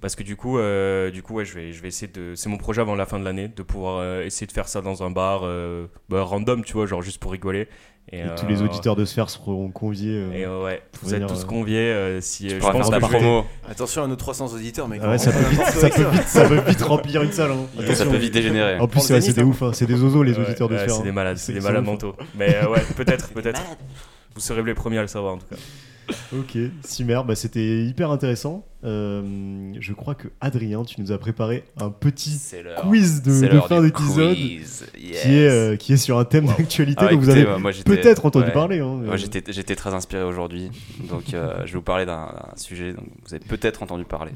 [SPEAKER 3] Parce que du coup, euh, du coup, ouais, je vais, je vais essayer de. C'est mon projet avant la fin de l'année, de pouvoir euh, essayer de faire ça dans un bar, euh, bah, random, tu vois, genre juste pour rigoler.
[SPEAKER 2] et
[SPEAKER 3] euh,
[SPEAKER 2] tous les auditeurs de Sphère seront conviés. euh.
[SPEAKER 3] Et euh, ouais,
[SPEAKER 2] pour
[SPEAKER 3] vous êtes
[SPEAKER 2] venir,
[SPEAKER 3] tous
[SPEAKER 2] euh,
[SPEAKER 3] conviés. euh, si
[SPEAKER 4] Tu
[SPEAKER 3] euh, je
[SPEAKER 4] pourras
[SPEAKER 3] pense
[SPEAKER 4] faire
[SPEAKER 3] que
[SPEAKER 4] ta
[SPEAKER 3] je vais-
[SPEAKER 4] promo,
[SPEAKER 1] Attention à nos 300 auditeurs, mec.
[SPEAKER 2] Ah ouais, ça peut vite, ça peut vite, ça peut vite remplir une salle. hein.
[SPEAKER 4] ça,
[SPEAKER 2] Attention.
[SPEAKER 4] peut vite dégénérer.
[SPEAKER 2] En plus,
[SPEAKER 1] Prends le
[SPEAKER 2] ouais, c'est
[SPEAKER 1] zénith,
[SPEAKER 2] des
[SPEAKER 1] hein.
[SPEAKER 2] ouf, hein. c'est des ozos les
[SPEAKER 3] Ouais,
[SPEAKER 2] auditeurs de
[SPEAKER 3] ouais,
[SPEAKER 2] Sphère.
[SPEAKER 3] C'est des
[SPEAKER 2] hein.
[SPEAKER 3] malades,
[SPEAKER 2] Ils
[SPEAKER 3] c'est des
[SPEAKER 2] sont
[SPEAKER 3] malades
[SPEAKER 2] ouf, hein.
[SPEAKER 3] mentaux. Mais euh, ouais, peut-être, peut-être. Vous serez les premiers à le savoir en tout cas.
[SPEAKER 2] Ok, Simer, bah c'était hyper intéressant. Euh, je crois que Adrien, tu nous as préparé un petit
[SPEAKER 4] C'est l'heure.
[SPEAKER 2] quiz de,
[SPEAKER 4] C'est
[SPEAKER 2] de
[SPEAKER 4] l'heure
[SPEAKER 2] fin
[SPEAKER 4] du
[SPEAKER 2] d'épisode qui,
[SPEAKER 4] quiz,
[SPEAKER 2] est,
[SPEAKER 4] yes.
[SPEAKER 2] euh, qui est sur un thème
[SPEAKER 4] Wow.
[SPEAKER 2] d'actualité
[SPEAKER 4] Ah,
[SPEAKER 2] dont vous
[SPEAKER 4] écoutez,
[SPEAKER 2] avez
[SPEAKER 4] bah, moi, j'étais-
[SPEAKER 2] peut-être entendu
[SPEAKER 4] ouais.
[SPEAKER 2] parler. hein,
[SPEAKER 4] Moi,
[SPEAKER 2] euh,
[SPEAKER 4] j'étais, j'étais très inspiré aujourd'hui, donc euh, je vais vous parler d'un d'un sujet dont vous avez peut-être entendu parler.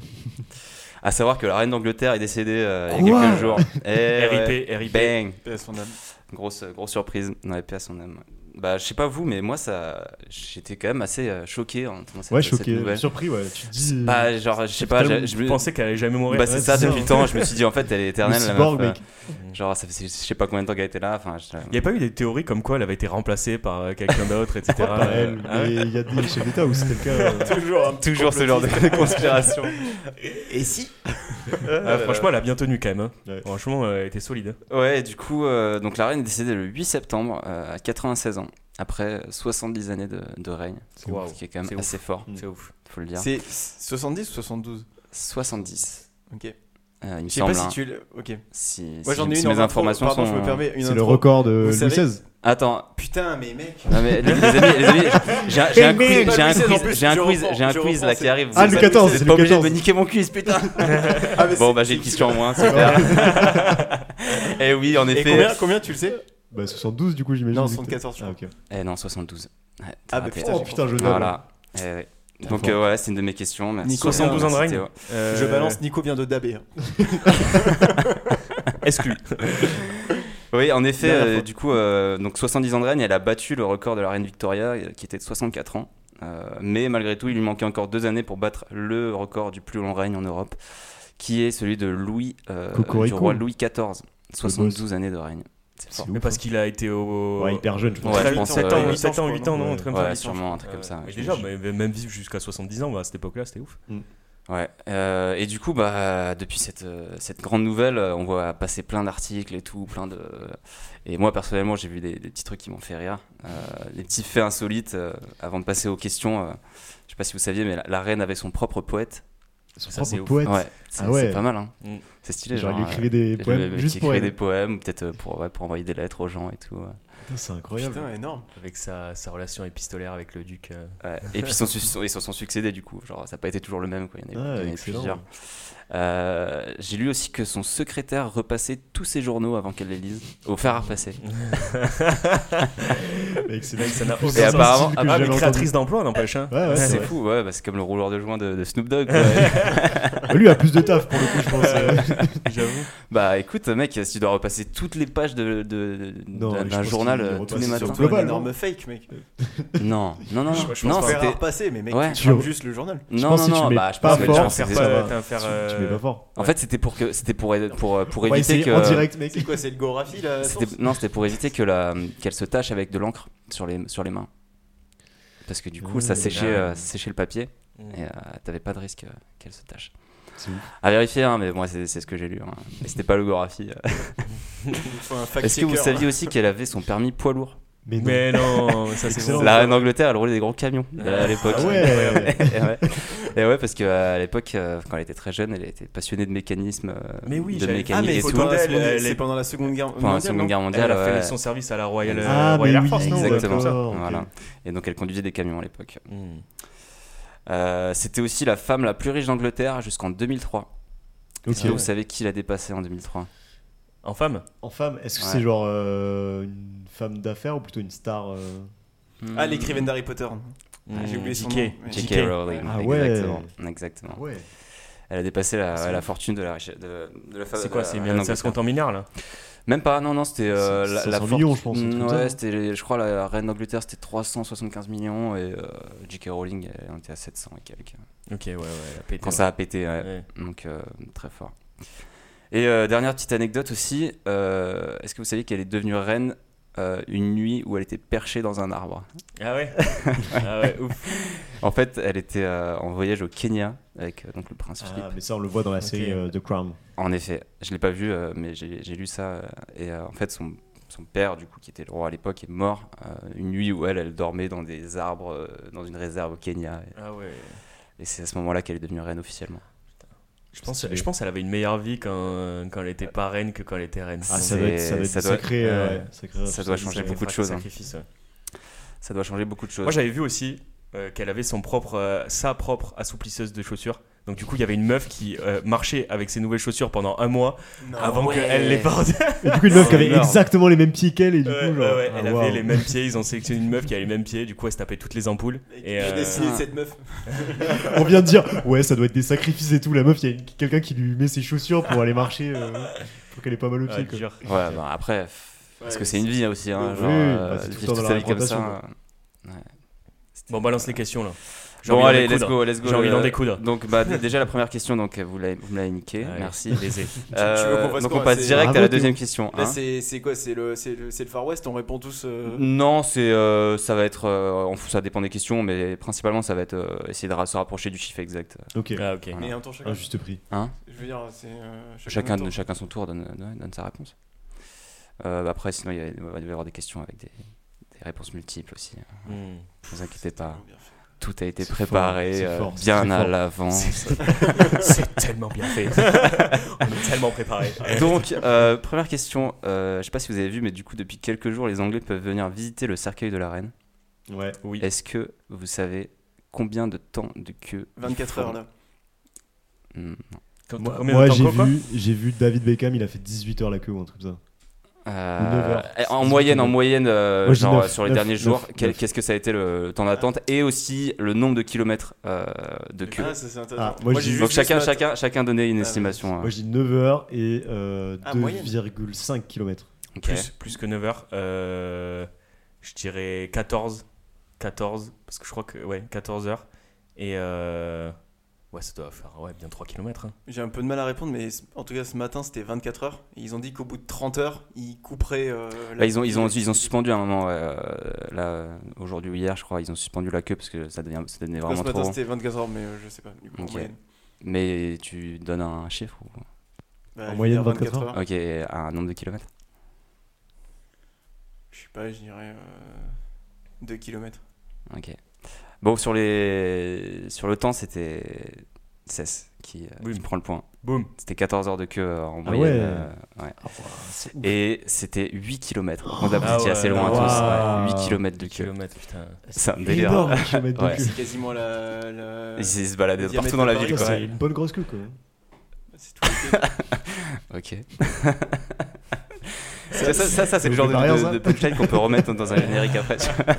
[SPEAKER 4] À savoir que la reine d'Angleterre est décédée euh, il y
[SPEAKER 2] Quoi
[SPEAKER 4] a quelques jours. Eh ouais.
[SPEAKER 3] RIP, RIP.
[SPEAKER 4] Bang
[SPEAKER 1] son âme.
[SPEAKER 4] Grosse, grosse surprise, on avait à son âme. Bah, je sais pas vous, mais moi, ça, j'étais quand même assez euh, choqué en entendant cette,
[SPEAKER 2] ouais,
[SPEAKER 4] cette
[SPEAKER 2] choqué,
[SPEAKER 4] nouvelle.
[SPEAKER 2] surpris, ouais. Tu te dis. euh,
[SPEAKER 4] Bah, genre, je sais pas,
[SPEAKER 2] Putain,
[SPEAKER 4] je, je
[SPEAKER 3] Je
[SPEAKER 4] me-
[SPEAKER 3] pensais qu'elle allait jamais mourir.
[SPEAKER 4] bah, c'est
[SPEAKER 2] Ouais,
[SPEAKER 4] ça
[SPEAKER 2] c'est ça.
[SPEAKER 4] depuis le temps, je me suis dit en fait, elle est
[SPEAKER 2] le
[SPEAKER 4] éternelle. la
[SPEAKER 2] cyborg,
[SPEAKER 4] meuf,
[SPEAKER 2] mec.
[SPEAKER 4] euh, genre, ça, fait- je sais pas combien de temps qu'elle était là. Enfin, je-
[SPEAKER 3] Il n'y a pas eu des théories comme quoi elle avait été remplacée par euh, quelqu'un d'autre, etc.
[SPEAKER 2] Pas elle,
[SPEAKER 3] Ah ouais
[SPEAKER 2] mais il y a des chefs d'État où c'est quelqu'un. euh,
[SPEAKER 1] Toujours un petit
[SPEAKER 4] Toujours ce genre de conspiration.
[SPEAKER 1] Et si
[SPEAKER 3] Ah, Franchement, elle a bien tenu quand même. hein.
[SPEAKER 2] Ouais.
[SPEAKER 3] Franchement, euh, elle était solide.
[SPEAKER 4] Ouais, du coup, euh, donc la reine est décédée le 8 septembre euh, à 96 ans, après 70 années de, de règne,
[SPEAKER 2] C'est
[SPEAKER 3] Waouh.
[SPEAKER 4] ce qui est quand même
[SPEAKER 3] C'est
[SPEAKER 4] assez fort,
[SPEAKER 2] Mm.
[SPEAKER 3] C'est ouf.
[SPEAKER 4] faut le dire.
[SPEAKER 1] C'est 70 ou 72
[SPEAKER 4] 70,
[SPEAKER 1] Ok.
[SPEAKER 4] euh, il me
[SPEAKER 1] Je sais pas
[SPEAKER 4] semble.
[SPEAKER 1] si
[SPEAKER 4] hein.
[SPEAKER 1] tu le- Ok.
[SPEAKER 4] Si,
[SPEAKER 1] Moi
[SPEAKER 4] si-
[SPEAKER 1] j'en ai
[SPEAKER 4] si
[SPEAKER 1] une. en
[SPEAKER 4] mes
[SPEAKER 1] intro.
[SPEAKER 4] informations
[SPEAKER 1] Pardon,
[SPEAKER 4] sont.
[SPEAKER 1] je me permets une
[SPEAKER 2] C'est le
[SPEAKER 1] intro.
[SPEAKER 2] record de
[SPEAKER 1] Vous
[SPEAKER 2] Louis
[SPEAKER 1] savez-
[SPEAKER 2] XVI.
[SPEAKER 4] Attends,
[SPEAKER 1] Putain, mais mec.
[SPEAKER 4] non mais les, les amis, les amis, j'ai un- j'ai un
[SPEAKER 2] Mais
[SPEAKER 4] quiz, j'ai
[SPEAKER 1] Louis
[SPEAKER 4] un
[SPEAKER 1] XVI, en
[SPEAKER 4] quiz,
[SPEAKER 1] plus,
[SPEAKER 4] j'ai un
[SPEAKER 1] je
[SPEAKER 4] quiz,
[SPEAKER 1] reprends,
[SPEAKER 4] j'ai un
[SPEAKER 1] je
[SPEAKER 4] quiz
[SPEAKER 1] reprends,
[SPEAKER 4] là
[SPEAKER 1] c'est-
[SPEAKER 4] qui arrive.
[SPEAKER 2] Ah,
[SPEAKER 4] Vous
[SPEAKER 2] le
[SPEAKER 4] êtes-
[SPEAKER 2] 14,
[SPEAKER 4] Vous
[SPEAKER 2] c'est
[SPEAKER 4] êtes
[SPEAKER 2] le
[SPEAKER 4] pas obligé de me
[SPEAKER 2] 14.
[SPEAKER 4] niquer mon quiz, putain.
[SPEAKER 1] Ah, mais
[SPEAKER 4] Bon
[SPEAKER 1] c'est-
[SPEAKER 4] bah j'ai une question en moins, super. Eh oui, en
[SPEAKER 1] Et
[SPEAKER 4] effet.
[SPEAKER 1] combien, combien tu le sais
[SPEAKER 2] Bah, 72 du coup, j'imagine.
[SPEAKER 1] Non,
[SPEAKER 2] vu que-
[SPEAKER 1] 74, je
[SPEAKER 2] Ah,
[SPEAKER 1] crois.
[SPEAKER 2] ok.
[SPEAKER 4] Eh non, 72. Ouais, t'as
[SPEAKER 1] Ah, bah
[SPEAKER 4] raté.
[SPEAKER 1] putain.
[SPEAKER 2] Oh putain, je donne.
[SPEAKER 4] Voilà. Eh ouais.
[SPEAKER 2] Putain,
[SPEAKER 4] Donc
[SPEAKER 2] fort.
[SPEAKER 4] euh, voilà, c'est une de mes questions. Merci.
[SPEAKER 1] Nico,
[SPEAKER 3] 72 ans de
[SPEAKER 4] Merci,
[SPEAKER 3] règne.
[SPEAKER 4] Théo.
[SPEAKER 3] Euh,
[SPEAKER 1] Je balance, Nico vient de daber. hein.
[SPEAKER 3] Exclu.
[SPEAKER 4] Oui, en effet,
[SPEAKER 1] Dernière
[SPEAKER 4] euh,
[SPEAKER 1] fois.
[SPEAKER 4] du coup, euh, donc 70 ans de règne, elle a battu le record de la reine Victoria, euh, qui était de 64 ans. Euh, mais malgré tout, il lui manquait encore deux années pour battre le record du plus long règne en Europe, qui est celui de Louis, euh, du
[SPEAKER 2] Cocorico.
[SPEAKER 4] roi Louis XIV. 72 années de règne. C'est fort.
[SPEAKER 2] C'est ouf. hein.
[SPEAKER 3] Mais parce qu'il a été au.
[SPEAKER 4] euh,
[SPEAKER 2] Ouais, hyper jeune, je pense.
[SPEAKER 4] Ouais,
[SPEAKER 3] Très
[SPEAKER 4] je
[SPEAKER 3] vite,
[SPEAKER 4] pense,
[SPEAKER 3] sept
[SPEAKER 4] euh,
[SPEAKER 3] ans,
[SPEAKER 4] ouais.
[SPEAKER 3] 8 ans, 8 ans, non,
[SPEAKER 2] Ouais,
[SPEAKER 3] un truc comme
[SPEAKER 4] ouais,
[SPEAKER 3] ça.
[SPEAKER 4] sûrement, un truc comme ça,
[SPEAKER 3] Mais
[SPEAKER 4] je
[SPEAKER 3] déjà,
[SPEAKER 4] pense.
[SPEAKER 3] mais- mais même vivre jusqu'à 70 ans, bah, à cette époque-là, c'était ouf.
[SPEAKER 4] Ouais. Euh, et du coup, bah, depuis cette, euh, cette grande nouvelle, euh, on voit passer plein d'articles et tout, plein de. euh, Et moi, personnellement, j'ai vu des, des petits trucs qui m'ont fait rire, euh, des petits faits insolites. euh, avant de passer aux questions, euh, je sais pas si vous saviez, mais la, la reine avait son propre poète.
[SPEAKER 2] Son
[SPEAKER 3] Ça, c'est
[SPEAKER 2] propre
[SPEAKER 3] ouf.
[SPEAKER 2] poète.
[SPEAKER 4] Ouais, c'est
[SPEAKER 2] Ah ouais.
[SPEAKER 4] c'est pas mal, hein.
[SPEAKER 3] Mm.
[SPEAKER 4] C'est stylé,
[SPEAKER 2] Genre,
[SPEAKER 4] genre.
[SPEAKER 2] il
[SPEAKER 4] euh,
[SPEAKER 2] écrivait des
[SPEAKER 4] le-
[SPEAKER 2] poèmes
[SPEAKER 4] qui
[SPEAKER 2] juste pour
[SPEAKER 4] écrivait
[SPEAKER 2] elle.
[SPEAKER 4] des poèmes, peut-être euh, pour, ouais, pour envoyer des lettres aux gens et tout. ouais.
[SPEAKER 2] Putain, C'est incroyable.
[SPEAKER 1] Putain, énorme.
[SPEAKER 3] Avec sa, sa relation épistolaire avec le duc. euh.
[SPEAKER 4] Ouais. Et puis, ils se sont, su- ils se sont succédés, du coup. Genre, ça n'a pas été toujours le même, quoi. Il y en a eu- il y en a
[SPEAKER 2] Ouais,
[SPEAKER 4] eu plusieurs.
[SPEAKER 2] Ah, excellent.
[SPEAKER 4] Euh, j'ai lu aussi que son secrétaire repassait tous ses journaux avant qu'elle les lise, au fer à repasser.
[SPEAKER 2] Mec, c'est là que
[SPEAKER 3] Ça n'a
[SPEAKER 2] plus
[SPEAKER 3] aucun
[SPEAKER 4] Et
[SPEAKER 3] sens.
[SPEAKER 4] apparemment-
[SPEAKER 2] sensible que
[SPEAKER 3] Ah, mais
[SPEAKER 2] j'avais
[SPEAKER 3] créatrice d'emploi, n'empêche. hein.
[SPEAKER 2] Ah, Ouais, Ah, ouais,
[SPEAKER 4] c'est
[SPEAKER 2] c'est vrai.
[SPEAKER 4] fou, ouais, bah, c'est comme le rouleur de joint de, de Snoop Dogg. quoi.
[SPEAKER 2] entendu. Lui a plus de taf pour le coup, je pense.
[SPEAKER 3] euh, J'avoue.
[SPEAKER 4] bah écoute, mec, si tu dois repasser toutes les pages de, de-
[SPEAKER 2] Non,
[SPEAKER 4] d'un-
[SPEAKER 2] mais je
[SPEAKER 4] d'un
[SPEAKER 2] pense
[SPEAKER 4] journal
[SPEAKER 2] qu'il les
[SPEAKER 4] euh, tous les
[SPEAKER 2] repasse
[SPEAKER 4] matins.
[SPEAKER 2] surtout.
[SPEAKER 1] Surtout un
[SPEAKER 2] Global,
[SPEAKER 1] énorme fake, mec.
[SPEAKER 4] Non, non, non, non,
[SPEAKER 3] Je- je
[SPEAKER 4] non,
[SPEAKER 3] pense pas.
[SPEAKER 1] C'est
[SPEAKER 4] c'était.
[SPEAKER 1] rare passer, mais mec,
[SPEAKER 4] Ouais.
[SPEAKER 1] tu
[SPEAKER 2] Tu-
[SPEAKER 1] frappes juste le journal.
[SPEAKER 2] Je
[SPEAKER 4] Non,
[SPEAKER 2] pense
[SPEAKER 4] non,
[SPEAKER 2] si tu
[SPEAKER 4] non,
[SPEAKER 2] mets
[SPEAKER 4] bah, je
[SPEAKER 2] pas
[SPEAKER 4] pense que
[SPEAKER 2] fort,
[SPEAKER 4] je
[SPEAKER 3] T'as un
[SPEAKER 4] pense
[SPEAKER 3] faire
[SPEAKER 4] que
[SPEAKER 2] c'est
[SPEAKER 4] c'est
[SPEAKER 2] ça.
[SPEAKER 4] ça.
[SPEAKER 3] pas- t'as un faire,
[SPEAKER 2] Tu mets
[SPEAKER 3] euh,
[SPEAKER 2] pas fort.
[SPEAKER 4] En fait, c'était pour que, c'était pour, pour, euh, pour
[SPEAKER 2] On va
[SPEAKER 4] éviter
[SPEAKER 2] essayer
[SPEAKER 4] que.
[SPEAKER 2] en direct, mec.
[SPEAKER 1] C'est quoi, c'est le Gorafi là
[SPEAKER 4] C'était- non, c'était pour éviter que la, qu'elle se tache avec de l'encre sur les, sur les mains. Parce que du coup, ça
[SPEAKER 2] Ah.
[SPEAKER 4] séchait, euh, ça séchait le papier
[SPEAKER 3] Mm.
[SPEAKER 4] et euh, t'avais pas de risque euh, qu'elle se tache.
[SPEAKER 2] C'est ouf.
[SPEAKER 4] À vérifier, hein, mais moi, c'est c'est ce que j'ai lu. Hein. Mais c'était pas le Gorafi. Est-ce que vous
[SPEAKER 1] hein
[SPEAKER 4] saviez aussi qu'elle avait son permis poids lourd
[SPEAKER 2] Mais non.
[SPEAKER 3] Mais non, mais ça c'est
[SPEAKER 2] Excellent.
[SPEAKER 3] bon.
[SPEAKER 4] La reine d'Angleterre, elle roulait des gros camions euh, à l'époque.
[SPEAKER 2] Ah ouais.
[SPEAKER 4] et, ouais. Et ouais, parce qu'à l'époque, euh, quand elle était très jeune, elle était passionnée de mécanisme, euh,
[SPEAKER 3] Mais oui,
[SPEAKER 4] de
[SPEAKER 3] j'avais-
[SPEAKER 1] Ah,
[SPEAKER 4] mécanique
[SPEAKER 1] mais
[SPEAKER 4] et
[SPEAKER 1] c'est
[SPEAKER 3] faut
[SPEAKER 4] tout.
[SPEAKER 1] pendant,
[SPEAKER 3] demander,
[SPEAKER 1] la
[SPEAKER 3] elle-
[SPEAKER 1] seconde-
[SPEAKER 3] elle-
[SPEAKER 1] c'est pendant la Seconde Guerre
[SPEAKER 4] Pendant la
[SPEAKER 1] mondiale, non
[SPEAKER 4] Seconde Guerre mondiale,
[SPEAKER 3] Elle a fait
[SPEAKER 4] ouais.
[SPEAKER 3] son service à la Royal, euh,
[SPEAKER 2] Ah, mais
[SPEAKER 3] Royal
[SPEAKER 2] oui,
[SPEAKER 3] Air Force, non
[SPEAKER 2] exact.
[SPEAKER 4] Exactement.
[SPEAKER 2] d'accord, ok.
[SPEAKER 4] Voilà. Et donc, elle conduisait des camions à l'époque.
[SPEAKER 3] Mm.
[SPEAKER 4] Euh, C'était aussi la femme la plus riche d'Angleterre jusqu'en 2003. Est-ce que
[SPEAKER 2] Ok.
[SPEAKER 4] vous savez qui l'a dépassée en 2003
[SPEAKER 3] En femme
[SPEAKER 2] En femme, est-ce que
[SPEAKER 4] Ouais.
[SPEAKER 2] c'est genre euh, une femme d'affaires ou plutôt une star euh,
[SPEAKER 1] Ah, l'écrivaine d'Harry Potter.
[SPEAKER 4] Mm.
[SPEAKER 1] Ah, j'ai oublié son
[SPEAKER 3] JK.
[SPEAKER 1] nom, mais-
[SPEAKER 4] J.K. Rowling.
[SPEAKER 2] Ah ouais.
[SPEAKER 4] Exactement. exactement.
[SPEAKER 2] Ouais.
[SPEAKER 4] Elle a dépassé la,
[SPEAKER 3] C'est-
[SPEAKER 4] la fortune de la riche. De, de la fa-
[SPEAKER 3] C'est
[SPEAKER 4] de
[SPEAKER 3] quoi
[SPEAKER 4] la-
[SPEAKER 3] c'est,
[SPEAKER 4] la
[SPEAKER 3] bien- Ça se
[SPEAKER 4] Angleterre.
[SPEAKER 3] compte en milliards là
[SPEAKER 4] Même pas, non, non, c'était euh,
[SPEAKER 2] C'est-
[SPEAKER 4] la,
[SPEAKER 2] c'est
[SPEAKER 4] la
[SPEAKER 2] 500
[SPEAKER 4] fortune-
[SPEAKER 2] millions, je pense, un truc comme ça.
[SPEAKER 4] Ouais, c'était, je crois, la reine d'Angleterre, c'était 375 millions et euh, J.K. Rowling, elle en était à 700 et quelques.
[SPEAKER 3] Ok, ouais, ouais, elle a pété.
[SPEAKER 4] Quand
[SPEAKER 3] ouais.
[SPEAKER 4] ça a pété, ouais.
[SPEAKER 3] Ouais.
[SPEAKER 4] donc euh, très fort. Et euh, dernière petite anecdote aussi, euh, est-ce que vous saviez qu'elle est devenue reine euh, une nuit où elle était perchée dans un arbre
[SPEAKER 3] Ah ouais Ah ouais, ouf.
[SPEAKER 4] En fait, elle était euh, en voyage au Kenya avec euh, donc le prince Philippe.
[SPEAKER 2] Ah, mais ça, on le voit dans la série
[SPEAKER 3] Ok.
[SPEAKER 2] euh, The Crown.
[SPEAKER 4] En effet, je l'ai pas vu, euh, mais j'ai j'ai lu ça. euh, et euh, en fait, son, son père, du coup, qui était le roi à l'époque, est mort euh, une nuit où elle, elle dormait dans des arbres, euh, dans une réserve au Kenya.
[SPEAKER 3] Ah ouais.
[SPEAKER 4] Et, et c'est à ce moment-là qu'elle est devenue reine officiellement.
[SPEAKER 3] Je pense, je pense qu'elle avait une meilleure vie quand, quand elle était pas reine que quand elle était reine.
[SPEAKER 2] Ah,
[SPEAKER 4] C'est-
[SPEAKER 2] ça doit être, ça doit être
[SPEAKER 4] ça
[SPEAKER 2] du
[SPEAKER 4] doit-
[SPEAKER 2] sacré, euh,
[SPEAKER 3] ouais.
[SPEAKER 2] ouais, sacré-
[SPEAKER 4] Ça doit changer
[SPEAKER 3] Sacré
[SPEAKER 4] beaucoup de
[SPEAKER 3] fra-
[SPEAKER 4] choses, hein.
[SPEAKER 3] sacrifice, ouais.
[SPEAKER 4] Ça doit changer beaucoup de choses.
[SPEAKER 3] Moi j'avais vu aussi euh, qu'elle avait son propre, euh, sa propre assouplisseuse de chaussures. Donc du coup il y avait une meuf qui euh, marchait avec ses nouvelles chaussures pendant un mois Ah avant
[SPEAKER 4] ouais.
[SPEAKER 3] qu'elle les porte.
[SPEAKER 2] Et du coup, une meuf qui avait
[SPEAKER 4] Énorme.
[SPEAKER 2] exactement les mêmes pieds qu'elle, et du
[SPEAKER 3] Ouais,
[SPEAKER 2] coup, genre.
[SPEAKER 3] ouais, ouais,
[SPEAKER 2] ah,
[SPEAKER 3] elle
[SPEAKER 2] waouh.
[SPEAKER 3] avait les mêmes pieds, ils ont sélectionné une meuf qui avait les mêmes pieds, du coup elle se tapait toutes les ampoules.
[SPEAKER 1] J'ai
[SPEAKER 3] Et, euh,
[SPEAKER 1] dessiné
[SPEAKER 4] ah.
[SPEAKER 1] cette meuf.
[SPEAKER 2] On vient de dire, ouais, ça doit être des sacrifices et tout. La meuf, il y a une- quelqu'un qui lui met ses chaussures pour aller marcher, euh, pour qu'elle ait pas mal aux
[SPEAKER 3] ouais,
[SPEAKER 2] pieds. quoi.
[SPEAKER 3] dur.
[SPEAKER 4] Ouais, bah, après, pff, parce
[SPEAKER 1] Ouais,
[SPEAKER 4] que c'est une vie hein, aussi. Hein,
[SPEAKER 1] Oui,
[SPEAKER 4] genre,
[SPEAKER 2] oui,
[SPEAKER 4] euh,
[SPEAKER 2] bah, c'est tout le temps dans
[SPEAKER 4] vivre toute
[SPEAKER 2] la
[SPEAKER 4] sa vie comme ça.
[SPEAKER 2] représentation,
[SPEAKER 4] euh, ouais.
[SPEAKER 3] Bon balance les questions là. J'ai
[SPEAKER 4] Bon,
[SPEAKER 3] envie d'en
[SPEAKER 4] allez, let's
[SPEAKER 3] découdre.
[SPEAKER 4] go, let's go.
[SPEAKER 3] J'ai envie d'en
[SPEAKER 4] euh,
[SPEAKER 3] découdre.
[SPEAKER 4] Donc, bah, d- déjà, la première question, donc, euh, vous l'avez vous me l'avez niqué.
[SPEAKER 3] Ouais,
[SPEAKER 4] Merci.
[SPEAKER 3] baisé.
[SPEAKER 1] veux qu'on
[SPEAKER 4] Euh,
[SPEAKER 1] fasse
[SPEAKER 4] donc,
[SPEAKER 1] quoi
[SPEAKER 4] on passe
[SPEAKER 1] C'est-
[SPEAKER 4] direct à
[SPEAKER 2] Bravo,
[SPEAKER 4] la
[SPEAKER 2] Théo.
[SPEAKER 4] deuxième question.
[SPEAKER 1] Là,
[SPEAKER 4] hein.
[SPEAKER 1] c'est c'est quoi C'est le, c'est le, c'est le Far West On répond tous. euh,
[SPEAKER 4] Non, c'est euh, ça va être euh, on fout- ça dépend des questions, mais principalement ça va être euh, essayer de ra- se rapprocher du chiffre exact.
[SPEAKER 2] Ok,
[SPEAKER 3] Ah ok.
[SPEAKER 1] Mais un tour chacun.
[SPEAKER 2] un juste prix.
[SPEAKER 1] Je veux dire, c'est. euh,
[SPEAKER 4] Chacun,
[SPEAKER 1] notre
[SPEAKER 4] de,
[SPEAKER 1] tour.
[SPEAKER 4] chacun son tour donne, donne- donne sa réponse. Euh, bah après, sinon il va- il va y avoir des questions avec des, des réponses multiples aussi. hein. Ne
[SPEAKER 3] Hmm.
[SPEAKER 4] vous inquiétez pas,
[SPEAKER 1] Bien fait.
[SPEAKER 4] tout a été
[SPEAKER 2] C'est
[SPEAKER 4] préparé
[SPEAKER 2] fort, c'est
[SPEAKER 4] euh,
[SPEAKER 2] fort, c'est
[SPEAKER 4] bien
[SPEAKER 2] très
[SPEAKER 4] à
[SPEAKER 2] fort.
[SPEAKER 4] l'avance.
[SPEAKER 3] C'est tellement bien fait. On est tellement préparé.
[SPEAKER 4] Donc, euh, première question, euh, je sais pas si vous avez vu, mais du coup depuis quelques jours, les Anglais peuvent venir visiter le cercueil de la reine.
[SPEAKER 2] Ouais.
[SPEAKER 3] Oui.
[SPEAKER 4] Est-ce que vous savez combien de temps de queue ils
[SPEAKER 1] 24
[SPEAKER 4] font
[SPEAKER 1] heures là.
[SPEAKER 4] Hmm,
[SPEAKER 3] Quand-
[SPEAKER 2] Moi,
[SPEAKER 3] combien de
[SPEAKER 2] moi,
[SPEAKER 3] temps,
[SPEAKER 2] j'ai
[SPEAKER 3] quoi, quoi
[SPEAKER 2] vu, j'ai vu David Beckham, il a fait 18 heures la queue ou un truc comme ça.
[SPEAKER 4] Euh,
[SPEAKER 2] Neuf heures.
[SPEAKER 4] en moyenne, en
[SPEAKER 2] Neuf.
[SPEAKER 4] moyenne, euh,
[SPEAKER 2] Moi, je dis
[SPEAKER 4] genre
[SPEAKER 2] neuf,
[SPEAKER 4] euh, sur les
[SPEAKER 2] neuf,
[SPEAKER 4] derniers
[SPEAKER 2] neuf,
[SPEAKER 4] jours, quel-
[SPEAKER 2] neuf.
[SPEAKER 4] qu'est-ce que ça a été le temps d'attente et aussi le nombre de kilomètres euh, de queue.
[SPEAKER 1] Ah, ça c'est intéressant.
[SPEAKER 2] Ah, moi, j'ai-
[SPEAKER 1] j'ai
[SPEAKER 4] Donc
[SPEAKER 1] juste
[SPEAKER 4] chacun,
[SPEAKER 1] le stat.
[SPEAKER 4] chacun, chacun donnait une euh,
[SPEAKER 1] Ah,
[SPEAKER 4] estimation.
[SPEAKER 2] Moi, je dis 9 heures et euh,
[SPEAKER 1] Ah, moyenne.
[SPEAKER 2] 2,5 km.
[SPEAKER 4] Ok.
[SPEAKER 3] plus, plus que 9 heures. Euh, je dirais 14. 14, parce que je crois que, ouais, 14 heures. Et euh, ouais, ça doit faire ouais, bien hein. 3 km.
[SPEAKER 1] J'ai un peu de mal à répondre, mais c- en tout cas, ce matin, c'était 24 heures. Et ils ont dit qu'au bout de 30 heures, ils couperaient. euh, la-
[SPEAKER 4] Bah, ils, ont, ils, ont, ils ont suspendu à un moment, ouais, euh, là, aujourd'hui ou hier, je crois, ils ont suspendu la queue parce que ça, devient, ça devenait
[SPEAKER 1] Là,
[SPEAKER 4] vraiment
[SPEAKER 1] ce
[SPEAKER 4] trop
[SPEAKER 1] matin,
[SPEAKER 4] long.
[SPEAKER 1] c'était 24 heures, mais euh, je sais pas. Du coup,
[SPEAKER 4] Ok.
[SPEAKER 1] en moyenne.
[SPEAKER 4] Mais tu donnes un chiffre ou...
[SPEAKER 1] Bah,
[SPEAKER 2] En
[SPEAKER 1] je vais
[SPEAKER 2] moyenne,
[SPEAKER 1] dire
[SPEAKER 2] 24 heures.
[SPEAKER 4] Ok, un nombre de kilomètres
[SPEAKER 1] Je sais pas, je dirais euh, 2 km.
[SPEAKER 4] Ok. Bon, sur, les... sur le temps, c'était Cess qui, euh,
[SPEAKER 3] Oui.
[SPEAKER 4] qui prend le point.
[SPEAKER 3] Boum.
[SPEAKER 4] C'était 14 heures de queue euh, en
[SPEAKER 2] Ah
[SPEAKER 4] moyenne.
[SPEAKER 2] ouais.
[SPEAKER 4] euh, ouais.
[SPEAKER 2] c'est
[SPEAKER 4] Et c'était 8 km. On a
[SPEAKER 3] Ah ouais,
[SPEAKER 4] assez loin
[SPEAKER 2] waouh.
[SPEAKER 4] tous. ouais. 8 km de queue.
[SPEAKER 3] Kilomètres, putain.
[SPEAKER 4] C'est un délire.
[SPEAKER 2] énorme, un kilomètre de
[SPEAKER 4] Ouais.
[SPEAKER 2] queue.
[SPEAKER 1] C'est quasiment la. la-
[SPEAKER 4] Ils se
[SPEAKER 1] Le
[SPEAKER 4] baladaient
[SPEAKER 1] diamètre
[SPEAKER 4] partout dans la
[SPEAKER 1] de
[SPEAKER 4] ville.
[SPEAKER 1] Paris,
[SPEAKER 4] Quoi.
[SPEAKER 2] C'est une bonne grosse queue, quoi.
[SPEAKER 1] C'est tout l'été.
[SPEAKER 4] Ok. ça, ça, ça, ça, c'est le
[SPEAKER 2] Vous
[SPEAKER 4] genre de,
[SPEAKER 2] préparez
[SPEAKER 4] de,
[SPEAKER 2] ça
[SPEAKER 4] de punchline qu'on peut remettre dans un générique après. tu vois.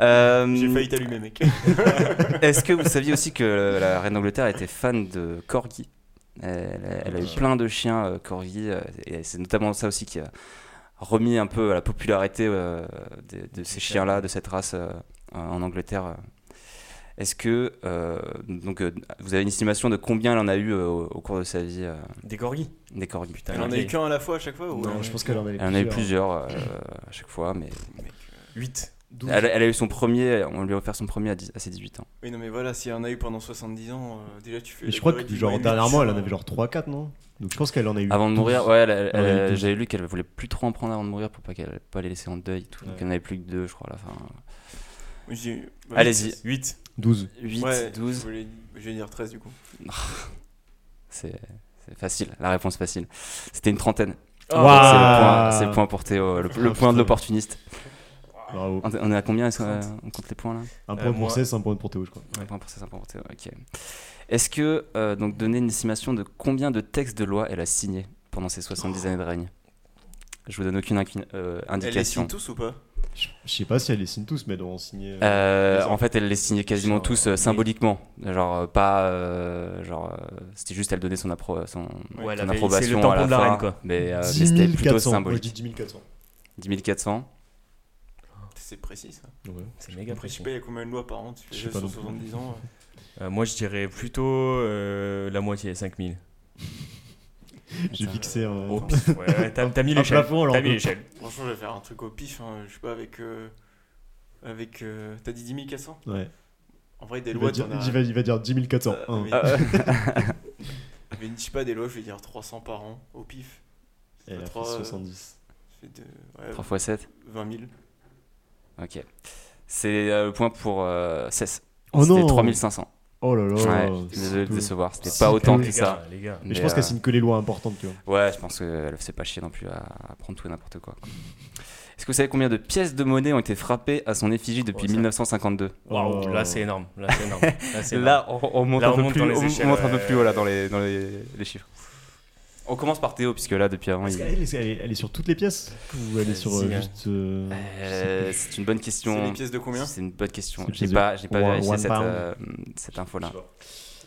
[SPEAKER 4] Euh,
[SPEAKER 1] J'ai failli t'allumer, mec.
[SPEAKER 4] Est-ce que vous saviez aussi que la reine d'Angleterre était fan de corgi elle, a- elle a eu plein de chiens euh, corgi euh, et c'est notamment ça aussi qui a remis un peu à la popularité euh, de, de ces chiens-là, de cette race euh, en Angleterre. Est-ce que euh, donc euh, vous avez une estimation de combien elle en a eu euh, au, au cours de sa vie euh,
[SPEAKER 3] Des gorgis.
[SPEAKER 4] des corgis
[SPEAKER 3] Putain,
[SPEAKER 1] Elle en a eu qu'un à la fois à chaque fois ou
[SPEAKER 2] Non, je pense qu'elle en a eu
[SPEAKER 4] Elle en a eu plusieurs euh, à chaque fois, mais
[SPEAKER 3] 8.
[SPEAKER 2] douze.
[SPEAKER 4] elle, elle a eu son premier, on lui a offert son premier à, dix- à ses 18 ans.
[SPEAKER 1] Oui, non, mais voilà, si elle en a eu pendant 70 ans, euh, déjà tu fais.
[SPEAKER 2] Mais je
[SPEAKER 1] la
[SPEAKER 2] crois
[SPEAKER 1] durée
[SPEAKER 2] que,
[SPEAKER 1] du
[SPEAKER 2] genre,
[SPEAKER 1] moyen
[SPEAKER 2] dernièrement, elle en
[SPEAKER 1] humain.
[SPEAKER 2] avait genre 3-4, non Donc je pense qu'elle en a eu.
[SPEAKER 4] Avant de
[SPEAKER 2] douze. Ah
[SPEAKER 4] mourir, ouais, elle- elle-
[SPEAKER 2] Ouais,
[SPEAKER 4] elle-
[SPEAKER 2] douze.
[SPEAKER 4] j'avais lu qu'elle voulait plus trop en prendre avant de mourir pour pas qu'elle pas les laisser en deuil. et Tout. Donc
[SPEAKER 2] Ouais.
[SPEAKER 4] elle en avait plus que deux, je crois, à la fin.
[SPEAKER 1] Oui, j'ai- bah,
[SPEAKER 4] Allez-y,
[SPEAKER 3] 8.
[SPEAKER 2] 12.
[SPEAKER 4] 8,
[SPEAKER 1] ouais,
[SPEAKER 4] 12,
[SPEAKER 1] Je voulais- je vais dire 13 du coup.
[SPEAKER 4] c'est c'est facile, la réponse facile. C'était une trentaine.
[SPEAKER 2] Waouh.
[SPEAKER 4] Donc,
[SPEAKER 2] Ah.
[SPEAKER 4] C'est le point- c'est le, point pour Théo, le, le
[SPEAKER 2] Ah,
[SPEAKER 4] point
[SPEAKER 2] putain.
[SPEAKER 4] de l'opportuniste.
[SPEAKER 2] Bravo.
[SPEAKER 4] On on est à combien est-ce qu'on- On compte les points là
[SPEAKER 2] Un
[SPEAKER 3] Euh,
[SPEAKER 2] point
[SPEAKER 3] moi-
[SPEAKER 2] pour Cess, un point pour Théo, je crois.
[SPEAKER 4] Un point pour ça, un point pour Théo, ok. Est-ce que, euh, donc, donner une estimation de combien de textes de loi elle a signé pendant ses 70 années de règne Je vous donne aucune incu- euh,
[SPEAKER 1] Elle les signe
[SPEAKER 4] indication.
[SPEAKER 1] tous ou pas
[SPEAKER 2] Je je sais pas si elle les signe tous, mais elle doit en signer. euh,
[SPEAKER 4] Euh,
[SPEAKER 2] les
[SPEAKER 4] en
[SPEAKER 2] ordres.
[SPEAKER 4] fait, elle les signait quasiment
[SPEAKER 2] Genre,
[SPEAKER 4] tous euh,
[SPEAKER 2] oui.
[SPEAKER 4] symboliquement. Genre, euh, pas. euh, genre, euh, c'était juste, elle donnait son, appro son,
[SPEAKER 3] Ouais, elle
[SPEAKER 4] son
[SPEAKER 3] avait- c'est
[SPEAKER 4] approbation
[SPEAKER 3] le tampon
[SPEAKER 4] à la
[SPEAKER 3] de la
[SPEAKER 4] fin,
[SPEAKER 3] reine, quoi.
[SPEAKER 4] Mais, euh, mais
[SPEAKER 2] 10
[SPEAKER 4] c'était plutôt
[SPEAKER 2] 400. Moi, je
[SPEAKER 4] symbolique.
[SPEAKER 2] dis 10 400.
[SPEAKER 4] 10 400.
[SPEAKER 1] C'est précis ça.
[SPEAKER 2] Ouais.
[SPEAKER 3] C'est méga
[SPEAKER 1] Après, je sais
[SPEAKER 3] précis.
[SPEAKER 1] pas, il y a combien de lois par an Tu fais
[SPEAKER 2] Je sais
[SPEAKER 1] déjà
[SPEAKER 2] pas
[SPEAKER 1] sur
[SPEAKER 2] non plus.
[SPEAKER 1] 70 ans euh.
[SPEAKER 3] Euh, moi, je dirais plutôt euh, la moitié, 5000.
[SPEAKER 2] J'ai
[SPEAKER 4] Attends.
[SPEAKER 2] fixé euh, un.
[SPEAKER 3] Oh, pif, ouais, ouais, t'as t'as mis
[SPEAKER 2] un
[SPEAKER 3] l'échelle.
[SPEAKER 2] plafond, alors. euh,
[SPEAKER 3] T'as mis l'échelle.
[SPEAKER 1] Franchement, je vais faire un truc au pif. hein, Je sais pas, avec. euh, Avec. euh, T'as dit 10 400
[SPEAKER 2] Ouais.
[SPEAKER 1] En vrai, des
[SPEAKER 2] Il va,
[SPEAKER 1] lois,
[SPEAKER 2] dire,
[SPEAKER 1] t'en as.
[SPEAKER 2] il va- il va dire 10 400.
[SPEAKER 1] Euh,
[SPEAKER 2] hein.
[SPEAKER 1] mais-
[SPEAKER 4] Ah, euh,
[SPEAKER 1] mais je sais pas, des lois, je vais dire 300 par an au pif.
[SPEAKER 2] Et elle a fait
[SPEAKER 1] trois, euh,
[SPEAKER 2] 70.
[SPEAKER 1] Ça fait de- ouais,
[SPEAKER 4] 3 x 7.
[SPEAKER 1] 20 000.
[SPEAKER 4] Ok. C'est euh, le point pour euh, 16.
[SPEAKER 2] Oh
[SPEAKER 4] c'était
[SPEAKER 2] non
[SPEAKER 4] 3500.
[SPEAKER 2] Oh là là.
[SPEAKER 4] ouais,
[SPEAKER 2] c'est
[SPEAKER 4] désolé de
[SPEAKER 2] peu.
[SPEAKER 4] décevoir. C'était
[SPEAKER 2] C'est
[SPEAKER 4] pas
[SPEAKER 2] peu.
[SPEAKER 4] autant
[SPEAKER 3] Les
[SPEAKER 4] que ça.
[SPEAKER 3] gars, les gars.
[SPEAKER 2] Mais je pense
[SPEAKER 4] euh,
[SPEAKER 2] qu'elle signe que les lois importantes, tu vois.
[SPEAKER 4] Ouais, je pense qu'elle ne fait pas chier non plus à, à prendre tout et n'importe quoi. quoi. Est-ce que vous savez combien de pièces de monnaie ont été frappées à son effigie depuis
[SPEAKER 3] Oh, ça-
[SPEAKER 4] 1952
[SPEAKER 3] Waouh,
[SPEAKER 2] Oh.
[SPEAKER 3] là, c'est énorme. Là, c'est énorme. Là, c'est énorme.
[SPEAKER 4] Là, on, on monte,
[SPEAKER 3] Là,
[SPEAKER 4] un,
[SPEAKER 3] on
[SPEAKER 4] peu
[SPEAKER 3] monte
[SPEAKER 4] plus,
[SPEAKER 3] dans les
[SPEAKER 4] on
[SPEAKER 3] échelles,
[SPEAKER 4] monte un
[SPEAKER 3] ouais.
[SPEAKER 4] peu plus haut là, dans, les, dans les, les chiffres. On commence par Théo, puisque là, depuis avant,
[SPEAKER 2] Est-ce
[SPEAKER 4] il-
[SPEAKER 2] qu'elle est, elle est- elle est sur toutes les pièces Ou elle est sur
[SPEAKER 3] Euh,
[SPEAKER 2] euh,
[SPEAKER 3] si, hein.
[SPEAKER 2] juste. euh,
[SPEAKER 4] Euh, c'est une bonne
[SPEAKER 1] C'est des
[SPEAKER 4] question.
[SPEAKER 1] pièces de combien
[SPEAKER 4] C'est une bonne question.
[SPEAKER 2] C'est
[SPEAKER 4] J'ai
[SPEAKER 2] plus
[SPEAKER 4] pas,
[SPEAKER 2] de-
[SPEAKER 4] j'ai pas
[SPEAKER 2] one-
[SPEAKER 4] vérifié
[SPEAKER 2] one
[SPEAKER 4] cette,
[SPEAKER 2] pound.
[SPEAKER 4] euh, cette info-là.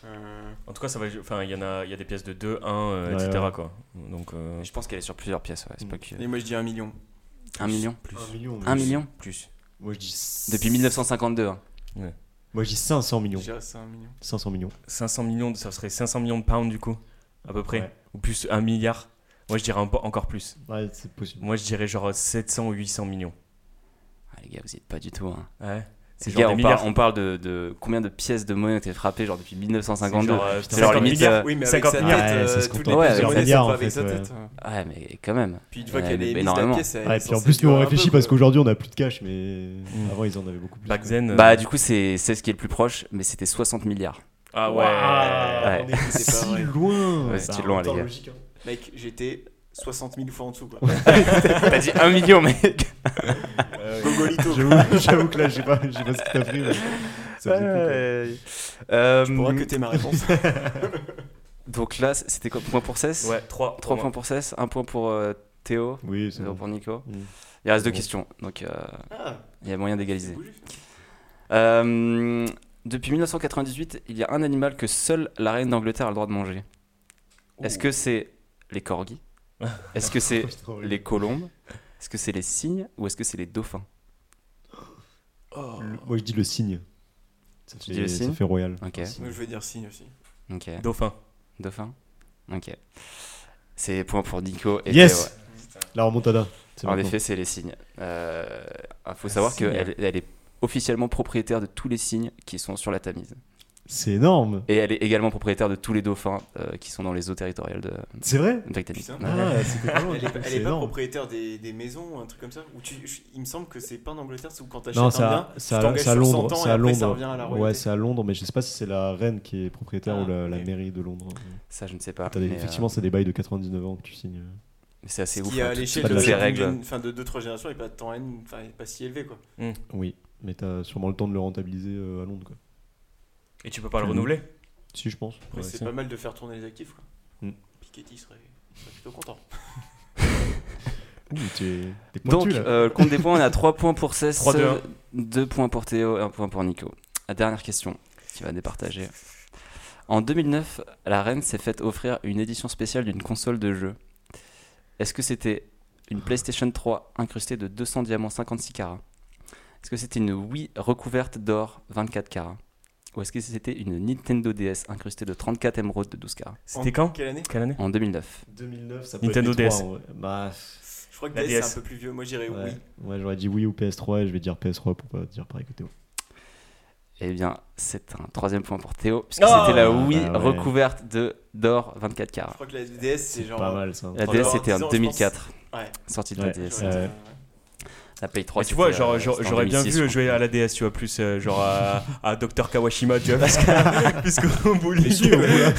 [SPEAKER 1] Euh,
[SPEAKER 3] En tout cas, ça va. Enfin, il y en a, il y a des pièces de 2, 1, euh,
[SPEAKER 2] Ouais,
[SPEAKER 3] etc.
[SPEAKER 2] ouais.
[SPEAKER 3] Quoi. Donc, euh,
[SPEAKER 4] Je pense qu'elle est sur plusieurs pièces. ouais, c'est
[SPEAKER 2] Mm.
[SPEAKER 4] pas que-
[SPEAKER 1] Et moi, je dis 1 million.
[SPEAKER 4] Un million
[SPEAKER 3] plus.
[SPEAKER 2] Un million.
[SPEAKER 4] Un
[SPEAKER 2] mais-
[SPEAKER 4] million Plus.
[SPEAKER 2] Moi je dis.
[SPEAKER 4] Depuis 1952. hein.
[SPEAKER 2] Moi je dis 500
[SPEAKER 1] Je
[SPEAKER 2] millions.
[SPEAKER 1] dirais c'est 1 million.
[SPEAKER 2] 500 millions.
[SPEAKER 3] 500 millions, de- ça serait 500 millions de pounds du coup, à peu près,
[SPEAKER 2] Ouais.
[SPEAKER 3] ou plus 1 milliard. Moi, je dirais un peu- encore plus.
[SPEAKER 2] Ouais, c'est possible.
[SPEAKER 3] Moi, je dirais genre 700 ou 800 millions.
[SPEAKER 4] Ah, les gars, vous y êtes pas du tout. hein.
[SPEAKER 3] Ouais. C'est
[SPEAKER 4] Les
[SPEAKER 3] genre
[SPEAKER 4] gars,
[SPEAKER 3] des
[SPEAKER 4] on, parle-
[SPEAKER 3] milliards.
[SPEAKER 4] on parle de, de combien de pièces de monnaie ont été frappées genre, depuis 1952.
[SPEAKER 3] genre, euh, putain,
[SPEAKER 4] C'est genre
[SPEAKER 3] 50
[SPEAKER 4] limite.
[SPEAKER 3] milliards.
[SPEAKER 4] euh,
[SPEAKER 1] Oui, mais
[SPEAKER 3] 50
[SPEAKER 1] avec sa
[SPEAKER 3] milliards.
[SPEAKER 1] tête,
[SPEAKER 2] Ouais,
[SPEAKER 1] euh,
[SPEAKER 2] ça se
[SPEAKER 1] toutes les
[SPEAKER 2] compte en
[SPEAKER 1] pièces de
[SPEAKER 4] milliards.
[SPEAKER 1] monnaie,
[SPEAKER 2] Ouais,
[SPEAKER 1] c'est
[SPEAKER 2] en
[SPEAKER 1] pas avec
[SPEAKER 2] fait,
[SPEAKER 1] sa
[SPEAKER 2] ouais.
[SPEAKER 1] tête. hein.
[SPEAKER 4] Ouais, mais quand même.
[SPEAKER 1] Puis une fois
[SPEAKER 4] Ouais,
[SPEAKER 1] qu'elle
[SPEAKER 4] mais
[SPEAKER 1] est mise la
[SPEAKER 4] énormément.
[SPEAKER 1] pièce, elle
[SPEAKER 2] Ouais,
[SPEAKER 1] est
[SPEAKER 2] puis en
[SPEAKER 1] censée
[SPEAKER 2] plus, nous on
[SPEAKER 1] durer un
[SPEAKER 2] réfléchit
[SPEAKER 1] peu,
[SPEAKER 2] parce
[SPEAKER 1] quoi.
[SPEAKER 2] qu'aujourd'hui on a plus de cash, mais
[SPEAKER 4] Mmh.
[SPEAKER 3] Mm.
[SPEAKER 2] avant ils en avaient beaucoup plus.
[SPEAKER 3] Back
[SPEAKER 2] quoi.
[SPEAKER 3] then, euh,
[SPEAKER 4] Bah, du coup, c'est c'est ce qui est le plus proche, mais c'était 60 milliards.
[SPEAKER 3] Ah ouais.
[SPEAKER 2] Waouh,
[SPEAKER 4] Ouais.
[SPEAKER 2] on était
[SPEAKER 1] C'est pas
[SPEAKER 2] si
[SPEAKER 1] vrai.
[SPEAKER 2] loin.
[SPEAKER 4] Ouais, c'était loin, les
[SPEAKER 2] autant
[SPEAKER 4] gars.
[SPEAKER 2] logique, hein.
[SPEAKER 1] Mec, j'étais 60 000 fois en dessous. Quoi.
[SPEAKER 4] T'as dit 1 million, mec
[SPEAKER 1] Gogolito.
[SPEAKER 2] J'avoue- J'avoue que là, je sais pas, je sais pas ce que t'as pris. mais ça faisait plus, quoi.
[SPEAKER 4] Ouais. Euh,
[SPEAKER 1] Je pourrais que t'aies ma réponse.
[SPEAKER 4] Donc là, c'était quoi Point pour 16
[SPEAKER 3] Ouais, 3,
[SPEAKER 4] 3 points pour 16, 1 point pour euh, Théo,
[SPEAKER 2] Oui, c'est
[SPEAKER 4] 0
[SPEAKER 2] bon.
[SPEAKER 4] pour Nico.
[SPEAKER 2] Mm.
[SPEAKER 4] Il reste deux
[SPEAKER 2] Bon.
[SPEAKER 4] questions, donc euh,
[SPEAKER 1] Ah,
[SPEAKER 4] il y a moyen d'égaliser.
[SPEAKER 1] c'est bouge.
[SPEAKER 4] Euh, depuis 1998, il y a un animal que seule la reine d'Angleterre a le droit de manger. Est-ce que c'est les corgis Est-ce que
[SPEAKER 1] Oh,
[SPEAKER 4] c'est
[SPEAKER 2] C'est trop horrible.
[SPEAKER 4] les colombes Est-ce que c'est les cygnes ou est-ce que c'est les dauphins
[SPEAKER 2] Le- Moi, je dis le signe. Ça
[SPEAKER 4] Tu
[SPEAKER 2] fait,
[SPEAKER 4] dis le
[SPEAKER 2] ça
[SPEAKER 4] signe
[SPEAKER 2] fait royal.
[SPEAKER 4] Ok.
[SPEAKER 2] Un signe.
[SPEAKER 1] Donc, je vais dire signe aussi.
[SPEAKER 4] Ok.
[SPEAKER 3] Dauphin.
[SPEAKER 4] Dauphin Ok. C'est point pour Nico. Et
[SPEAKER 2] Yes
[SPEAKER 4] Théo.
[SPEAKER 2] La remontada. C'est
[SPEAKER 4] En
[SPEAKER 2] maintenant.
[SPEAKER 4] effet, c'est les signes. Euh, Il faut
[SPEAKER 3] Les
[SPEAKER 4] savoir
[SPEAKER 3] cygnes.
[SPEAKER 4] qu'elle elle est officiellement propriétaire de tous les signes qui sont sur la Tamise.
[SPEAKER 2] C'est énorme.
[SPEAKER 4] Et elle est également propriétaire de tous les dauphins euh, qui sont dans les eaux territoriales de, de
[SPEAKER 2] C'est vrai
[SPEAKER 4] la Tamise.
[SPEAKER 1] Putain.
[SPEAKER 4] Ouais.
[SPEAKER 2] Ah, c'était pas loin.
[SPEAKER 1] Elle est, elle
[SPEAKER 2] C'est
[SPEAKER 1] est pas
[SPEAKER 2] énorme.
[SPEAKER 1] propriétaire des, des maisons, un truc comme ça Ou tu- je- Il me semble que c'est pas en Angleterre, c'est où quand t'achètes
[SPEAKER 2] Non,
[SPEAKER 1] un
[SPEAKER 2] c'est
[SPEAKER 1] bien,
[SPEAKER 2] à,
[SPEAKER 1] tu
[SPEAKER 2] c'est à-
[SPEAKER 1] t'engages
[SPEAKER 2] c'est à
[SPEAKER 1] sur 100
[SPEAKER 2] Londres.
[SPEAKER 1] ans
[SPEAKER 2] C'est
[SPEAKER 1] et
[SPEAKER 2] à
[SPEAKER 1] après
[SPEAKER 2] Londres.
[SPEAKER 1] ça revient à la royauté.
[SPEAKER 2] ouais, c'est à Londres, mais je sais pas si c'est la reine qui est propriétaire
[SPEAKER 1] Ah,
[SPEAKER 2] ou la, la
[SPEAKER 1] ok.
[SPEAKER 2] mairie de Londres.
[SPEAKER 4] Ça, je ne sais pas.
[SPEAKER 2] T'as des-
[SPEAKER 4] Ah, mais, euh,
[SPEAKER 2] Ah. effectivement, c'est des bails de 99 ans que tu signes.
[SPEAKER 4] c'est assez
[SPEAKER 1] Ce
[SPEAKER 4] ouf.
[SPEAKER 1] qui,
[SPEAKER 4] hein,
[SPEAKER 1] à
[SPEAKER 4] tout-
[SPEAKER 1] l'échelle
[SPEAKER 4] toutes
[SPEAKER 1] de
[SPEAKER 2] pas de
[SPEAKER 4] ces
[SPEAKER 1] ces
[SPEAKER 4] règles.
[SPEAKER 1] Enfin, de 2-3 générations, n'est pas, tant haine- enfin, est pas si élevé, quoi.
[SPEAKER 2] Oui, mais t'as sûrement le temps de le rentabiliser euh, à Londres. Quoi.
[SPEAKER 3] Et tu peux pas le
[SPEAKER 2] Mm.
[SPEAKER 3] renouveler
[SPEAKER 2] Si, je pense.
[SPEAKER 1] Après,
[SPEAKER 2] Ouais,
[SPEAKER 1] c'est
[SPEAKER 2] ça.
[SPEAKER 1] pas mal de faire tourner les actifs, quoi.
[SPEAKER 2] Hmm.
[SPEAKER 1] Piketty serait, serait plutôt content.
[SPEAKER 2] Ouh, t'es t'es
[SPEAKER 4] Donc,
[SPEAKER 2] pointu là.
[SPEAKER 4] euh, le compte des points, on a 3 points pour Cess,
[SPEAKER 3] 3, 2,
[SPEAKER 4] 2, points pour Théo et 1 point pour Nico. La dernière question qui va départager. En 2009, la reine s'est faite offrir une édition spéciale d'une console de jeu. Est-ce que c'était une PlayStation 3 incrustée de 200 diamants 56 carats Est-ce que c'était une Wii recouverte d'or 24 carats Ou est-ce que c'était une Nintendo DS incrustée de 34 émeraudes de 12 carats
[SPEAKER 1] En
[SPEAKER 3] C'était quand
[SPEAKER 1] Quelle année
[SPEAKER 3] Quelle année
[SPEAKER 4] En 2009.
[SPEAKER 2] 2009, ça
[SPEAKER 3] peut Nintendo être les DS. trois,
[SPEAKER 2] Bah,
[SPEAKER 1] Je crois que
[SPEAKER 3] La
[SPEAKER 1] DS,
[SPEAKER 3] DS.
[SPEAKER 1] c'est un peu plus vieux. Moi, j'irais
[SPEAKER 2] ouais.
[SPEAKER 1] oui.
[SPEAKER 2] Ouais, j'aurais dit oui ou PS3 et je vais dire PS3 pour pas dire pareil que Théo.
[SPEAKER 4] Eh bien, c'est un troisième point pour Théo, puisque
[SPEAKER 3] Oh
[SPEAKER 4] c'était la
[SPEAKER 2] Ah,
[SPEAKER 4] Wii
[SPEAKER 2] bah ouais.
[SPEAKER 4] recouverte de d'or 24
[SPEAKER 1] Je
[SPEAKER 4] carats.
[SPEAKER 1] crois que la DS, c'est genre.
[SPEAKER 2] Pas mal ça.
[SPEAKER 4] La
[SPEAKER 1] Dans
[SPEAKER 4] DS
[SPEAKER 1] leur
[SPEAKER 4] c'était en
[SPEAKER 1] 10 ans, je
[SPEAKER 4] 2004,
[SPEAKER 1] Ouais.
[SPEAKER 4] sortie de
[SPEAKER 2] Ouais.
[SPEAKER 4] la DS.
[SPEAKER 1] j'aurais dit,
[SPEAKER 2] Euh,
[SPEAKER 1] ouais.
[SPEAKER 4] La Play 3.
[SPEAKER 3] Mais tu vois,
[SPEAKER 4] c'était,
[SPEAKER 3] genre,
[SPEAKER 4] euh,
[SPEAKER 3] j'aurais
[SPEAKER 4] c'était en
[SPEAKER 3] j'aurais bien
[SPEAKER 4] 2006,
[SPEAKER 3] vu
[SPEAKER 4] je
[SPEAKER 3] jouer à
[SPEAKER 4] crois.
[SPEAKER 3] la DS, tu vois, plus euh, genre à, à Dr Kawashima, tu vois, parce que- parce qu'au bout
[SPEAKER 2] Mais si, au, ouais,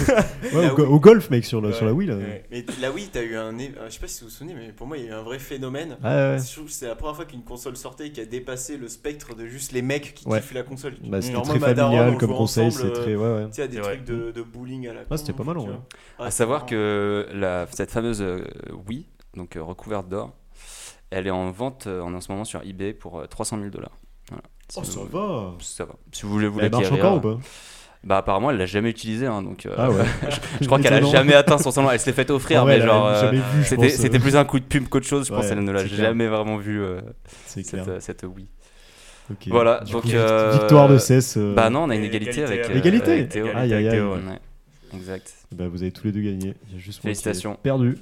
[SPEAKER 2] au,
[SPEAKER 1] La
[SPEAKER 2] go-
[SPEAKER 1] Wii.
[SPEAKER 2] au golf, mec, sur, le, sur la Wii là. Ouais,
[SPEAKER 3] Ouais.
[SPEAKER 1] Mais là, oui, t'as eu un. é- euh, Je sais pas si vous vous souvenez, mais pour moi, il y a eu un vrai phénomène.
[SPEAKER 2] ouais.
[SPEAKER 1] Je trouve que c'est la première fois qu'une console sortait qui a dépassé le spectre de juste les mecs qui
[SPEAKER 2] Ouais.
[SPEAKER 1] kiffent la console.
[SPEAKER 2] Bah, c'était
[SPEAKER 1] Genre,
[SPEAKER 2] très
[SPEAKER 1] moi, ma daronne,
[SPEAKER 2] familial
[SPEAKER 1] on
[SPEAKER 2] comme
[SPEAKER 1] jouait
[SPEAKER 2] conseil.
[SPEAKER 1] ensemble,
[SPEAKER 2] C'est
[SPEAKER 1] euh,
[SPEAKER 2] très. Ouais, ouais.
[SPEAKER 1] Tu sais, à des
[SPEAKER 3] C'est vrai.
[SPEAKER 1] trucs de, de bowling à la.
[SPEAKER 2] Ah, c'était
[SPEAKER 1] con,
[SPEAKER 2] pas mal, en
[SPEAKER 1] tu
[SPEAKER 2] vrai.
[SPEAKER 1] vois.
[SPEAKER 4] À
[SPEAKER 1] Ouais,
[SPEAKER 4] savoir
[SPEAKER 1] c'était marrant.
[SPEAKER 4] que la, cette fameuse euh, Wii, donc euh, recouverte d'or, elle est en vente euh, en ce moment sur eBay pour euh, 300 000 dollars.
[SPEAKER 2] Oh, ça va.
[SPEAKER 4] Ça va. Si vous voulez vous
[SPEAKER 2] Elle marche
[SPEAKER 4] l'acquérir,
[SPEAKER 2] encore ou pas
[SPEAKER 4] Bah apparemment elle l'a jamais utilisée, hein, donc euh,
[SPEAKER 2] Ah ouais. Ah
[SPEAKER 4] je crois qu'elle a jamais atteint son salon. Elle se l'est faite offrir, mais genre euh,
[SPEAKER 2] Jamais vu, je
[SPEAKER 4] c'était
[SPEAKER 2] pense.
[SPEAKER 4] c'était
[SPEAKER 2] euh,
[SPEAKER 4] plus un coup de pub qu'autre chose. Je pense
[SPEAKER 2] Ouais,
[SPEAKER 4] qu'elle ne l'a
[SPEAKER 2] c'est clair.
[SPEAKER 4] jamais vraiment vue euh,
[SPEAKER 2] C'est
[SPEAKER 4] cette,
[SPEAKER 2] clair.
[SPEAKER 4] euh, cette Wii.
[SPEAKER 2] Ok.
[SPEAKER 4] voilà,
[SPEAKER 2] Du
[SPEAKER 4] donc,
[SPEAKER 2] coup,
[SPEAKER 4] euh,
[SPEAKER 2] Victoire de CS. euh,
[SPEAKER 4] Bah non, on a
[SPEAKER 3] Et
[SPEAKER 4] une égalité,
[SPEAKER 3] égalité
[SPEAKER 4] avec,
[SPEAKER 3] avec-
[SPEAKER 2] Égalité
[SPEAKER 4] avec Théo.
[SPEAKER 3] Égalité
[SPEAKER 2] Aïe, aïe, aïe.
[SPEAKER 3] avec Théo, ouais.
[SPEAKER 4] Ouais, exact.
[SPEAKER 2] Bah, vous avez tous les deux gagné. Il y a juste moi qui ai
[SPEAKER 4] Félicitations.
[SPEAKER 2] Perdu.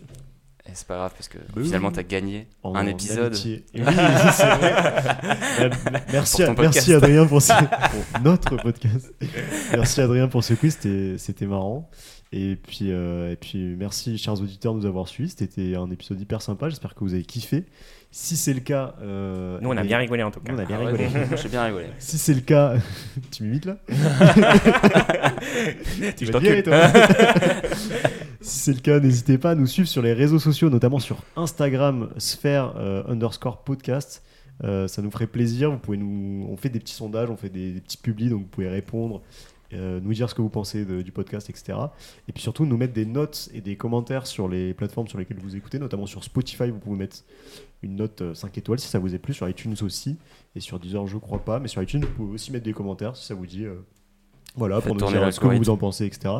[SPEAKER 4] Et c'est pas grave parce que
[SPEAKER 2] Bah
[SPEAKER 4] finalement
[SPEAKER 2] oui.
[SPEAKER 4] t'as gagné
[SPEAKER 2] en
[SPEAKER 4] un épisode.
[SPEAKER 2] amitié. Et oui, c'est vrai. Euh, Merci,
[SPEAKER 4] Pour ton
[SPEAKER 2] à- merci
[SPEAKER 4] podcast.
[SPEAKER 2] Adrien pour, ce- pour notre podcast. merci Adrien pour ce quiz, c'était- c'était marrant. Et puis, euh, et puis merci chers auditeurs de nous avoir suivis. C'était un épisode hyper sympa. J'espère que vous avez kiffé. Si c'est le cas, euh,
[SPEAKER 3] Nous, on a
[SPEAKER 2] et-
[SPEAKER 3] bien rigolé en tout cas.
[SPEAKER 2] Nous, on a bien
[SPEAKER 4] Ah ouais,
[SPEAKER 2] rigolé.
[SPEAKER 4] moi, J'ai bien rigolé.
[SPEAKER 2] Si c'est le cas, tu m'imites là Tu vas te virer, toi. Si c'est le cas, n'hésitez pas à nous suivre sur les réseaux sociaux, notamment sur Instagram, sphère euh, underscore podcast. Euh, ça nous ferait plaisir. Vous pouvez nous, on fait des petits sondages, on fait des, des petits publis, donc vous pouvez répondre, euh, nous dire ce que vous pensez de- du podcast, etc. Et puis surtout, nous mettre des notes et des commentaires sur les plateformes sur lesquelles vous écoutez, notamment sur Spotify. Vous pouvez mettre une note euh, 5 étoiles si ça vous est plu, sur iTunes aussi. Et sur Deezer, je crois pas. Mais sur iTunes, vous pouvez aussi mettre des commentaires si ça vous dit. euh, voilà,
[SPEAKER 4] Faites
[SPEAKER 2] pour nous
[SPEAKER 4] tourner
[SPEAKER 2] dire ce que vous
[SPEAKER 4] l'algorithme.
[SPEAKER 2] en pensez, etc.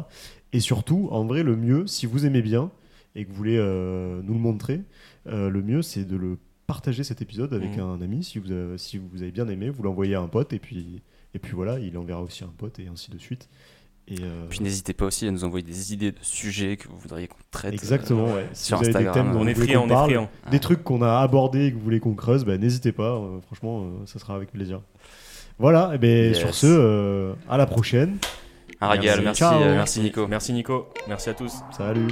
[SPEAKER 2] Et surtout, en vrai, le mieux, si vous aimez bien et que vous voulez euh, nous le montrer, euh, le mieux, c'est de le partager cet épisode avec
[SPEAKER 4] Mmh.
[SPEAKER 3] Mhm.
[SPEAKER 2] un ami. Si vous, avez, si vous avez bien aimé, vous l'envoyez à un pote. Et puis, et puis voilà, il enverra aussi à un pote et ainsi de suite. Et, euh,
[SPEAKER 4] Puis n'hésitez pas aussi à nous envoyer des idées de sujets que vous voudriez qu'on traite.
[SPEAKER 2] exactement, ouais. Si
[SPEAKER 4] euh, sur
[SPEAKER 2] vous avez des
[SPEAKER 4] Instagram,
[SPEAKER 2] thèmes dont
[SPEAKER 3] On est
[SPEAKER 2] vous voulez
[SPEAKER 3] friand,
[SPEAKER 2] qu'on
[SPEAKER 3] on est
[SPEAKER 2] parle,
[SPEAKER 3] friand.
[SPEAKER 4] Euh,
[SPEAKER 2] des trucs qu'on a abordés et que vous voulez qu'on creuse, bah, n'hésitez pas. euh, franchement, euh, ça sera avec plaisir. Voilà, et ben,
[SPEAKER 4] Yes.
[SPEAKER 2] sur ce, euh, à la prochaine.
[SPEAKER 4] Un régal,
[SPEAKER 2] Merci.
[SPEAKER 4] merci,
[SPEAKER 2] Ciao.
[SPEAKER 4] euh, merci Nico.
[SPEAKER 3] Merci Nico, merci à tous.
[SPEAKER 2] Salut.